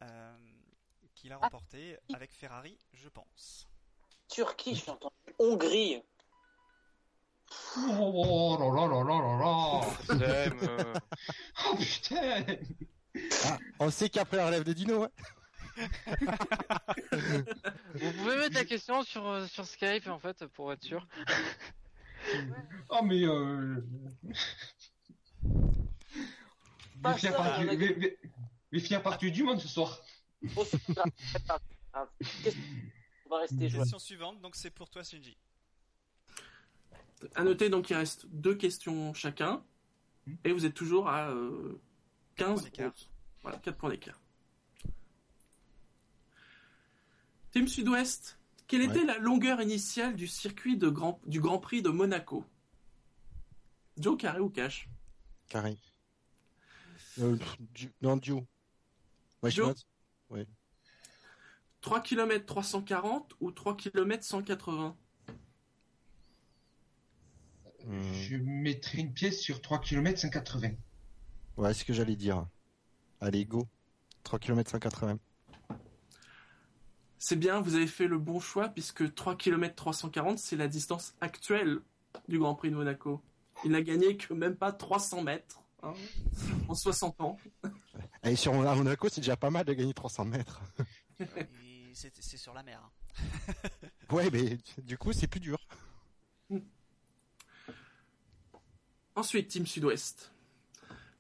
Speaker 1: euh, qu'il a remporté avec Ferrari, je pense.
Speaker 8: Turquie, j'ai entendu. Hongrie.
Speaker 7: Oh, oh, oh, là, là, là, là, là, là.
Speaker 6: J'aime, euh,
Speaker 7: Oh putain
Speaker 4: on sait qu'après la relève des dinos, hein.
Speaker 6: Vous pouvez mettre la question sur, euh, sur Skype, en fait, pour être sûr.
Speaker 7: Oh mais euh...
Speaker 8: Pas
Speaker 7: Véfia
Speaker 8: ça,
Speaker 7: par-
Speaker 8: on a-
Speaker 7: Vé- Vé- Véfia partout du monde ce soir.
Speaker 8: Bon, Oh, c'est pas grave, c'est pas grave. Qu'est-ce- On va rester joueur.
Speaker 1: Question suivante, donc c'est pour toi, Shinji.
Speaker 2: À noter, donc, il reste deux questions chacun. Et vous êtes toujours à euh, 15
Speaker 1: Quatre points d'écart.
Speaker 2: onze. Voilà, 4 points d'écart. Team Sud-Ouest, quelle était la longueur initiale du circuit de grand, du Grand Prix de Monaco Joe Carré ou Cash
Speaker 4: Carré. Euh, pff, du- Non, duo. Ouais, je
Speaker 2: Duo.
Speaker 4: note.
Speaker 2: 3 km 340 ou 3 km 180
Speaker 4: Hum,
Speaker 7: Je mettrai une pièce sur 3 km 180.
Speaker 4: Ouais, c'est ce que j'allais dire. Allez, go. 3 km 180.
Speaker 2: C'est bien, vous avez fait le bon choix puisque 3 km 340, c'est la distance actuelle du Grand Prix de Monaco. Il n'a gagné que même pas 300 mètres hein, en 60 ans.
Speaker 4: Et Eh, sur à Monaco, c'est déjà pas mal de gagner 300 mètres.
Speaker 1: Et c'est c'est sur la mer. hein.
Speaker 4: Ouais, mais du coup, c'est plus dur.
Speaker 2: Ensuite, Team Sud-Ouest.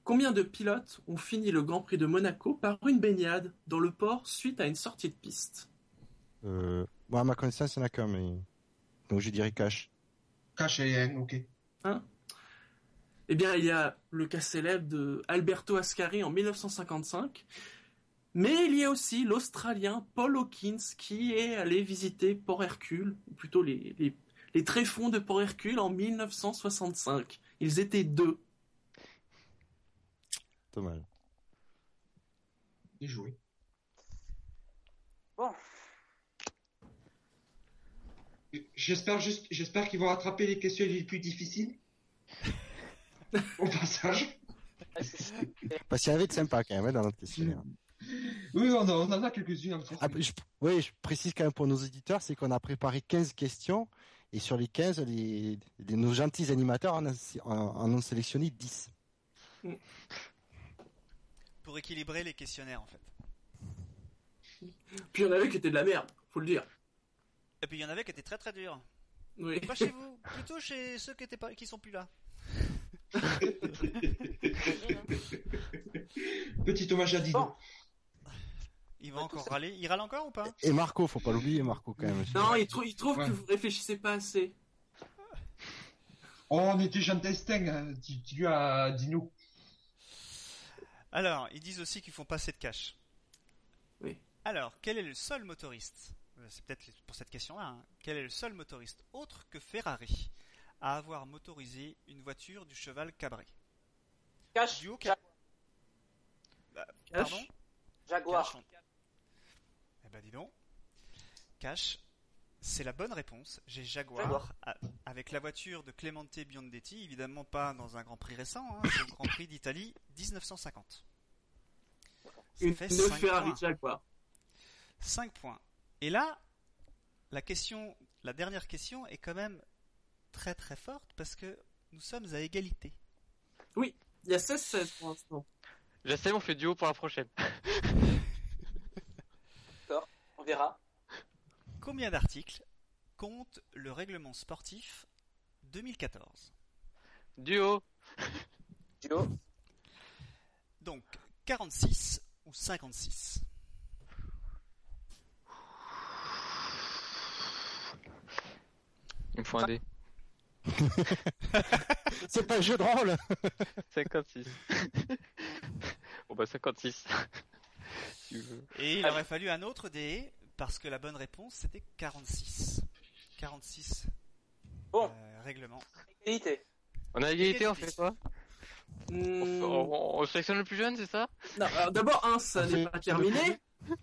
Speaker 2: Combien de pilotes ont fini le Grand Prix de Monaco par une baignade dans le port suite à une sortie de piste
Speaker 4: Euh, bon, à ma connaissance, il n'y en a qu'un, mais. Donc je dirais cash.
Speaker 7: Cash et Heng, ok.
Speaker 2: Hein. Eh bien, il y a le cas célèbre de Alberto Ascari en 1955, mais il y a aussi l'Australien Paul Hawkins qui est allé visiter Port Hercule, ou plutôt les, les- les tréfonds de Port Hercule en 1965. Ils étaient deux.
Speaker 4: Dommage.
Speaker 7: Bien joué.
Speaker 8: Bon.
Speaker 7: J'espère juste, j'espère qu'ils vont rattraper les questions les plus difficiles. Au passage.
Speaker 4: Parce qu'il y avait de sympa quand même hein, dans notre questionnaire.
Speaker 7: Oui, on, a- on en a quelques-unes hein, en fait.
Speaker 4: Ah, je- oui, je précise quand même pour nos auditeurs, c'est qu'on a préparé 15 questions et sur les 15, les, les- nos gentils animateurs en, ont- en ont sélectionné 10.
Speaker 1: Pour équilibrer les questionnaires en fait.
Speaker 2: Puis il y en avait qui étaient de la merde, faut le dire.
Speaker 1: Et puis il y en avait qui étaient très très durs.
Speaker 2: Oui.
Speaker 1: Pas chez vous, plutôt chez ceux qui étaient pas, qui sont plus là.
Speaker 7: Petit hommage à Dino.
Speaker 8: Bon.
Speaker 1: Il
Speaker 2: Bah,
Speaker 1: va encore râler. Il râle encore ou pas
Speaker 4: Et Marco, faut pas l'oublier, Marco quand même.
Speaker 2: Non, il, trou- il trouve
Speaker 7: Ouais.
Speaker 2: que vous réfléchissez pas assez.
Speaker 7: Oh, on était Jean Destin, hein, dis- dis-le à Dino.
Speaker 1: Alors, ils disent aussi qu'ils font pas assez de cash.
Speaker 2: Oui.
Speaker 1: Alors, quel est le seul motoriste euh, C'est peut-être pour cette question-là. hein. Quel est le seul motoriste autre que Ferrari à avoir motorisé une voiture du cheval cabré
Speaker 8: Cash,
Speaker 1: Du haut
Speaker 8: Ja-
Speaker 1: Bah, Pardon
Speaker 8: Jaguar.
Speaker 1: Cash, on- Eh ben dis donc. Cash, c'est la bonne réponse. J'ai Jaguar,
Speaker 8: Jaguar.
Speaker 1: a- avec la voiture de Clemente Biondetti, évidemment pas dans un Grand Prix récent, hein, c'est le Grand Prix d'Italie 1950. Ça
Speaker 2: Une
Speaker 1: fait
Speaker 2: une
Speaker 1: 5
Speaker 2: Ferrari
Speaker 1: points.
Speaker 2: Jaguar.
Speaker 1: 5 points. Et là, la question, la dernière question est quand même très très forte parce que nous sommes à égalité.
Speaker 2: Il y a 16-16 pour l'instant.
Speaker 6: J'essaie, on fait duo pour la prochaine.
Speaker 8: On verra.
Speaker 1: Combien d'articles compte le règlement sportif 2014
Speaker 6: Duo.
Speaker 8: Duo.
Speaker 1: Donc 46 ou 56
Speaker 6: Il me faut un dé.
Speaker 4: C'est pas un jeu de rôle
Speaker 6: 56. bon bah 56. si tu veux.
Speaker 1: Et il aurait fallu un autre dé parce que la bonne réponse c'était 46. 46
Speaker 8: Bon.
Speaker 1: euh, règlement.
Speaker 8: Égalité.
Speaker 6: On a égalité, on fait hein. quoi on,
Speaker 2: Hmm,
Speaker 6: fait- on- on sélectionne le plus jeune, c'est ça
Speaker 2: non, alors D'abord, un,
Speaker 6: Ah,
Speaker 2: ça
Speaker 4: On fait
Speaker 2: n'est pas terminé.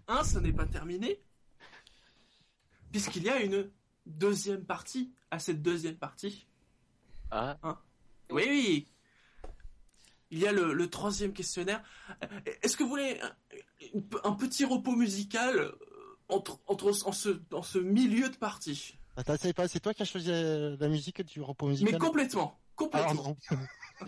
Speaker 2: Un, ça n'est pas terminé. Puisqu'il y a une deuxième partie à cette deuxième partie.
Speaker 6: Ah.
Speaker 2: Oui, oui. Il y a le, le troisième questionnaire. Est-ce que vous voulez un, une- un petit repos musical euh, entre, entre, en, ce, en ce milieu de partie
Speaker 4: Attends, c'est pas, c'est toi qui as choisi euh, la musique Ah, du repos musical
Speaker 2: Mais complètement. Complètement.
Speaker 4: Alors non.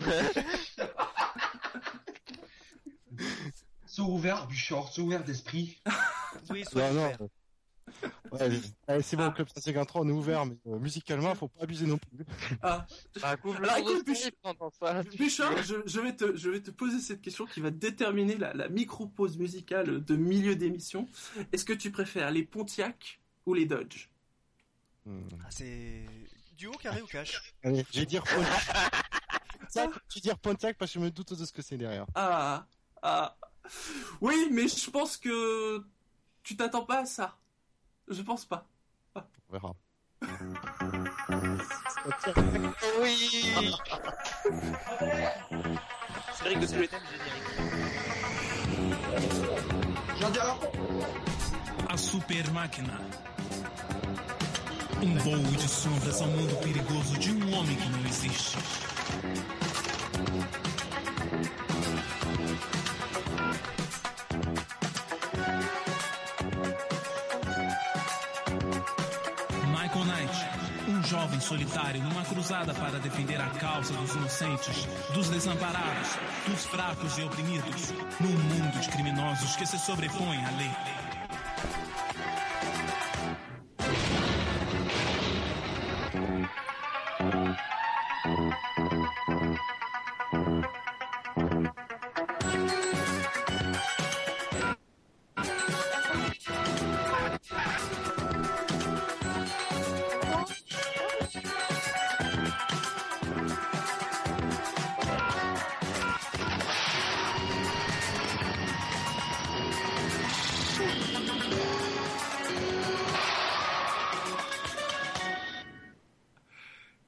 Speaker 7: Sois ouvert, Bouchard, sois ouvert d'esprit.
Speaker 1: Oui, soit
Speaker 4: Non, non.
Speaker 1: ouvert. Ah.
Speaker 4: Ouais, allez, c'est bon, Club 153, on est ouvert, mais euh, musicalement, faut pas abuser non plus.
Speaker 2: Ah.
Speaker 6: Bah couvre
Speaker 2: Alors,
Speaker 6: le tour de
Speaker 2: écoute, Buch-
Speaker 6: slip, t'entends ça tu-
Speaker 2: Bouchard, je, je vais te, je vais te poser cette question qui va déterminer la, la micro-pause musicale de milieu d'émission. Est-ce que tu préfères les Pontiac ou les Dodge
Speaker 4: Hmm.
Speaker 1: Ah, c'est duo carré ou cash
Speaker 4: Allez, je vais dire Pontiac. Pontiac, je vais dire Pontiac parce que je me doute de ce que c'est derrière.
Speaker 2: Ah, ah. Oui, mais je pense que tu t'attends pas à ça. Je pense pas.
Speaker 4: On verra.
Speaker 6: Oui
Speaker 8: Cédric de tous les temps.
Speaker 11: A super máquina. Um voo de sombras ao mundo perigoso de um homem que não existe. Michael Knight, um jovem solitário numa cruzada para defender a causa dos inocentes, dos desamparados, dos fracos e oprimidos, num mundo de criminosos que se sobrepõe à lei.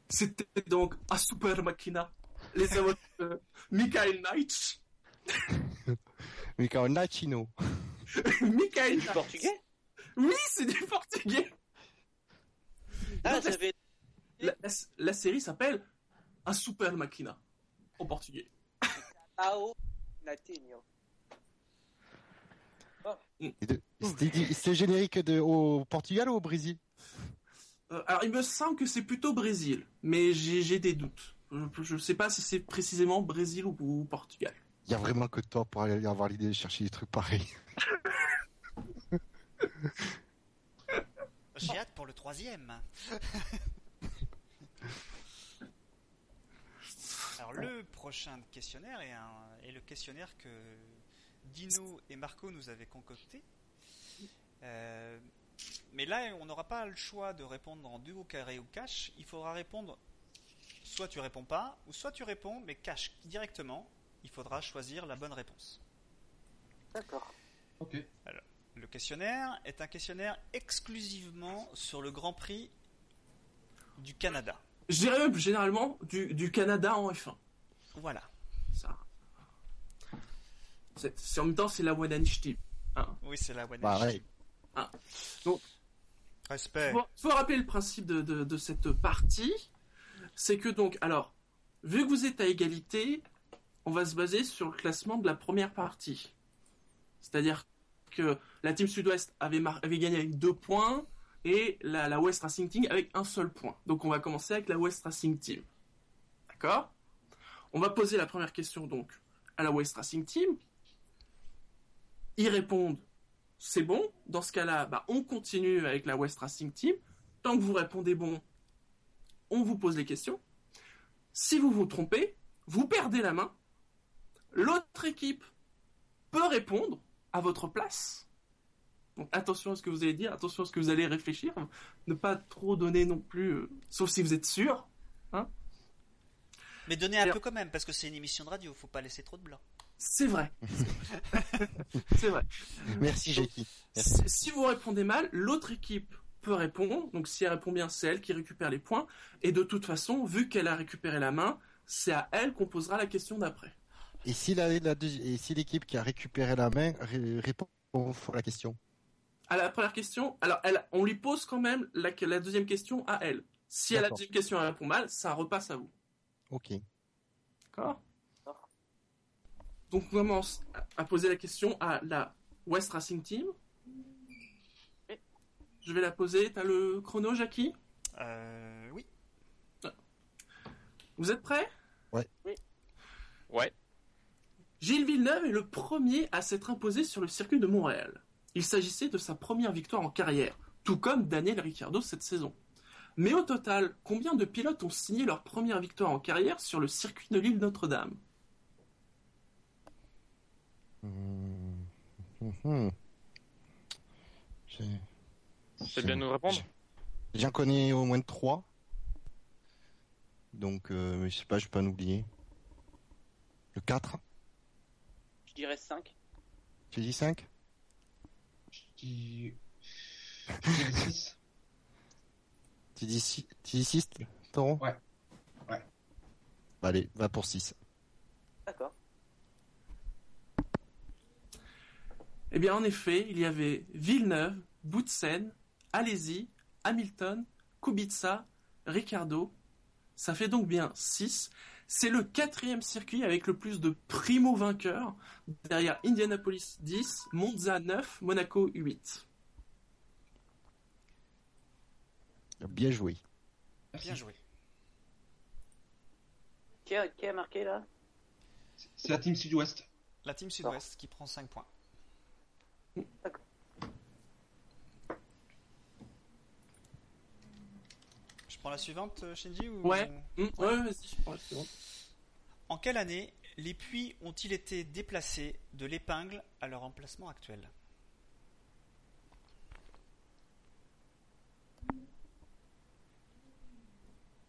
Speaker 2: C'était donc à Super Machina, les avocats de Michael Knight.
Speaker 4: Michael Nachino.
Speaker 2: Michael
Speaker 8: Du
Speaker 2: Knight.
Speaker 8: portugais
Speaker 2: Oui, c'est du portugais.
Speaker 8: Ah,
Speaker 1: Ah,
Speaker 2: Donc, la-
Speaker 8: j'avais.
Speaker 2: la, la- la série s'appelle A Super Machina en portugais.
Speaker 8: Ao Natinho.
Speaker 4: Et
Speaker 2: Mm.
Speaker 4: de- C'était dit- c'était générique de, au Portugal ou au Brésil
Speaker 2: Euh, alors, il me semble que c'est plutôt Brésil, mais j'ai j'ai des doutes. Je ne sais pas si c'est précisément Brésil ou, ou Portugal.
Speaker 4: Il y a vraiment que toi pour aller avoir l'idée de chercher des trucs pareils.
Speaker 1: J'ai hâte pour le troisième. Alors le prochain questionnaire est, un- est le questionnaire que Dino et Marco nous avaient concocté. Euh, mais là, on n'aura pas le choix de répondre en duo carré ou cash. Il faudra répondre. Soit tu réponds pas, ou soit tu réponds, mais cash directement. Il faudra choisir la bonne réponse.
Speaker 8: D'accord.
Speaker 7: Ok.
Speaker 1: Le questionnaire est un questionnaire exclusivement sur le Grand Prix du Canada.
Speaker 2: Je dirais même généralement du, du Canada en F1.
Speaker 1: Voilà.
Speaker 2: Ça. C'est- c'est- en même temps, c'est la hein. Wananish Team.
Speaker 1: Oui, c'est la one
Speaker 4: Bah
Speaker 1: Nation.
Speaker 4: ouais.
Speaker 2: Ah.
Speaker 1: Donc.
Speaker 2: Donc-
Speaker 1: Respect.
Speaker 2: Faut, faut rappeler le principe de, de- de cette partie. C'est que donc, alors, vu que vous êtes à égalité, on va se baser sur le classement de la première partie. C'est-à-dire que la team sud-ouest avait, mar- avait gagné avec deux points et la, la West Racing Team avec un seul point. Donc on va commencer avec la West Racing Team. D'accord On va poser la première question donc à la West Racing Team. Ils répondent c'est bon. Dans ce cas-là, bah, on continue avec la West Racing Team. Tant que vous répondez bon, on vous pose les questions. Si vous vous trompez, vous perdez la main. L'autre équipe peut répondre à votre place. Donc attention à ce que vous allez dire, attention à ce que vous allez réfléchir. Ne pas trop donner non plus, euh, sauf si vous êtes sûr. hein.
Speaker 1: Mais donnez un
Speaker 2: Et-
Speaker 1: peu quand même, parce que c'est une émission de radio, faut pas laisser trop de blanc.
Speaker 2: C'est vrai. C'est vrai.
Speaker 4: Merci Jackie.
Speaker 2: Si si vous répondez mal, l'autre équipe peut répondre. Donc si elle répond bien, c'est elle qui récupère les points. Et de toute façon, vu qu'elle a récupéré la main, c'est à elle qu'on posera la question d'après.
Speaker 4: Et si la- la deuxi- et si l'équipe qui a récupéré la main ré- répond à la question
Speaker 2: À la première question, alors elle, on lui pose quand même la, la deuxième question à elle. Si à la
Speaker 4: D'accord.
Speaker 2: deuxième question elle répond mal, ça repasse à vous.
Speaker 4: Ok.
Speaker 2: D'accord
Speaker 8: D'accord.
Speaker 2: Donc on commence à- à poser la question à la West Racing Team.
Speaker 8: Oui.
Speaker 2: Je vais la poser. T'as le chrono, Jackie
Speaker 1: Euh, oui.
Speaker 2: Vous êtes prêts
Speaker 6: Ouais.
Speaker 2: Gilles Villeneuve est le premier à s'être imposé sur le circuit de Montréal. Il s'agissait de sa première victoire en carrière, tout comme Daniel Ricciardo cette saison. Mais au total, combien de pilotes ont signé leur première victoire en carrière sur le circuit de l'île Notre-Dame
Speaker 4: Hmm. Mhm. J'ai-
Speaker 6: C'est bien de nous répondre
Speaker 4: J'en connais au moins trois. Donc, euh, mais je sais pas, je peux en oublier. Le 4,
Speaker 8: Je dirais 5.
Speaker 4: j'ai dit 5
Speaker 7: Je dis. Je dirais 6.
Speaker 4: Tu dis 6, tu dis six, Taureau
Speaker 7: Ouais. Ouais.
Speaker 4: Bah, allez, va pour 6.
Speaker 8: D'accord.
Speaker 2: Eh bien, en effet, il y avait Villeneuve, Boutsen, Alési, Hamilton, Kubica, Ricardo. Ça fait donc bien 6. C'est le quatrième circuit avec le plus de primo vainqueurs, derrière Indianapolis 10, Monza 9, Monaco 8.
Speaker 4: Bien joué.
Speaker 1: Bien joué.
Speaker 8: Qui a, qui a marqué là
Speaker 7: C'est la team sud-ouest.
Speaker 1: La team sud-ouest qui prend 5 points. Je prends la suivante, euh, Shinji ou...
Speaker 2: Ouais. Hmm, ouais, ouais, vas-y, je prends la seconde.
Speaker 1: En quelle année les puits ont-ils été déplacés de l'épingle à leur emplacement actuel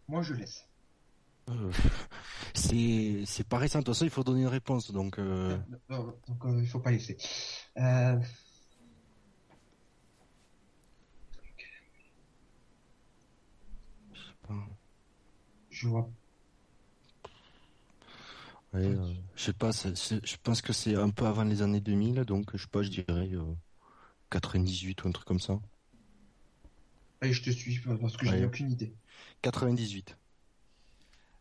Speaker 7: Moi, je laisse.
Speaker 4: Euh, C'est, c'est pas récent, de toute façon, il faut donner une réponse, donc, euh,
Speaker 7: Non, donc, euh, il faut pas laisser. Euh...
Speaker 4: je sais pas.
Speaker 7: je vois.
Speaker 4: Ouais, euh, je sais pas, c'est- c'est- je pense que c'est un peu avant les années 2000, donc je sais pas, je dirais euh, 98 ou un truc comme ça.
Speaker 7: Allez, je te suis euh, parce que j'en ai
Speaker 4: Ouais.
Speaker 7: aucune idée.
Speaker 4: 98.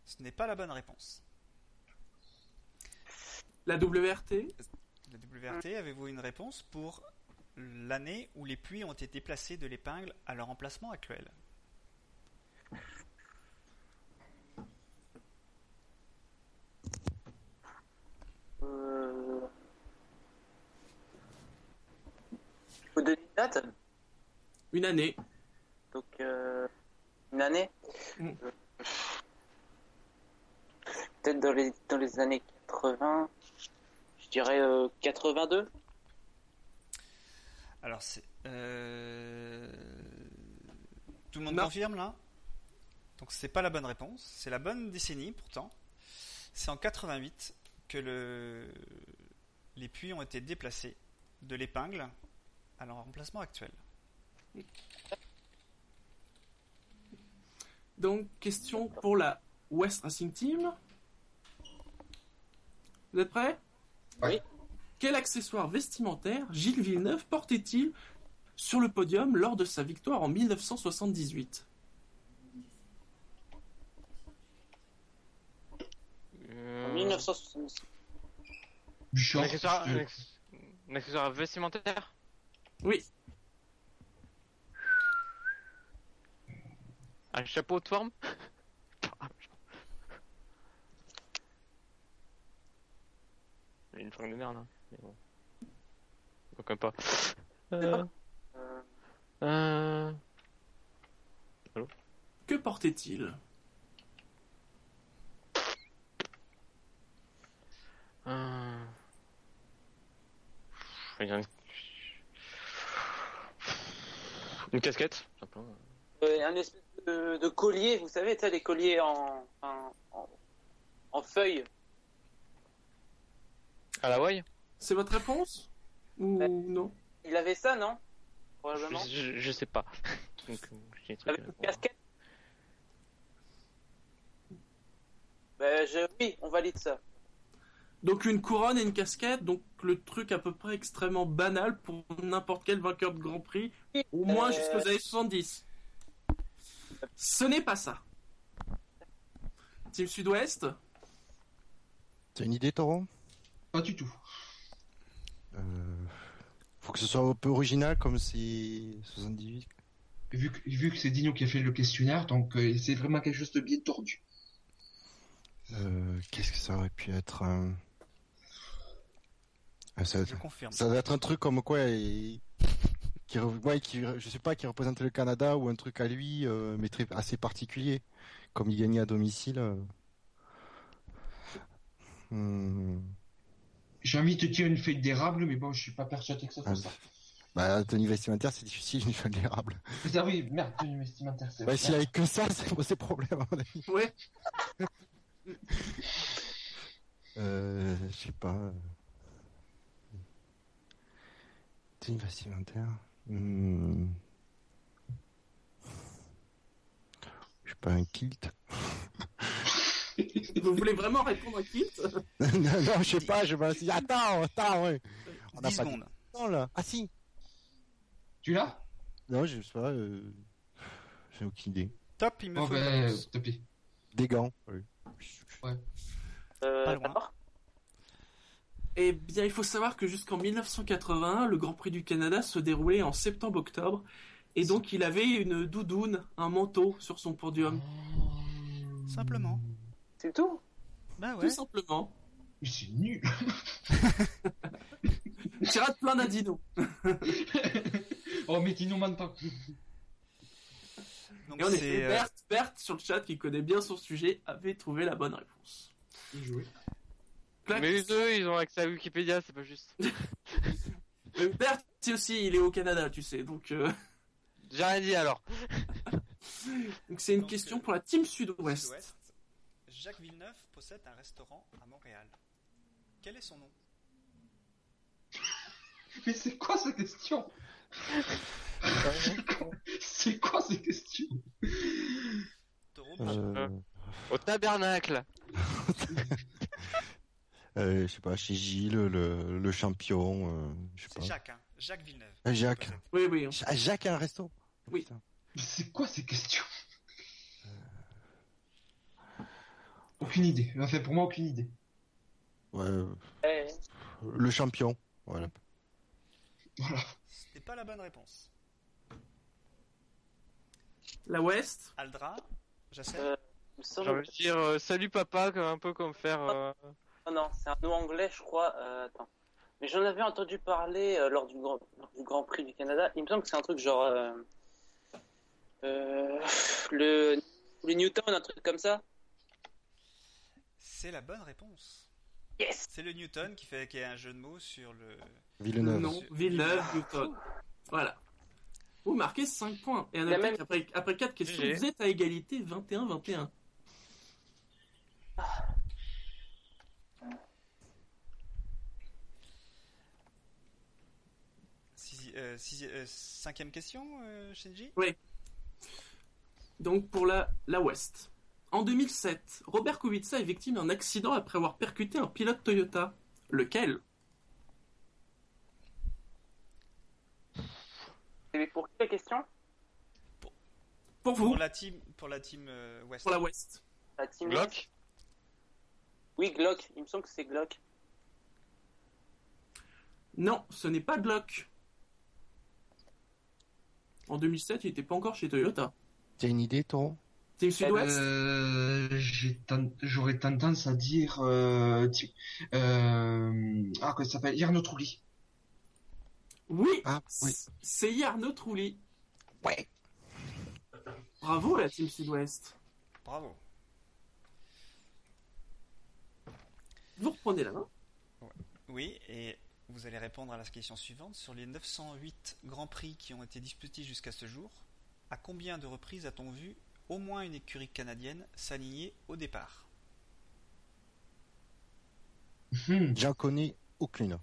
Speaker 1: Ce n'est pas la bonne réponse.
Speaker 2: La WRT
Speaker 1: La WRT, avez-vous une réponse pour l'année où les puits ont été placés de l'épingle à leur emplacement actuel
Speaker 8: Euh... Je vous donne une date
Speaker 2: Une année.
Speaker 8: Donc, euh, une année
Speaker 2: Mm.
Speaker 8: Euh, Peut-être dans les, dans les années 80, je dirais euh, 82
Speaker 1: Alors, c'est. euh, Tout le monde
Speaker 2: Non.
Speaker 1: confirme là Donc, c'est pas la bonne réponse. C'est la bonne décennie pourtant. C'est en 88 que le... les puits ont été déplacés de l'épingle à leur emplacement actuel.
Speaker 2: Donc, question pour la West Racing Team. Vous êtes prêts
Speaker 7: Oui.
Speaker 2: Quel accessoire vestimentaire Gilles Villeneuve portait-il sur le podium lors de sa victoire en 1978
Speaker 8: en
Speaker 6: Euh,
Speaker 8: 1976.
Speaker 7: Du
Speaker 6: un
Speaker 7: short,
Speaker 6: accessoire-
Speaker 7: je te-
Speaker 6: un acc- un accessoire vestimentaire
Speaker 2: Oui.
Speaker 6: Un chapeau de forme Une fringue de merde, hein. mais bon. Faut quand même pas. Euh, euh,
Speaker 8: Euh,
Speaker 2: Que portait-il
Speaker 6: euh. Je vais dire Une... une casquette simplement.
Speaker 8: ouais, Euh, un espèce de, de collier, vous savez, tu sais, les colliers en, en, en- en feuilles.
Speaker 6: À la Hawaii
Speaker 2: C'est votre réponse Ou
Speaker 8: Ouais.
Speaker 2: non
Speaker 8: Il avait ça, non
Speaker 6: je,
Speaker 8: Probablement.
Speaker 6: je- je sais pas. Donc, euh, j'ai des trucs
Speaker 8: Avec
Speaker 6: à
Speaker 8: une
Speaker 6: voir.
Speaker 8: casquette Ben, je... Oui, on valide ça.
Speaker 2: Donc une couronne et une casquette, donc le truc à peu près extrêmement banal pour n'importe quel vainqueur de Grand Prix, au moins
Speaker 8: Euh,
Speaker 2: jusqu'aux années 70. Ce n'est pas ça. Team Sud-Ouest,
Speaker 4: T'as une idée, Taureau
Speaker 7: Pas du tout.
Speaker 4: Euh, Faut que ce soit un peu original, comme si 78.
Speaker 7: Vu que, vu que c'est Dino qui a fait le questionnaire, donc euh, c'est vraiment quelque chose de bien tordu.
Speaker 4: Euh, Qu'est-ce que ça aurait pu être euh, ah, ça,
Speaker 1: Je confirme.
Speaker 4: ça doit être un truc comme quoi il- qui, re- ouais, qui, je sais pas, qui représentait le Canada ou un truc à lui, euh, mais très, assez particulier, comme il gagnait à domicile. euh. Hmm.
Speaker 7: J'ai envie de te dire une feuille d'érable, mais bon, je suis pas persuadé que ça soit
Speaker 4: Ah,
Speaker 7: ça.
Speaker 4: Bah, tenue vestimentaire, c'est difficile, une feuille d'érable.
Speaker 7: Ah oui, merde, tenue vestimentaire, c'est
Speaker 4: Ouais,
Speaker 7: vrai.
Speaker 4: s'il avait que ça, c'est posé problème, à mon avis.
Speaker 2: Ouais.
Speaker 4: euh, je sais pas. euh. Tenue vestimentaire. Hmm. Je sais pas, un kilt.
Speaker 2: vous voulez vraiment répondre à Kilt
Speaker 4: non, non, je sais pas, je me suis dit, attends, attends, ouais. On
Speaker 1: 10
Speaker 4: n'a pas
Speaker 1: secondes.
Speaker 4: de temps, là. Ah si.
Speaker 7: Tu l'as
Speaker 4: Non, je sais pas, euh, j'ai aucune idée.
Speaker 1: Top, il me
Speaker 7: Bon,
Speaker 1: faut
Speaker 7: ben,
Speaker 1: une
Speaker 7: euh,
Speaker 1: réponse.
Speaker 7: tant pis.
Speaker 4: Des gants. oui.
Speaker 8: Euh,
Speaker 1: Pas loin.
Speaker 8: d'accord.
Speaker 2: Eh bien, il faut savoir que jusqu'en 1981, le Grand Prix du Canada se déroulait en septembre-octobre, et donc il avait une doudoune, un manteau sur son podium,
Speaker 1: Oh. Simplement.
Speaker 8: C'est tout
Speaker 1: Bah
Speaker 2: tout
Speaker 1: ouais.
Speaker 2: simplement.
Speaker 7: Mais c'est nul
Speaker 2: Tirade plein d'adinos.
Speaker 7: Oh, mais Dino maintenant
Speaker 1: Donc
Speaker 2: Et en
Speaker 1: c'est,
Speaker 2: effet,
Speaker 1: euh,
Speaker 2: Berthe, Berthe, sur le chat, qui connaît bien son sujet, avait trouvé la bonne réponse.
Speaker 7: Bien joué.
Speaker 2: Clac.
Speaker 6: Mais eux, ils ont accès à Wikipédia, c'est pas juste.
Speaker 2: Euh, Berthe c'est aussi, il est au Canada, tu sais. Donc, euh,
Speaker 6: J'ai rien dit alors.
Speaker 2: donc c'est une
Speaker 1: Donc,
Speaker 2: question
Speaker 1: euh,
Speaker 2: pour la team
Speaker 1: Sud-Ouest,
Speaker 2: Sud-Ouest.
Speaker 1: Jacques Villeneuve possède un restaurant à Montréal. Quel est son nom
Speaker 7: Mais c'est quoi ces questions C'est quoi ces questions
Speaker 1: Taureau,
Speaker 4: Euh,
Speaker 6: Au tabernacle.
Speaker 4: Euh, je sais pas, chez Gilles, le, le champion, euh, je sais
Speaker 1: C'est
Speaker 4: pas.
Speaker 1: Jacques, hein. Jacques Villeneuve.
Speaker 4: Ah, Jacques.
Speaker 2: Oui, oui.
Speaker 4: J- ah, Jacques a un resto.
Speaker 2: Oui.
Speaker 4: Putain.
Speaker 7: C'est quoi ces questions Aucune idée. Enfin, pour moi, aucune idée.
Speaker 4: Ouais, euh,
Speaker 8: Ouais.
Speaker 4: le champion. Voilà.
Speaker 7: Voilà.
Speaker 1: C'était pas la bonne réponse.
Speaker 2: La Ouest
Speaker 1: Aldra, Jacek
Speaker 8: Euh, il me semble-
Speaker 6: J'ai envie de dire euh, salut papa, comme- un peu comme faire. euh,
Speaker 8: Non, non, c'est un nom anglais, je crois. Euh, attends. Mais j'en avais entendu parler euh, lors, du grand, lors du Grand Prix du Canada. Il me semble que c'est un truc genre. euh, euh, le, le Newton, un truc comme ça.
Speaker 1: C'est la bonne réponse.
Speaker 8: Yes
Speaker 1: C'est le Newton qui fait qui est un jeu de mots sur le.
Speaker 4: Villeneuve.
Speaker 2: Non, Villeneuve, Newton. Voilà. Vous marquez 5 points. Et
Speaker 8: La
Speaker 2: Anatole,
Speaker 8: même-
Speaker 2: après, après 4 questions,
Speaker 6: GG.
Speaker 2: vous êtes à égalité 21-21.
Speaker 1: Sixi- euh, sixi- euh, cinquième question, euh, Shinji
Speaker 2: Donc pour la, la Ouest. En 2007, Robert Kubica est victime d'un accident après avoir percuté un pilote Toyota. Lequel
Speaker 8: Mais pour quelle question
Speaker 2: Pour vous,
Speaker 1: Pour la team, pour la team euh, West.
Speaker 2: pour la Ouest.
Speaker 8: La team
Speaker 6: Glock
Speaker 8: Oui, Glock. Il me semble que c'est Glock.
Speaker 2: Non, ce n'est pas Glock. En 2007, il n'était pas encore chez Toyota.
Speaker 4: T'as une idée, Toron
Speaker 2: Team Sud-Ouest
Speaker 7: ben, Euh, j'ai ten- J'aurais tendance à dire. Euh, ti- euh, ah, comment ça s'appelle Yarno Trulli.
Speaker 2: Oui,
Speaker 4: Ah, oui.
Speaker 2: c'est Yarno Trulli.
Speaker 4: Ouais.
Speaker 2: Bravo la Team Sud-Ouest.
Speaker 1: Bravo.
Speaker 2: Vous reprenez la main.
Speaker 1: Oui, et vous allez répondre à la question suivante. Sur les 908 grands prix qui ont été disputés jusqu'à ce jour, à combien de reprises a-t-on vu au moins une écurie canadienne s'aligner au départ
Speaker 7: Hmm.
Speaker 4: J'en connais aucune.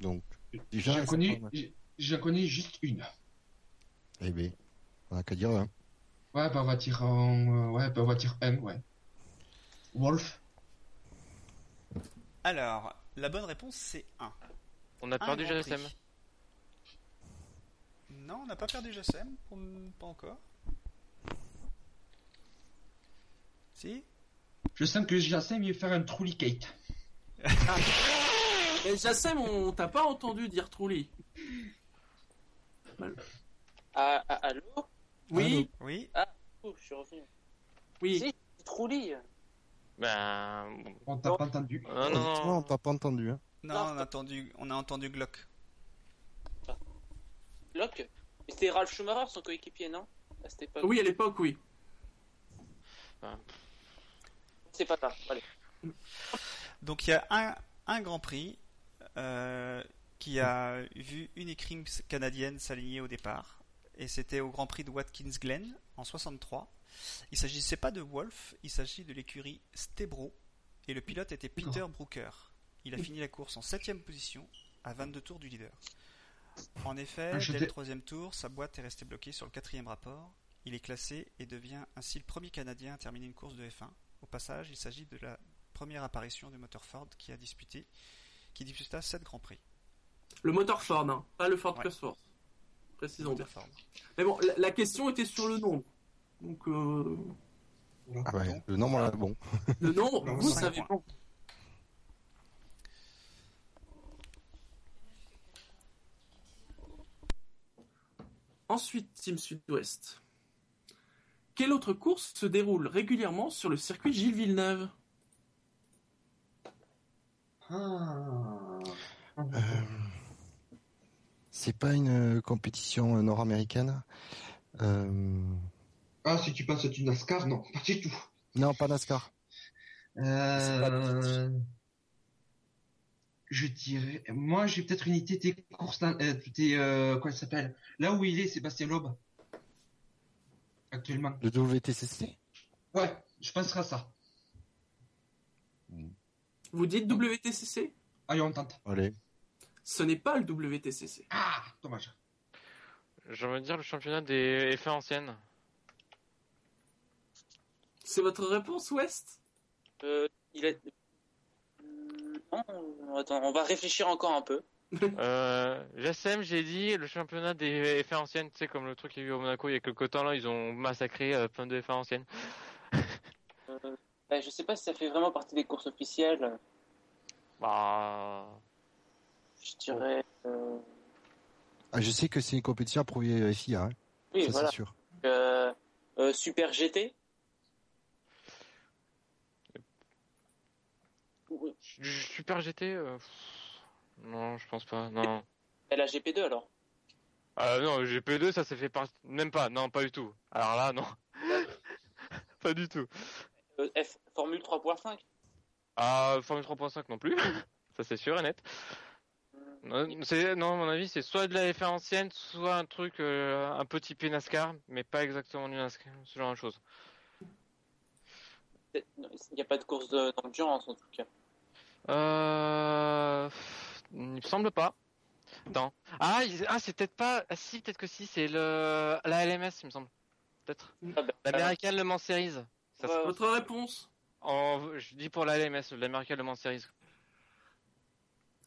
Speaker 4: Donc, déjà,
Speaker 7: J'en
Speaker 4: ça
Speaker 7: connais,
Speaker 4: prend-
Speaker 7: j'en connais juste une.
Speaker 4: eh ben, on a qu'à dire, hein.
Speaker 7: Ouais, bah, on va dire. en- euh, ouais, bah, on va dire M, ouais. Wolf.
Speaker 1: Alors, la bonne réponse c'est 1.
Speaker 6: On a
Speaker 8: Ah,
Speaker 6: perdu GSM.
Speaker 1: Non, on n'a pas perdu GSM, pour- pas encore. Si
Speaker 7: Je sens que Jacin mieux faire un Trulli Kate.
Speaker 2: Et Jassem, on t'a pas entendu dire Trulli.
Speaker 8: Ah, ah, allô
Speaker 2: Oui,
Speaker 1: Oui,
Speaker 8: Oh, Je suis revenu.
Speaker 2: oui.
Speaker 8: Si. Trouli.
Speaker 6: Ben.
Speaker 7: On t'a pas entendu.
Speaker 6: Ah, Non, non,
Speaker 4: Honnêtement, on
Speaker 6: non.
Speaker 4: t'a pas entendu. Hein.
Speaker 1: non,
Speaker 8: Non,
Speaker 1: on, a entendu, on a entendu Glock.
Speaker 8: Glock Mais c'était Ralph Schumacher, son coéquipier, non À cette époque.
Speaker 2: Oui, à l'époque, oui.
Speaker 8: C'est pas grave. Allez.
Speaker 1: Donc il y a un, un Grand Prix euh, qui a vu une écurie canadienne s'aligner au départ. Et c'était au Grand Prix de Watkins Glen en 63. Il s'agissait pas de Wolf, il s'agit de l'écurie Stebro. Et le pilote était Peter Brooker. Il a fini la course en 7ème position à 22 tours du leader. En effet,
Speaker 7: Ah, je
Speaker 1: dès
Speaker 7: t'ai-
Speaker 1: le troisième tour, sa boîte est restée bloquée sur le quatrième rapport. Il est classé et devient ainsi le premier Canadien à terminer une course de F1. Au passage, il s'agit de la première apparition du moteur Ford qui a disputé, qui disputa 7 grands prix.
Speaker 2: Le moteur Ford, hein, pas le Ford
Speaker 1: Ouais.
Speaker 2: Plus Force. Précisons bien.
Speaker 1: Moteur Ford.
Speaker 2: Mais bon, la, la question était sur le nombre. Donc, euh,
Speaker 4: Ah ouais, le nom, on l'a bon.
Speaker 2: le nombre,
Speaker 1: Non,
Speaker 2: vous
Speaker 1: cinq
Speaker 2: savez
Speaker 1: points.
Speaker 2: pas. Ensuite, Team Sud-Ouest. Quelle autre course se déroule régulièrement sur le circuit Gilles Villeneuve
Speaker 7: Ah.
Speaker 4: C'est pas une euh, compétition euh, nord-américaine Euh,
Speaker 7: Ah, si tu penses à du NASCAR, non, pas du tout.
Speaker 4: Non, pas NASCAR.
Speaker 7: Euh... Je dirais, moi j'ai peut-être une idée des courses, dans- euh, des, euh, quoi il s'appelle Là où il est, Sébastien Loeb. Actuellement.
Speaker 4: Le WTCC
Speaker 7: Ouais, je penserai à ça.
Speaker 2: Vous dites WTCC
Speaker 7: Allez, on tente.
Speaker 4: Allez.
Speaker 2: Ce n'est pas le WTCC.
Speaker 7: Ah, dommage.
Speaker 6: J'ai envie de dire le championnat des F1 anciennes.
Speaker 2: C'est votre réponse, West
Speaker 8: Euh, il est... Euh, Non, attends, on va réfléchir encore un peu.
Speaker 6: Euh, GSM, j'ai dit, le championnat des FA anciennes, tu sais, comme le truc qu'il y a eu au Monaco il y a quelques temps, là, ils ont massacré euh, plein de FA anciennes.
Speaker 8: Euh, bah, je sais pas si ça fait vraiment partie des courses officielles.
Speaker 6: Bah.
Speaker 8: Je dirais. euh,
Speaker 4: Ah, je sais que c'est une compétition approuvée FIA, hein.
Speaker 8: Oui,
Speaker 4: ça
Speaker 8: voilà.
Speaker 4: c'est sûr.
Speaker 8: Euh, euh, Super GT.
Speaker 6: euh, Super GT euh, pff, Non, je pense pas, non.
Speaker 8: Elle a GP2 alors.
Speaker 6: Ah non, GP2, ça s'est fait par... Même pas, non, pas du tout. Alors là, non. pas du tout.
Speaker 8: Euh, F Formule 3.5.
Speaker 6: Ah, Formule 3.5 non plus. ça, c'est sûr et net. Non, c'est- non, à mon avis, c'est soit de la F1 ancienne, soit un truc euh, un peu typé NASCAR, mais pas exactement du NASCAR, ce genre de choses.
Speaker 8: Peut-être- non, Il n'y a pas de course de- d'endurance en tout cas.
Speaker 6: Euh... pff, Il me semble pas. Attends. Ah, il- ah c'est peut-être pas. Ah, si, peut-être que si, c'est le... la LMS, il me semble. Peut-être.
Speaker 8: Ah bah,
Speaker 6: L'American Le Mans Series. Ça, c'est-
Speaker 8: Ouais.
Speaker 2: Votre réponse
Speaker 6: en- Je dis pour la LMS, l'American Le Mans Series.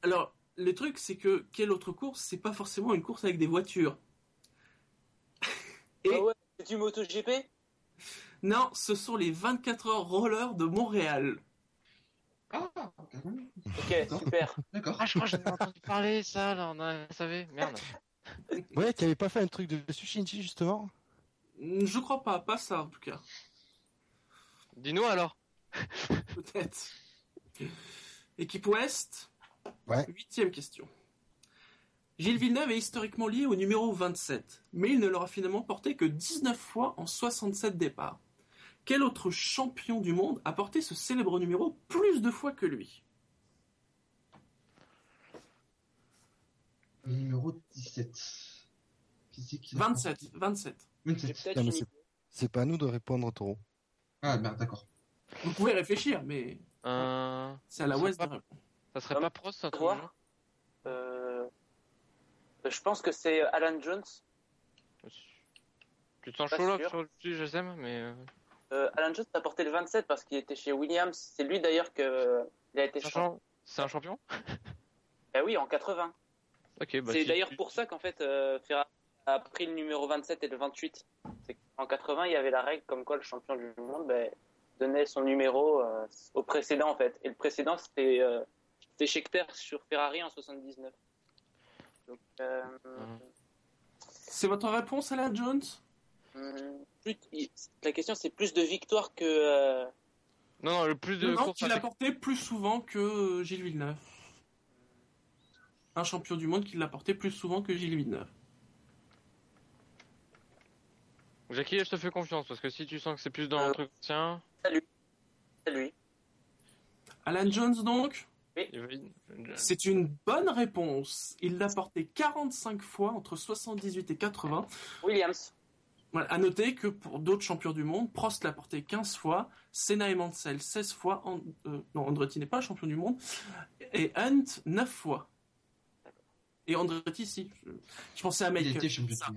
Speaker 2: Alors, le truc, c'est que quelle autre course C'est pas forcément une course avec des voitures. Et
Speaker 8: Ah ouais, c'est du MotoGP
Speaker 2: non, ce sont les 24 heures roller de Montréal.
Speaker 7: Ah, carrément.
Speaker 8: Ok, super.
Speaker 7: d'accord.
Speaker 6: Ah, je crois que j'en ai entendu parler, ça, là, on a... savait. Merde.
Speaker 4: Ouais, qui avait pas fait un truc de dessus, Shinji, justement
Speaker 2: Je crois Oh, pas, pas ça en tout cas.
Speaker 6: Dis-nous alors.
Speaker 2: Peut-être. Équipe Ouest.
Speaker 4: Ouais.
Speaker 2: Huitième question. Gilles Villeneuve est historiquement lié au numéro 27, mais il ne l'aura finalement porté que 19 fois en 67 départs. Quel autre champion du monde a porté ce célèbre numéro plus de fois que lui
Speaker 7: Numéro 17. Qui c'est qui l'a
Speaker 2: 27, 27.
Speaker 8: J'ai
Speaker 7: 27.
Speaker 8: peut-être
Speaker 4: Non, mais
Speaker 8: une
Speaker 4: c'est-
Speaker 8: idée.
Speaker 4: C'est pas à nous de répondre, Taureau.
Speaker 7: Ah, merde, d'accord.
Speaker 2: Vous pouvez réfléchir, mais
Speaker 6: Euh...
Speaker 2: c'est à la
Speaker 6: C'est
Speaker 2: Ouest.
Speaker 6: pas-
Speaker 2: de répondre.
Speaker 6: Ça serait
Speaker 8: Ah,
Speaker 6: pas Prost, ça,
Speaker 8: voir.
Speaker 6: toujours
Speaker 8: Euh, Je pense que c'est Alan Jones.
Speaker 6: Tu te sens
Speaker 8: Pas
Speaker 6: chaud là
Speaker 8: sûr.
Speaker 6: sur le sujet, GSM, mais. euh,
Speaker 8: Euh, Alan Jones a porté le 27 parce qu'il était chez Williams. C'est lui d'ailleurs que il a été
Speaker 6: c'est un
Speaker 8: champion.
Speaker 6: champ- C'est un champion
Speaker 8: Bah oui, en 80.
Speaker 6: Ok, bah.
Speaker 8: c'est
Speaker 6: si-
Speaker 8: d'ailleurs pour ça qu'en fait euh, Ferrari a pris le numéro 27 et le 28. C'est en 80, il y avait la règle comme quoi le champion du monde ben, donnait son numéro euh, au précédent en fait. Et le précédent c'était euh, c'était Scheckter sur Ferrari en 79. Donc, euh,
Speaker 2: C'est votre réponse, Alain Jones
Speaker 6: Mmh.
Speaker 8: hum, plus- il- la question c'est plus de victoires que euh,
Speaker 6: Non, non, le plus de
Speaker 2: Non,
Speaker 6: courses.
Speaker 2: qui l'a porté plus souvent que euh, Gilles Villeneuve. Un champion du monde qui l'a porté plus souvent que Gilles Villeneuve.
Speaker 6: Jackie, je te fais confiance parce que si tu sens que c'est plus dans
Speaker 8: Euh.
Speaker 6: un truc. Tiens,
Speaker 8: c'est lui.
Speaker 2: Alan Jones, donc,
Speaker 6: il va-
Speaker 2: c'est une bonne réponse. Il l'a porté 45 fois entre 78 et 80.
Speaker 8: Williams.
Speaker 2: Voilà, à noter que pour d'autres champions du monde, Prost l'a porté 15 fois, Senna et Mansell 16 fois, An- euh, non, Andretti n'est pas champion du monde, et Hunt 9 fois. Et Andretti, si. Je, je pensais à
Speaker 7: Il
Speaker 2: Michael.
Speaker 7: était champion.
Speaker 2: Ça.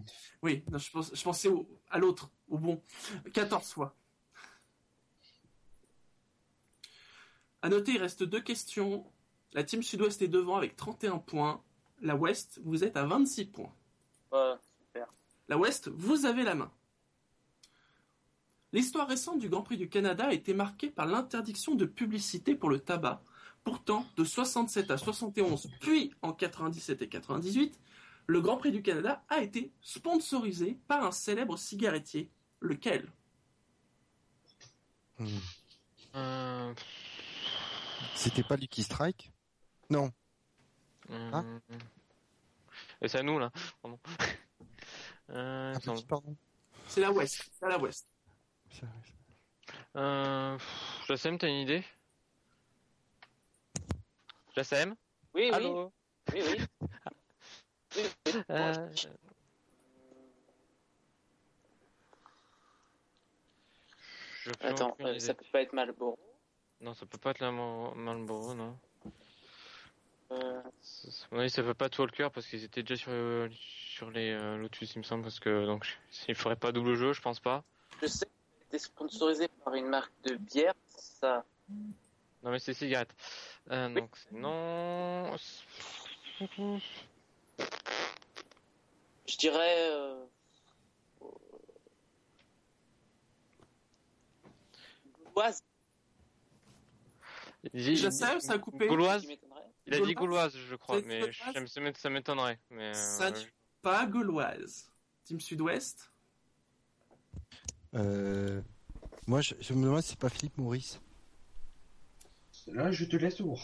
Speaker 2: Oui, non, je, pense- je pensais au- à l'autre, au bon. 14 fois. À noter, il reste deux questions. La team sud-ouest est devant avec 31 points. La ouest, vous êtes à 26 points.
Speaker 8: Euh,
Speaker 2: La ouest, vous avez la main. L'histoire récente du Grand Prix du Canada a été marquée par l'interdiction de publicité pour le tabac. Pourtant, de 67 à 71, puis en 97 et 98, le Grand Prix du Canada a été sponsorisé par un célèbre cigarettier. Lequel
Speaker 4: Hmm.
Speaker 6: Euh,
Speaker 4: C'était pas Lucky Strike Non. Hein
Speaker 6: euh, Et c'est à nous là. Pardon. Euh, il me semble.
Speaker 4: Pardon.
Speaker 2: C'est la Ouest. C'est à la Ouest.
Speaker 6: Euh, pff, JSM, t'as une idée JSM
Speaker 8: oui, oui,
Speaker 6: Allô
Speaker 8: oui, oui. Oui, oui.
Speaker 6: Euh, je peux
Speaker 8: Attends,
Speaker 6: aucune
Speaker 8: euh,
Speaker 6: idée.
Speaker 8: ça peut pas être Malboro.
Speaker 6: Non, ça peut pas être la Mal- Marlboro, Oh, non.
Speaker 8: Euh,
Speaker 6: Ça- À mon avis, ça peut pas être Walker parce qu'ils étaient déjà sur, euh, sur les euh, Lotus, il me semble, parce que donc s'il ferait pas double jeu, je pense pas.
Speaker 8: je sais C'était sponsorisé par une marque de bière, ça.
Speaker 6: Non, mais c'est cigarette. Euh, Donc, c'est non.
Speaker 8: Je dirais. euh, Gauloise.
Speaker 6: Il-
Speaker 2: Je sais, ça a coupé.
Speaker 6: Gauloise
Speaker 8: qui m'étonnerait.
Speaker 6: Il a dit
Speaker 2: Gauloise
Speaker 6: gauloise, je crois,
Speaker 2: C'est
Speaker 6: mais
Speaker 2: gauloise.
Speaker 6: je- ça m'é- ça m'étonnerait. Mais, euh,
Speaker 2: Ça n'est pas gauloise. Team Sud-Ouest.
Speaker 4: Euh, moi, je, je me demande si c'est pas Philippe Maurice.
Speaker 7: Là, je te laisse ouvrir.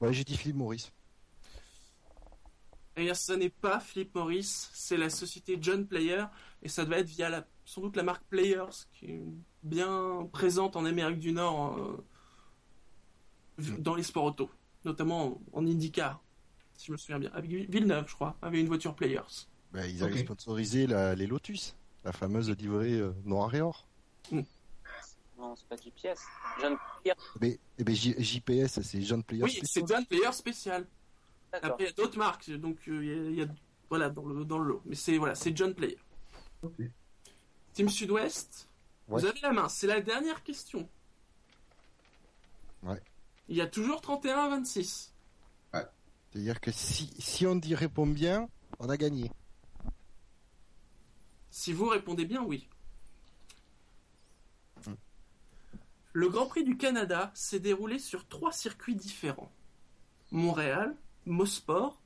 Speaker 4: Ouais, j'ai dit Philippe Maurice.
Speaker 2: Et ça Eh n'est pas Philippe Morris, c'est la société John Player, et ça devait être via la, sans doute la marque Players, qui est bien présente en Amérique du Nord euh, dans les sports auto, notamment en, en IndyCar, si je me souviens bien. Avec Villeneuve, je crois, avait une voiture Players.
Speaker 4: Bah, ils avaient
Speaker 7: Ok.
Speaker 4: sponsorisé la- les Lotus, la fameuse livrée euh, noir et or.
Speaker 8: Non, c'est pas GPS. John Pierre,
Speaker 4: Mais, eh ben, J- JPS, c'est John Player.
Speaker 2: Oui,
Speaker 4: Special.
Speaker 2: c'est John Player spécial.
Speaker 8: d'accord.
Speaker 2: Après, il y a d'autres marques, donc euh, il y a- il y, a voilà dans le dans le lot. Mais c'est voilà, c'est John Player. Team Sud-Ouest,
Speaker 4: Ouais.
Speaker 2: vous avez la main. C'est la dernière question.
Speaker 4: Ouais.
Speaker 2: Il y a toujours 31 à 26.
Speaker 4: C'est-à-dire que si, si on y répond bien, on a gagné.
Speaker 2: Si vous répondez bien, oui. Le Grand Prix du Canada s'est déroulé sur trois circuits différents. Montréal, Mosport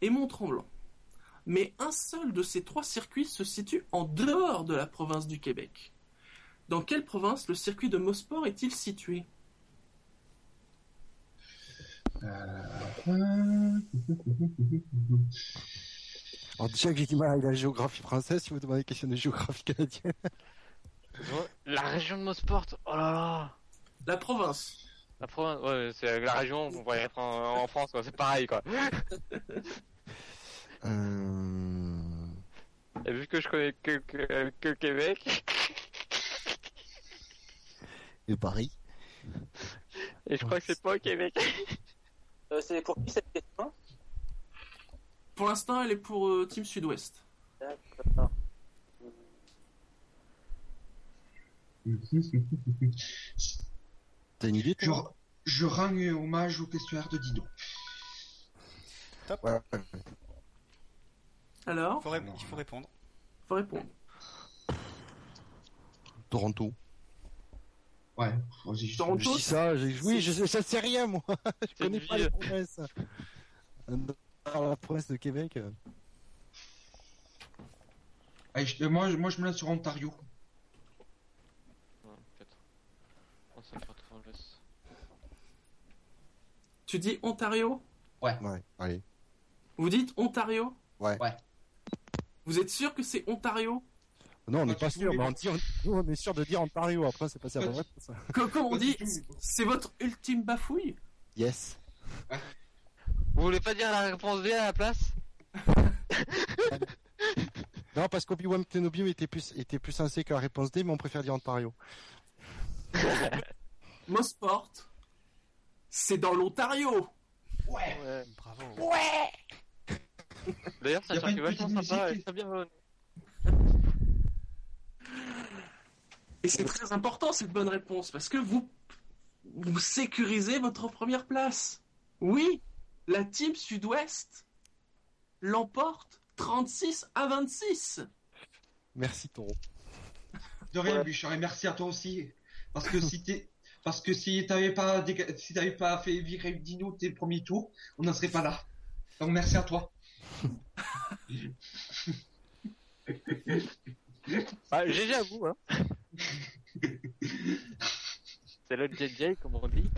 Speaker 2: et Mont-Tremblant. Mais un seul de ces trois circuits se situe en dehors de la province du Québec. Dans quelle province le circuit de Mosport est-il situé
Speaker 7: Euh,
Speaker 4: Alors, déjà que j'ai du mal avec la géographie française, si vous demandez une question de géographie canadienne.
Speaker 6: La région de Mosport, oh là là
Speaker 2: La province.
Speaker 6: La province, ouais, c'est la région, on pourrait être en, en France, quoi, c'est pareil, quoi.
Speaker 4: Euh...
Speaker 6: Et vu que je connais que, que, que Québec,
Speaker 4: Et Paris.
Speaker 6: et je crois que c'est pas au Québec.
Speaker 8: Euh, c'est pour qui cette question
Speaker 2: Pour l'instant, elle est pour euh, Team Sud-Ouest.
Speaker 8: D'accord.
Speaker 4: T'as une idée
Speaker 7: Je,
Speaker 4: toi
Speaker 7: je rends euh, hommage au questionnaire de Didon.
Speaker 4: Ouais.
Speaker 2: Alors,
Speaker 1: Faut ré- Il faut répondre.
Speaker 2: faut répondre.
Speaker 4: Toronto.
Speaker 7: Ouais, vas-y, je-
Speaker 2: Toronto,
Speaker 4: Je dis ça, j'ai- oui, je, je sais rien moi. Je
Speaker 6: C'est une
Speaker 4: connais pas les
Speaker 6: ville.
Speaker 4: provinces. Alors, la province de Québec. euh,
Speaker 7: Allez, je- euh, moi, je- moi, je me lance sur Ontario.
Speaker 6: Non, peut-être. On s'en fout, on laisse.
Speaker 2: tu dis Ontario
Speaker 4: Ouais, allez.
Speaker 2: Vous dites Ontario
Speaker 4: Ouais.
Speaker 7: Ouais.
Speaker 2: Vous êtes sûr que c'est Ontario
Speaker 4: Non, on n'est
Speaker 7: Quand
Speaker 4: pas
Speaker 7: tu
Speaker 4: sûr,
Speaker 7: voulais-
Speaker 4: mais on, dit- on- nous, on est sûr de dire Ontario. Après, c'est passé à la
Speaker 7: Quand-
Speaker 4: réponse.
Speaker 2: Co- Comme on
Speaker 7: Pas
Speaker 2: dit,
Speaker 7: du tout.
Speaker 2: c'est votre ultime bafouille
Speaker 4: Yes.
Speaker 6: Vous voulez pas dire la réponse D à la place
Speaker 4: Non, parce qu'Obi-Wan Kenobi était plus, était plus sensé que la réponse D, mais on préfère dire Ontario.
Speaker 2: Mosport, c'est dans l'Ontario
Speaker 7: Ouais.
Speaker 1: Bravo.
Speaker 6: D'ailleurs, c'est
Speaker 7: Y
Speaker 6: un
Speaker 7: a
Speaker 6: circuit
Speaker 7: pas une petite
Speaker 6: vachement sympa,
Speaker 7: musique
Speaker 6: et très bien. euh,
Speaker 2: Et c'est très important cette bonne réponse, parce que vous, vous sécurisez votre première place. Oui, la team sud-ouest l'emporte 36 à 26
Speaker 4: Merci, Taureau.
Speaker 7: De rien,
Speaker 8: Ouais.
Speaker 7: Bouchard, et merci à toi aussi. Parce que si t'es, parce que si t'avais pas, déga- si t'avais pas fait virer Dino tes premiers tours, on n'en serait pas là. Donc merci à toi.
Speaker 6: Bah, GG à vous, hein. c'est le JJ, comme on dit.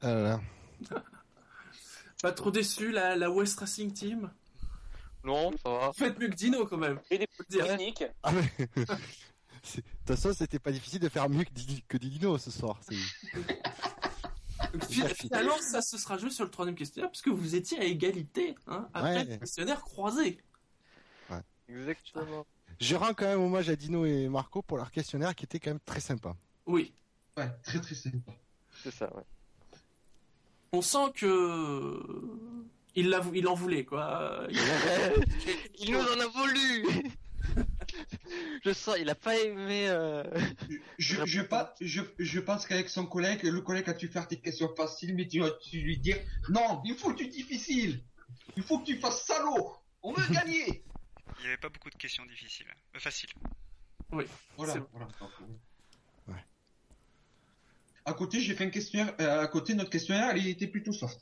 Speaker 4: Ah là là.
Speaker 2: Pas trop déçu, la, la West Racing Team
Speaker 6: Non, ça va.
Speaker 2: Vous faites mieux que Dino quand même,
Speaker 8: J'ai des
Speaker 2: faut le dire.
Speaker 8: techniques.
Speaker 4: Ah, mais- c'est- De toute façon, c'était pas difficile de faire mieux que, Didi- que des dinos ce soir. c'est-
Speaker 2: Fi- Finalement, ça se sera joué sur le troisième questionnaire, puisque vous étiez à égalité, hein, après
Speaker 4: Ouais.
Speaker 2: le questionnaire croisé.
Speaker 6: Exactement.
Speaker 4: Je rends quand même hommage à Dino et Marco pour leur questionnaire qui était quand même très sympa.
Speaker 2: Oui,
Speaker 7: Ouais, très très sympa.
Speaker 6: C'est ça, ouais.
Speaker 2: on sent que euh, il, l'a- il en voulait, quoi.
Speaker 5: Il nous en a voulu Je sens, il a pas aimé. euh,
Speaker 7: Je, je, pas, je, je pense qu'avec son collègue, le collègue a dû faire des questions faciles, mais tu vas tu lui dire Non, il faut du difficile Il faut que tu fasses salaud On veut gagner
Speaker 1: Il n'y avait pas beaucoup de questions difficiles. Euh, faciles.
Speaker 2: Oui.
Speaker 7: Voilà,
Speaker 2: C'est-
Speaker 7: voilà. À côté, j'ai fait un questionnaire. euh, à côté, notre questionnaire, il était plutôt soft.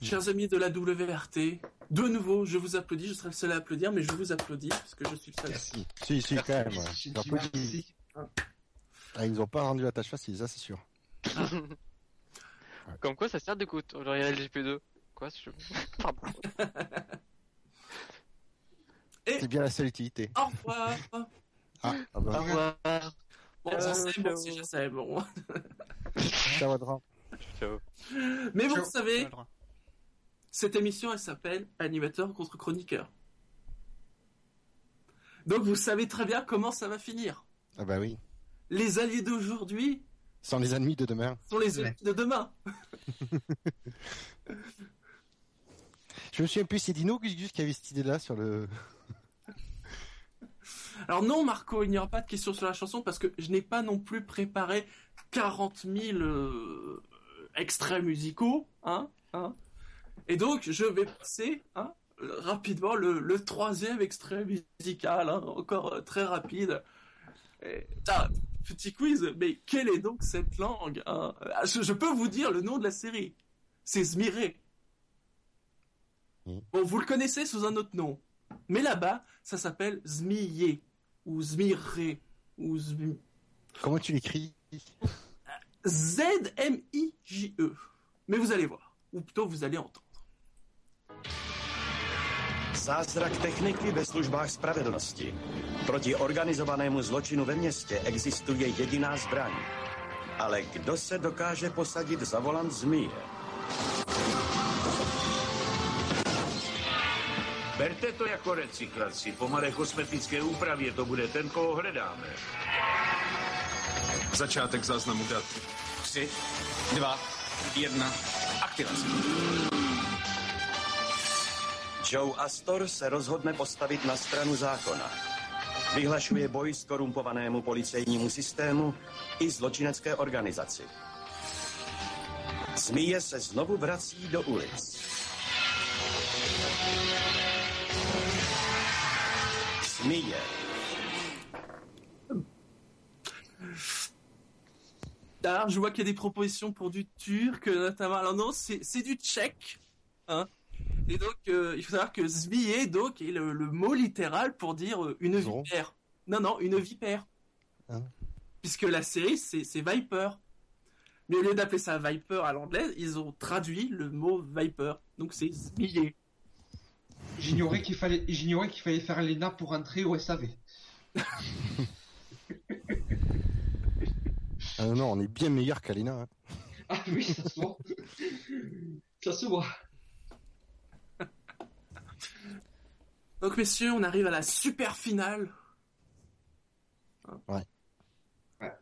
Speaker 2: Chers amis de la WRT, de nouveau, je vous applaudis. Je serai le seul à applaudir, mais je vous applaudis parce que je suis le seul. Hein.
Speaker 7: Merci.
Speaker 4: Si, si, quand même. ouais.
Speaker 7: Merci,
Speaker 4: J'ai un peu dit-
Speaker 7: merci.
Speaker 4: Ah, ils ont pas rendu la tâche facile, ça c'est sûr.
Speaker 6: Comme quoi, ça sert d'écoute. Genre, il y a LGP2. Quoi si je... Pardon.
Speaker 4: C'est bien la seule utilité.
Speaker 2: Au revoir.
Speaker 4: Ah, ah bah,
Speaker 6: Au revoir.
Speaker 2: Bon,
Speaker 6: Euh,
Speaker 2: je sais, bon,
Speaker 6: ciao.
Speaker 2: si je sais, bon.
Speaker 4: ça va de rang.
Speaker 6: Ciao.
Speaker 2: Mais vous
Speaker 7: Ciao.
Speaker 2: le savez,
Speaker 1: Pas le droit.
Speaker 2: cette émission, elle s'appelle Animateur contre Chroniqueur. Donc vous savez très bien comment ça va finir.
Speaker 4: Ah bah oui.
Speaker 2: Les alliés d'aujourd'hui
Speaker 4: Sans les ennemis de demain.
Speaker 2: sont les
Speaker 7: Ouais.
Speaker 2: ennemis de demain.
Speaker 4: Je me souviens plus, c'est Dino Gus qui avait cette idée-là sur le.
Speaker 2: Alors non, Marco, il n'y aura pas de question sur la chanson parce que je n'ai pas non plus préparé 40 000 euh, extraits musicaux, hein, hein. Et donc je vais passer, hein, euh, rapidement le, le troisième extrait musical, hein, encore euh, très rapide. Et, putain, petit quiz, mais quelle est donc cette langue hein Ah, je, je peux vous dire le nom de la série. C'est Zmiré.
Speaker 4: Oui.
Speaker 2: Bon, vous le connaissez sous un autre nom. Mais là-bas, ça s'appelle Zmiyé, ou Zmiré, ou Zmi-
Speaker 4: Comment tu l'écris
Speaker 2: Z-M-I-J-E. E. Mais vous allez voir, ou plutôt vous allez entendre.
Speaker 12: Zázrak techniky ve službách spravedlnosti. Proti organizovanému zločinu ve městě existuje jediná zbraň. Ale kdo se dokáže posadit za volant zmije?
Speaker 11: Berte to jako recyklaci. Po malé kosmetické úpravě to bude ten, koho hledáme.
Speaker 10: Začátek záznamu dat. Tři, dva, jedna, aktivace.
Speaker 12: Joe Astor se rozhodne postavit na stranu zákona. Vyhlašuje boj s korumpovanému policejnímu systému i zločinecké organizaci. Zmije se znovu vrací do ulic. Zmije.
Speaker 2: Alors, Ah, je vois qu'il y a des propositions pour du turc, notamment. Alors non, c'est c'est du tchèque. Hein et donc, euh, il faut savoir que Zmiyé, donc, est le, le mot littéral pour dire euh, une
Speaker 4: Zoro.
Speaker 2: vipère. Non, non, une vipère.
Speaker 4: Ah.
Speaker 2: Puisque la série, c'est c'est Viper. Mais au lieu d'appeler ça Viper à l'anglaise, ils ont traduit le mot Viper. Donc c'est Zmiyé.
Speaker 7: J'ignorais qu'il fallait, j'ignorais qu'il fallait faire l'ENA pour entrer au SAV.
Speaker 4: Ah non, non, on est bien meilleur qu'Alina. hein.
Speaker 7: Ah oui, ça se voit. ça se voit.
Speaker 2: Donc, messieurs, on arrive à la super finale. Hein
Speaker 4: Ouais.
Speaker 7: Ouais.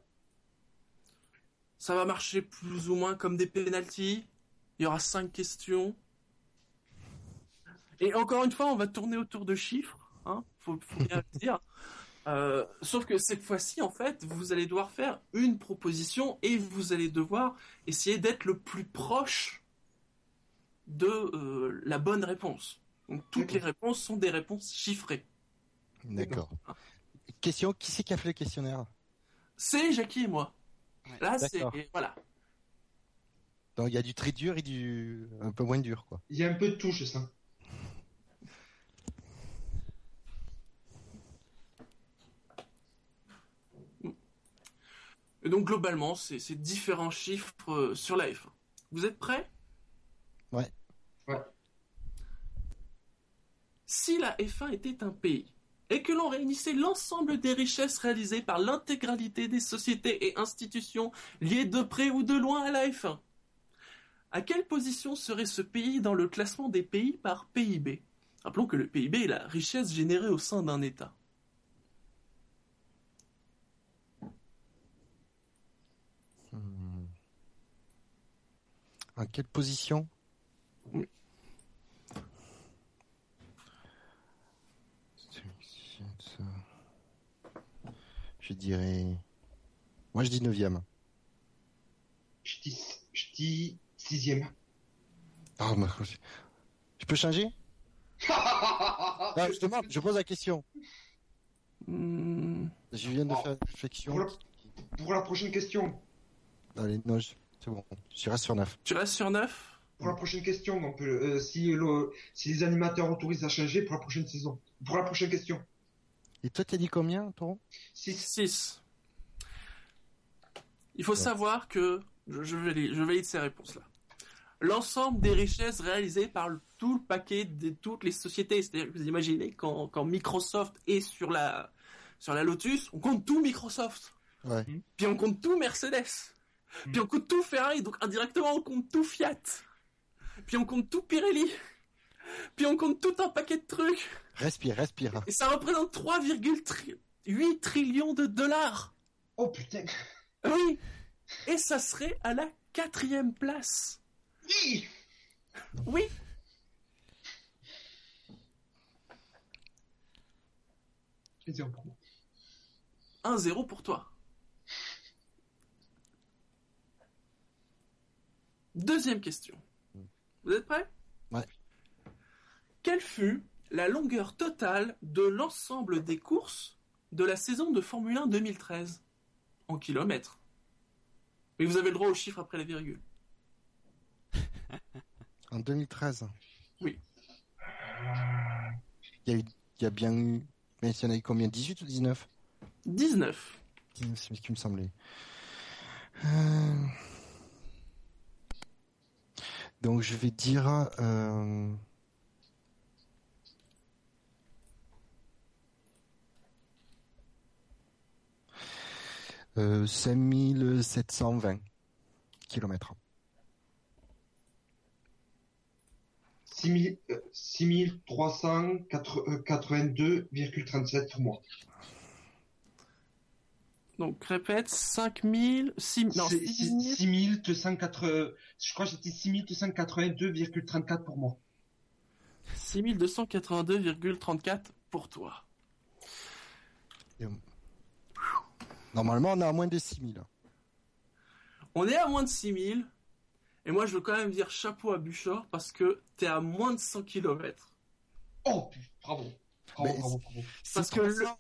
Speaker 2: Ça va marcher plus ou moins comme des pénalties. Il y aura cinq questions. Et encore une fois, on va tourner autour de chiffres. Hein faut, faut bien le dire. Euh, sauf que cette fois-ci, en fait, vous allez devoir faire une proposition et vous allez devoir essayer d'être le plus proche de euh, la bonne réponse. Donc toutes les réponses sont des réponses chiffrées.
Speaker 4: D'accord. Question qui c'est qui a fait le questionnaire
Speaker 2: C'est Jackie et moi.
Speaker 1: Ouais,
Speaker 2: Là, c'est
Speaker 4: d'accord.
Speaker 2: voilà.
Speaker 4: Donc il y a du très dur et du un peu moins dur quoi.
Speaker 7: Il y a un peu de touche, ça.
Speaker 2: Et donc globalement, c'est c'est différents chiffres euh, sur la F1. Vous êtes prêts
Speaker 4: Ouais.
Speaker 7: Ouais.
Speaker 2: Si la F1 était un pays et que l'on réunissait l'ensemble des richesses réalisées par l'intégralité des sociétés et institutions liées de près ou de loin à la F1, à quelle position serait ce pays dans le classement des pays par PIB Rappelons que le PIB est la richesse générée au sein d'un État.
Speaker 4: Hmm. En quelle position Je dirais. Moi, je dis 9
Speaker 7: Je dis, je dis sixième.
Speaker 4: Oh, ma- Je peux changer Non, je demande, je pose la question. Je viens de faire une réflexion.
Speaker 7: Pour la, pour la prochaine question,
Speaker 4: Allez, non, je- c'est bon. Je reste sur 9.
Speaker 2: Tu restes sur 9
Speaker 7: pour la prochaine question, on peut, euh, si, le- si les animateurs autorisent à changer pour la prochaine saison, pour la prochaine question.
Speaker 4: Et toi, t'as dit combien, Taureau
Speaker 7: 6.
Speaker 2: 6. Il faut savoir que, je, je valide, je valide ces réponses-là, l'ensemble des richesses réalisées par le- tout le paquet de toutes les sociétés, c'est-à-dire que vous imaginez quand, quand Microsoft est sur la, sur la Lotus, on compte tout Microsoft,
Speaker 4: Ouais.
Speaker 2: puis on compte tout Mercedes, puis on compte tout Ferrari, donc indirectement on compte tout Fiat, puis on compte tout Pirelli, puis on compte tout un paquet de trucs.
Speaker 4: Respire, respire.
Speaker 2: Et ça représente 3,8 trillions de dollars.
Speaker 7: Oh putain.
Speaker 2: Oui. Et ça serait à la quatrième place.
Speaker 7: Oui.
Speaker 2: Oui.
Speaker 7: Je dis en pro.
Speaker 2: 1-0 pour toi. Deuxième question. Vous êtes prêts
Speaker 4: Ouais.
Speaker 2: Quelle fut la longueur totale de l'ensemble des courses de la saison de Formule 1 2013 En kilomètres. Mais vous avez le droit aux chiffres après la virgule.
Speaker 4: En 2013
Speaker 2: Oui.
Speaker 4: Il y, a eu- il y a bien eu. Mais il y en a eu combien 18 ou 19
Speaker 2: 19.
Speaker 4: C'est ce qui me semblait. Euh, Donc je vais dire. euh, euh, 5720 kilomètres.
Speaker 7: 6000, euh, 6382,37 pour moi.
Speaker 2: Donc répète, 5000, 6000, non,
Speaker 7: C'est-
Speaker 2: 6 000.
Speaker 7: c'est 6280 euh, je crois que c'était 6282,34 pour moi.
Speaker 2: 6282,34 pour toi.
Speaker 4: Normalement, on est à moins de 6000.
Speaker 2: On est à moins de 6000. Et moi, je veux quand même dire chapeau à Buchor parce que t'es à moins de 100 km.
Speaker 7: Oh putain, bravo. Bravo,
Speaker 4: Mais
Speaker 7: bravo, bravo.
Speaker 2: Oh, Parce que le,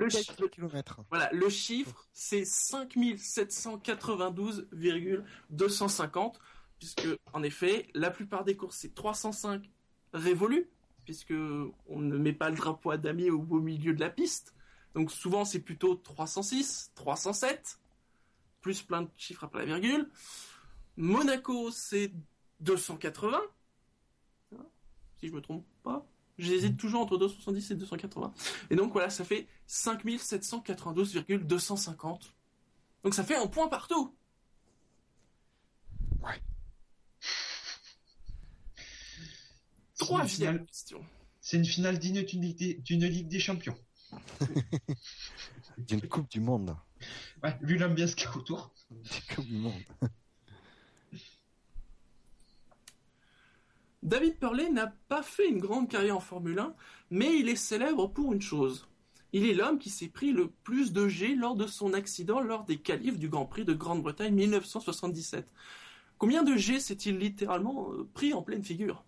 Speaker 2: le chi-
Speaker 4: kilomètres.
Speaker 2: voilà, le chiffre, c'est 5792,250. Puisque, en effet, la plupart des courses, c'est 305 révolus. Puisque on ne met pas le drapeau à damier au beau milieu de la piste. Donc souvent, c'est plutôt 306, 307. Plus plein de chiffres après la virgule. Monaco, c'est 280. hein, Si je me trompe pas. J'hésite toujours entre 270 et 280. Et donc voilà, ça fait 5792,250. Donc ça fait un point partout.
Speaker 4: Ouais.
Speaker 2: Troisième
Speaker 7: Sinon,
Speaker 2: question.
Speaker 7: C'est une finale digne d'une Ligue des- d'une Ligue des Champions.
Speaker 4: D'une Coupe du Monde.
Speaker 7: Ouais, vu l'ambiance qu'il y a autour.
Speaker 4: D'une Coupe du Monde.
Speaker 2: David Purley n'a pas fait une grande carrière en Formule 1, mais il est célèbre pour une chose. Il est l'homme qui s'est pris le plus de G lors de son accident lors des qualifs du Grand Prix de Grande-Bretagne 1977. Combien de G s'est-il littéralement euh, pris en pleine figure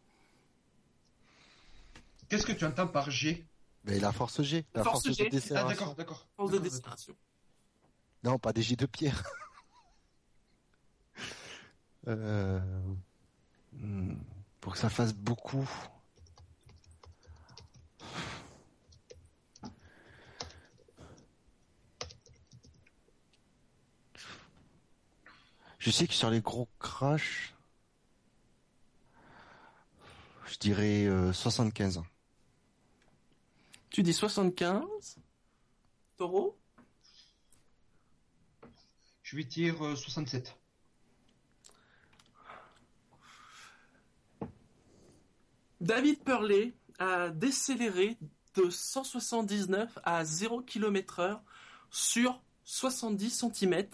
Speaker 7: Qu'est-ce que tu entends par G
Speaker 4: Mais la force G. La
Speaker 2: Force
Speaker 4: force,
Speaker 2: G.
Speaker 4: de
Speaker 2: Ah,
Speaker 7: Ah
Speaker 4: décélération.
Speaker 7: d'accord, d'accord.
Speaker 2: Force de
Speaker 7: D'accord,
Speaker 2: destination.
Speaker 4: non, pas des G de pierre. Euh, hmm, Pour que ça fasse beaucoup. Je sais que sur les gros crashs, je dirais euh, 75 ans.
Speaker 2: Tu dis 75 Taureau
Speaker 7: d'accord. Je vais dire euh, 67.
Speaker 2: David Purley a décéléré de 179 à 0 km heure sur 70 cm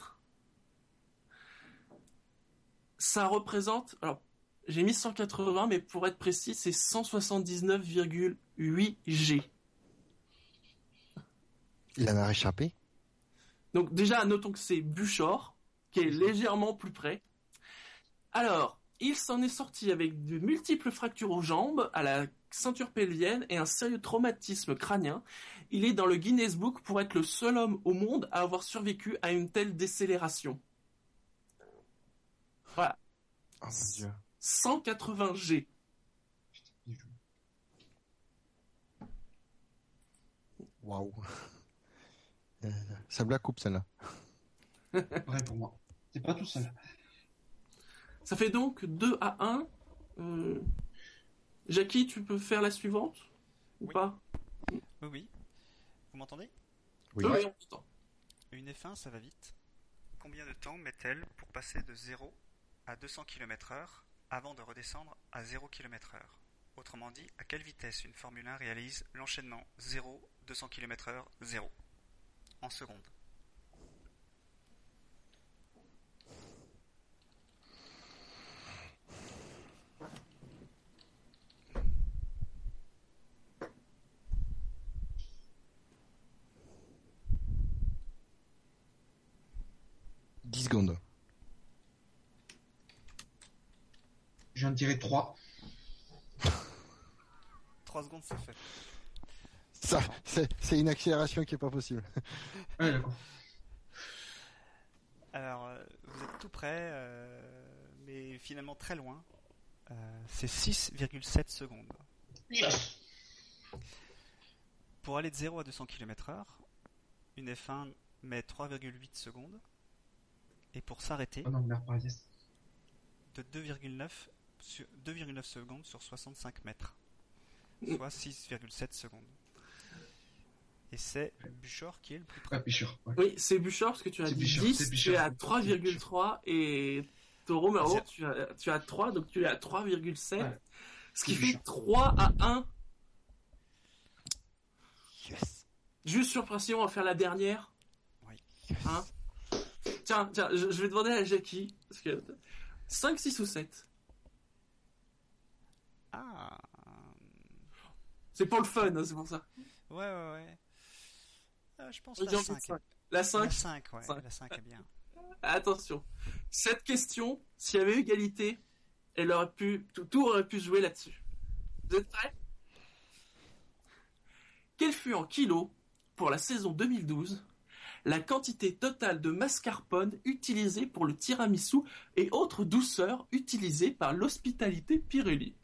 Speaker 2: ça représente, alors j'ai mis 180, mais pour être précis, c'est 179,8 G.
Speaker 4: Il en a réchappé
Speaker 2: Donc déjà, notons que c'est Buchor, qui est légèrement plus près. Alors, il s'en est sorti avec de multiples fractures aux jambes, à la ceinture pelvienne et un sérieux traumatisme crânien. Il est dans le Guinness Book pour être le seul homme au monde à avoir survécu à une telle décélération. Voilà.
Speaker 4: Oh mon dieu.
Speaker 2: 180 G.
Speaker 4: Waouh. Euh, Ça me la coupe celle-là.
Speaker 7: Ouais, pour moi. C'est pas tout seul.
Speaker 2: Ça fait donc 2 à 1. Euh, Jackie, tu peux faire la suivante Ou
Speaker 1: Oui.
Speaker 2: pas
Speaker 1: Oui, oui. Vous m'entendez
Speaker 4: Oui.
Speaker 2: Ah on t'entend.
Speaker 1: Une F1, ça va vite. Combien de temps met-elle pour passer de 0 à 200 km/h avant de redescendre à 0 km/h Autrement dit, à quelle vitesse une Formule 1 réalise l'enchaînement 0, 200 km/h, 0 En secondes.
Speaker 4: Dix secondes.
Speaker 7: J'en dirais 3.
Speaker 1: 3 secondes, c'est fait.
Speaker 4: Ça, c'est c'est une accélération qui est pas possible.
Speaker 7: Ouais, d'accord.
Speaker 1: Alors, euh, vous êtes tout près, euh, mais finalement très loin. Euh, c'est 6,7 secondes.
Speaker 7: Yes
Speaker 1: Pour aller de 0 à 200 km/h, une F1 met 3,8 secondes. Et pour s'arrêter,
Speaker 7: Oh non, merde, pas yes.
Speaker 1: de 2,9 sur- 2,9 secondes sur 65 mètres, soit 6,7 secondes. Et c'est Buchor qui est le plus près.
Speaker 7: Ouais, Bichard, ouais.
Speaker 2: Oui, c'est Bouchard, parce que tu as
Speaker 7: C'est
Speaker 2: dit
Speaker 7: Bouchard,
Speaker 2: 10,
Speaker 7: c'est
Speaker 2: tu es
Speaker 7: Bouchard.
Speaker 2: à 3,3 et Toro Maro, tu as, tu as 3, donc tu es à 3,7.
Speaker 7: Ouais.
Speaker 2: Ce qui
Speaker 7: C'est
Speaker 2: fait
Speaker 7: Bouchard.
Speaker 2: 3 à 1.
Speaker 4: Yes.
Speaker 2: Juste sur principe, on va faire la dernière.
Speaker 1: Oui.
Speaker 2: Hein tiens, tiens, je, je vais demander à Jackie. Parce que... 5, 6 ou 7
Speaker 1: Ah
Speaker 2: C'est pour le fun, hein, c'est pour ça.
Speaker 1: Ouais, ouais, ouais. Euh, je pense
Speaker 2: On
Speaker 1: la
Speaker 2: dit en
Speaker 1: 5.
Speaker 2: plus cinq. La 5,
Speaker 1: La 5, ouais.
Speaker 2: Cinq.
Speaker 1: La 5 est bien.
Speaker 2: attention. Cette question, s'il y avait égalité, elle aurait pu, tout, tout aurait pu se jouer là-dessus. Vous êtes prêts Quelle fut en kilos, pour la saison 2012, la quantité totale de mascarpone utilisée pour le tiramisu et autres douceurs utilisées par l'hospitalité Pirelli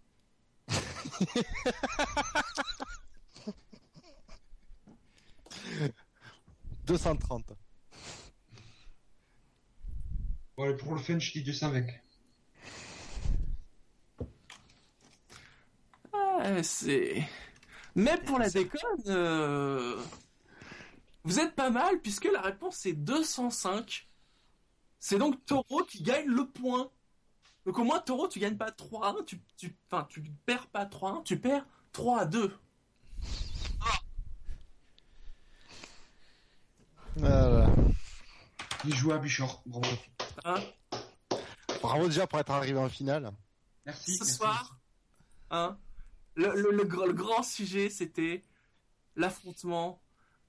Speaker 4: Deux cent trente.
Speaker 7: Ouais, pour le fun, je dis 220.
Speaker 2: Ouais, Ah, c'est. Mais pour la déconne, euh, vous êtes pas mal puisque la réponse est 205. C'est donc Taureau qui gagne le point. Donc au moins Taureau, tu gagnes pas 3-1, tu, tu, enfin, tu perds pas 3-1, tu perds 3-2.
Speaker 4: Voilà.
Speaker 7: Il joue à Bichard. Bravo.
Speaker 2: Hein.
Speaker 4: Bravo déjà pour être arrivé en finale.
Speaker 7: Merci.
Speaker 2: Ce
Speaker 7: merci.
Speaker 2: soir, hein, le, le- le gr- le grand sujet c'était l'affrontement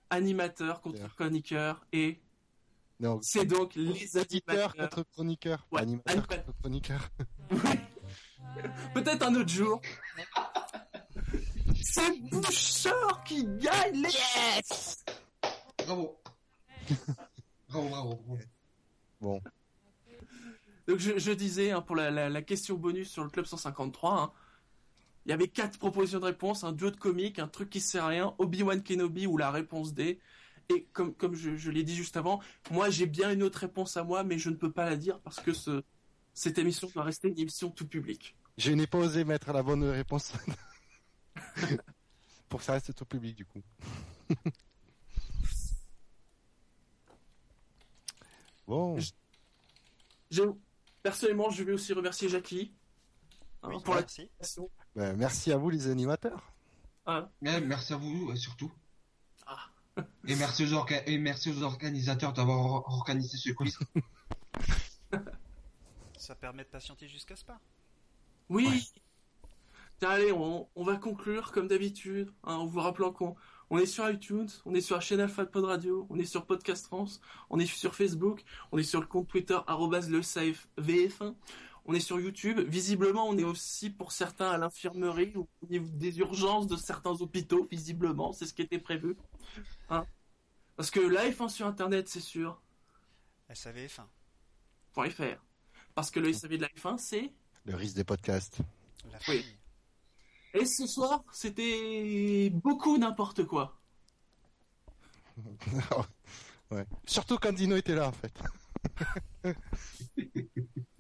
Speaker 2: animateur contre
Speaker 4: Chroniqueur.
Speaker 2: chroniqueur et
Speaker 4: Non.
Speaker 2: c'est donc les
Speaker 4: Éditeur
Speaker 2: animateurs.
Speaker 4: contre chroniqueur.
Speaker 2: Ouais,
Speaker 4: Animateur
Speaker 2: animateur.
Speaker 4: contre chroniqueur.
Speaker 2: Peut-être un autre jour. C'est Bouchard qui gagne les...
Speaker 7: Bravo. bravo, bravo, bravo.
Speaker 4: Bon.
Speaker 2: Donc je, je disais, hein, pour la, la- la question bonus sur le Club 153, hein, il y avait quatre propositions de réponse, un duo de comique, un truc qui sert à rien, Obi-Wan Kenobi ou la réponse D. Et comme, comme je, je l'ai dit juste avant, moi j'ai bien une autre réponse à moi, mais je ne peux pas la dire parce que ce- cette émission doit rester une émission tout public.
Speaker 4: Je n'ai pas osé mettre la bonne réponse. Pour que ça reste tout public du coup. bon.
Speaker 2: J'ai- Personnellement, je vais aussi remercier Jackie hein,
Speaker 1: Oui,
Speaker 2: pour la
Speaker 1: merci.
Speaker 2: question.
Speaker 4: Ben, merci à vous les animateurs.
Speaker 2: hein.
Speaker 7: Ouais, merci à vous, euh, surtout.
Speaker 2: Ah.
Speaker 7: Et merci, aux orga- et merci aux organisateurs d'avoir or- organisé ce quiz.
Speaker 1: Ça permet de patienter jusqu'à Spa.
Speaker 2: Oui. Tiens, allez, on, on va conclure comme d'habitude, hein, en vous rappelant qu'on on est sur iTunes, on est sur la chaîne Alpha de Pod Radio, on est sur Podcast France, on est sur Facebook, on est sur le compte Twitter arrobase le safe VF1, on est sur YouTube. Visiblement, on est aussi pour certains à l'infirmerie ou au niveau des urgences de certains hôpitaux. Visiblement, c'est ce qui était prévu. Hein Parce que live hein, sur Internet, c'est sûr.
Speaker 1: SAVF1.
Speaker 2: .fr. Parce que le SAV de la F1, c'est
Speaker 4: Le risque des podcasts.
Speaker 1: La
Speaker 2: Oui. Et ce soir, c'était beaucoup n'importe quoi.
Speaker 4: ouais. Surtout quand Dino était là, en fait.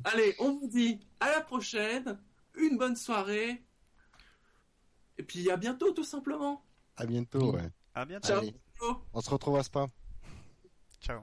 Speaker 2: Allez, on vous dit à la prochaine, une bonne soirée, et puis à bientôt tout simplement.
Speaker 4: À bientôt, ouais.
Speaker 1: À bientôt.
Speaker 2: Ciao.
Speaker 4: On se retrouve à Spa.
Speaker 1: Ciao.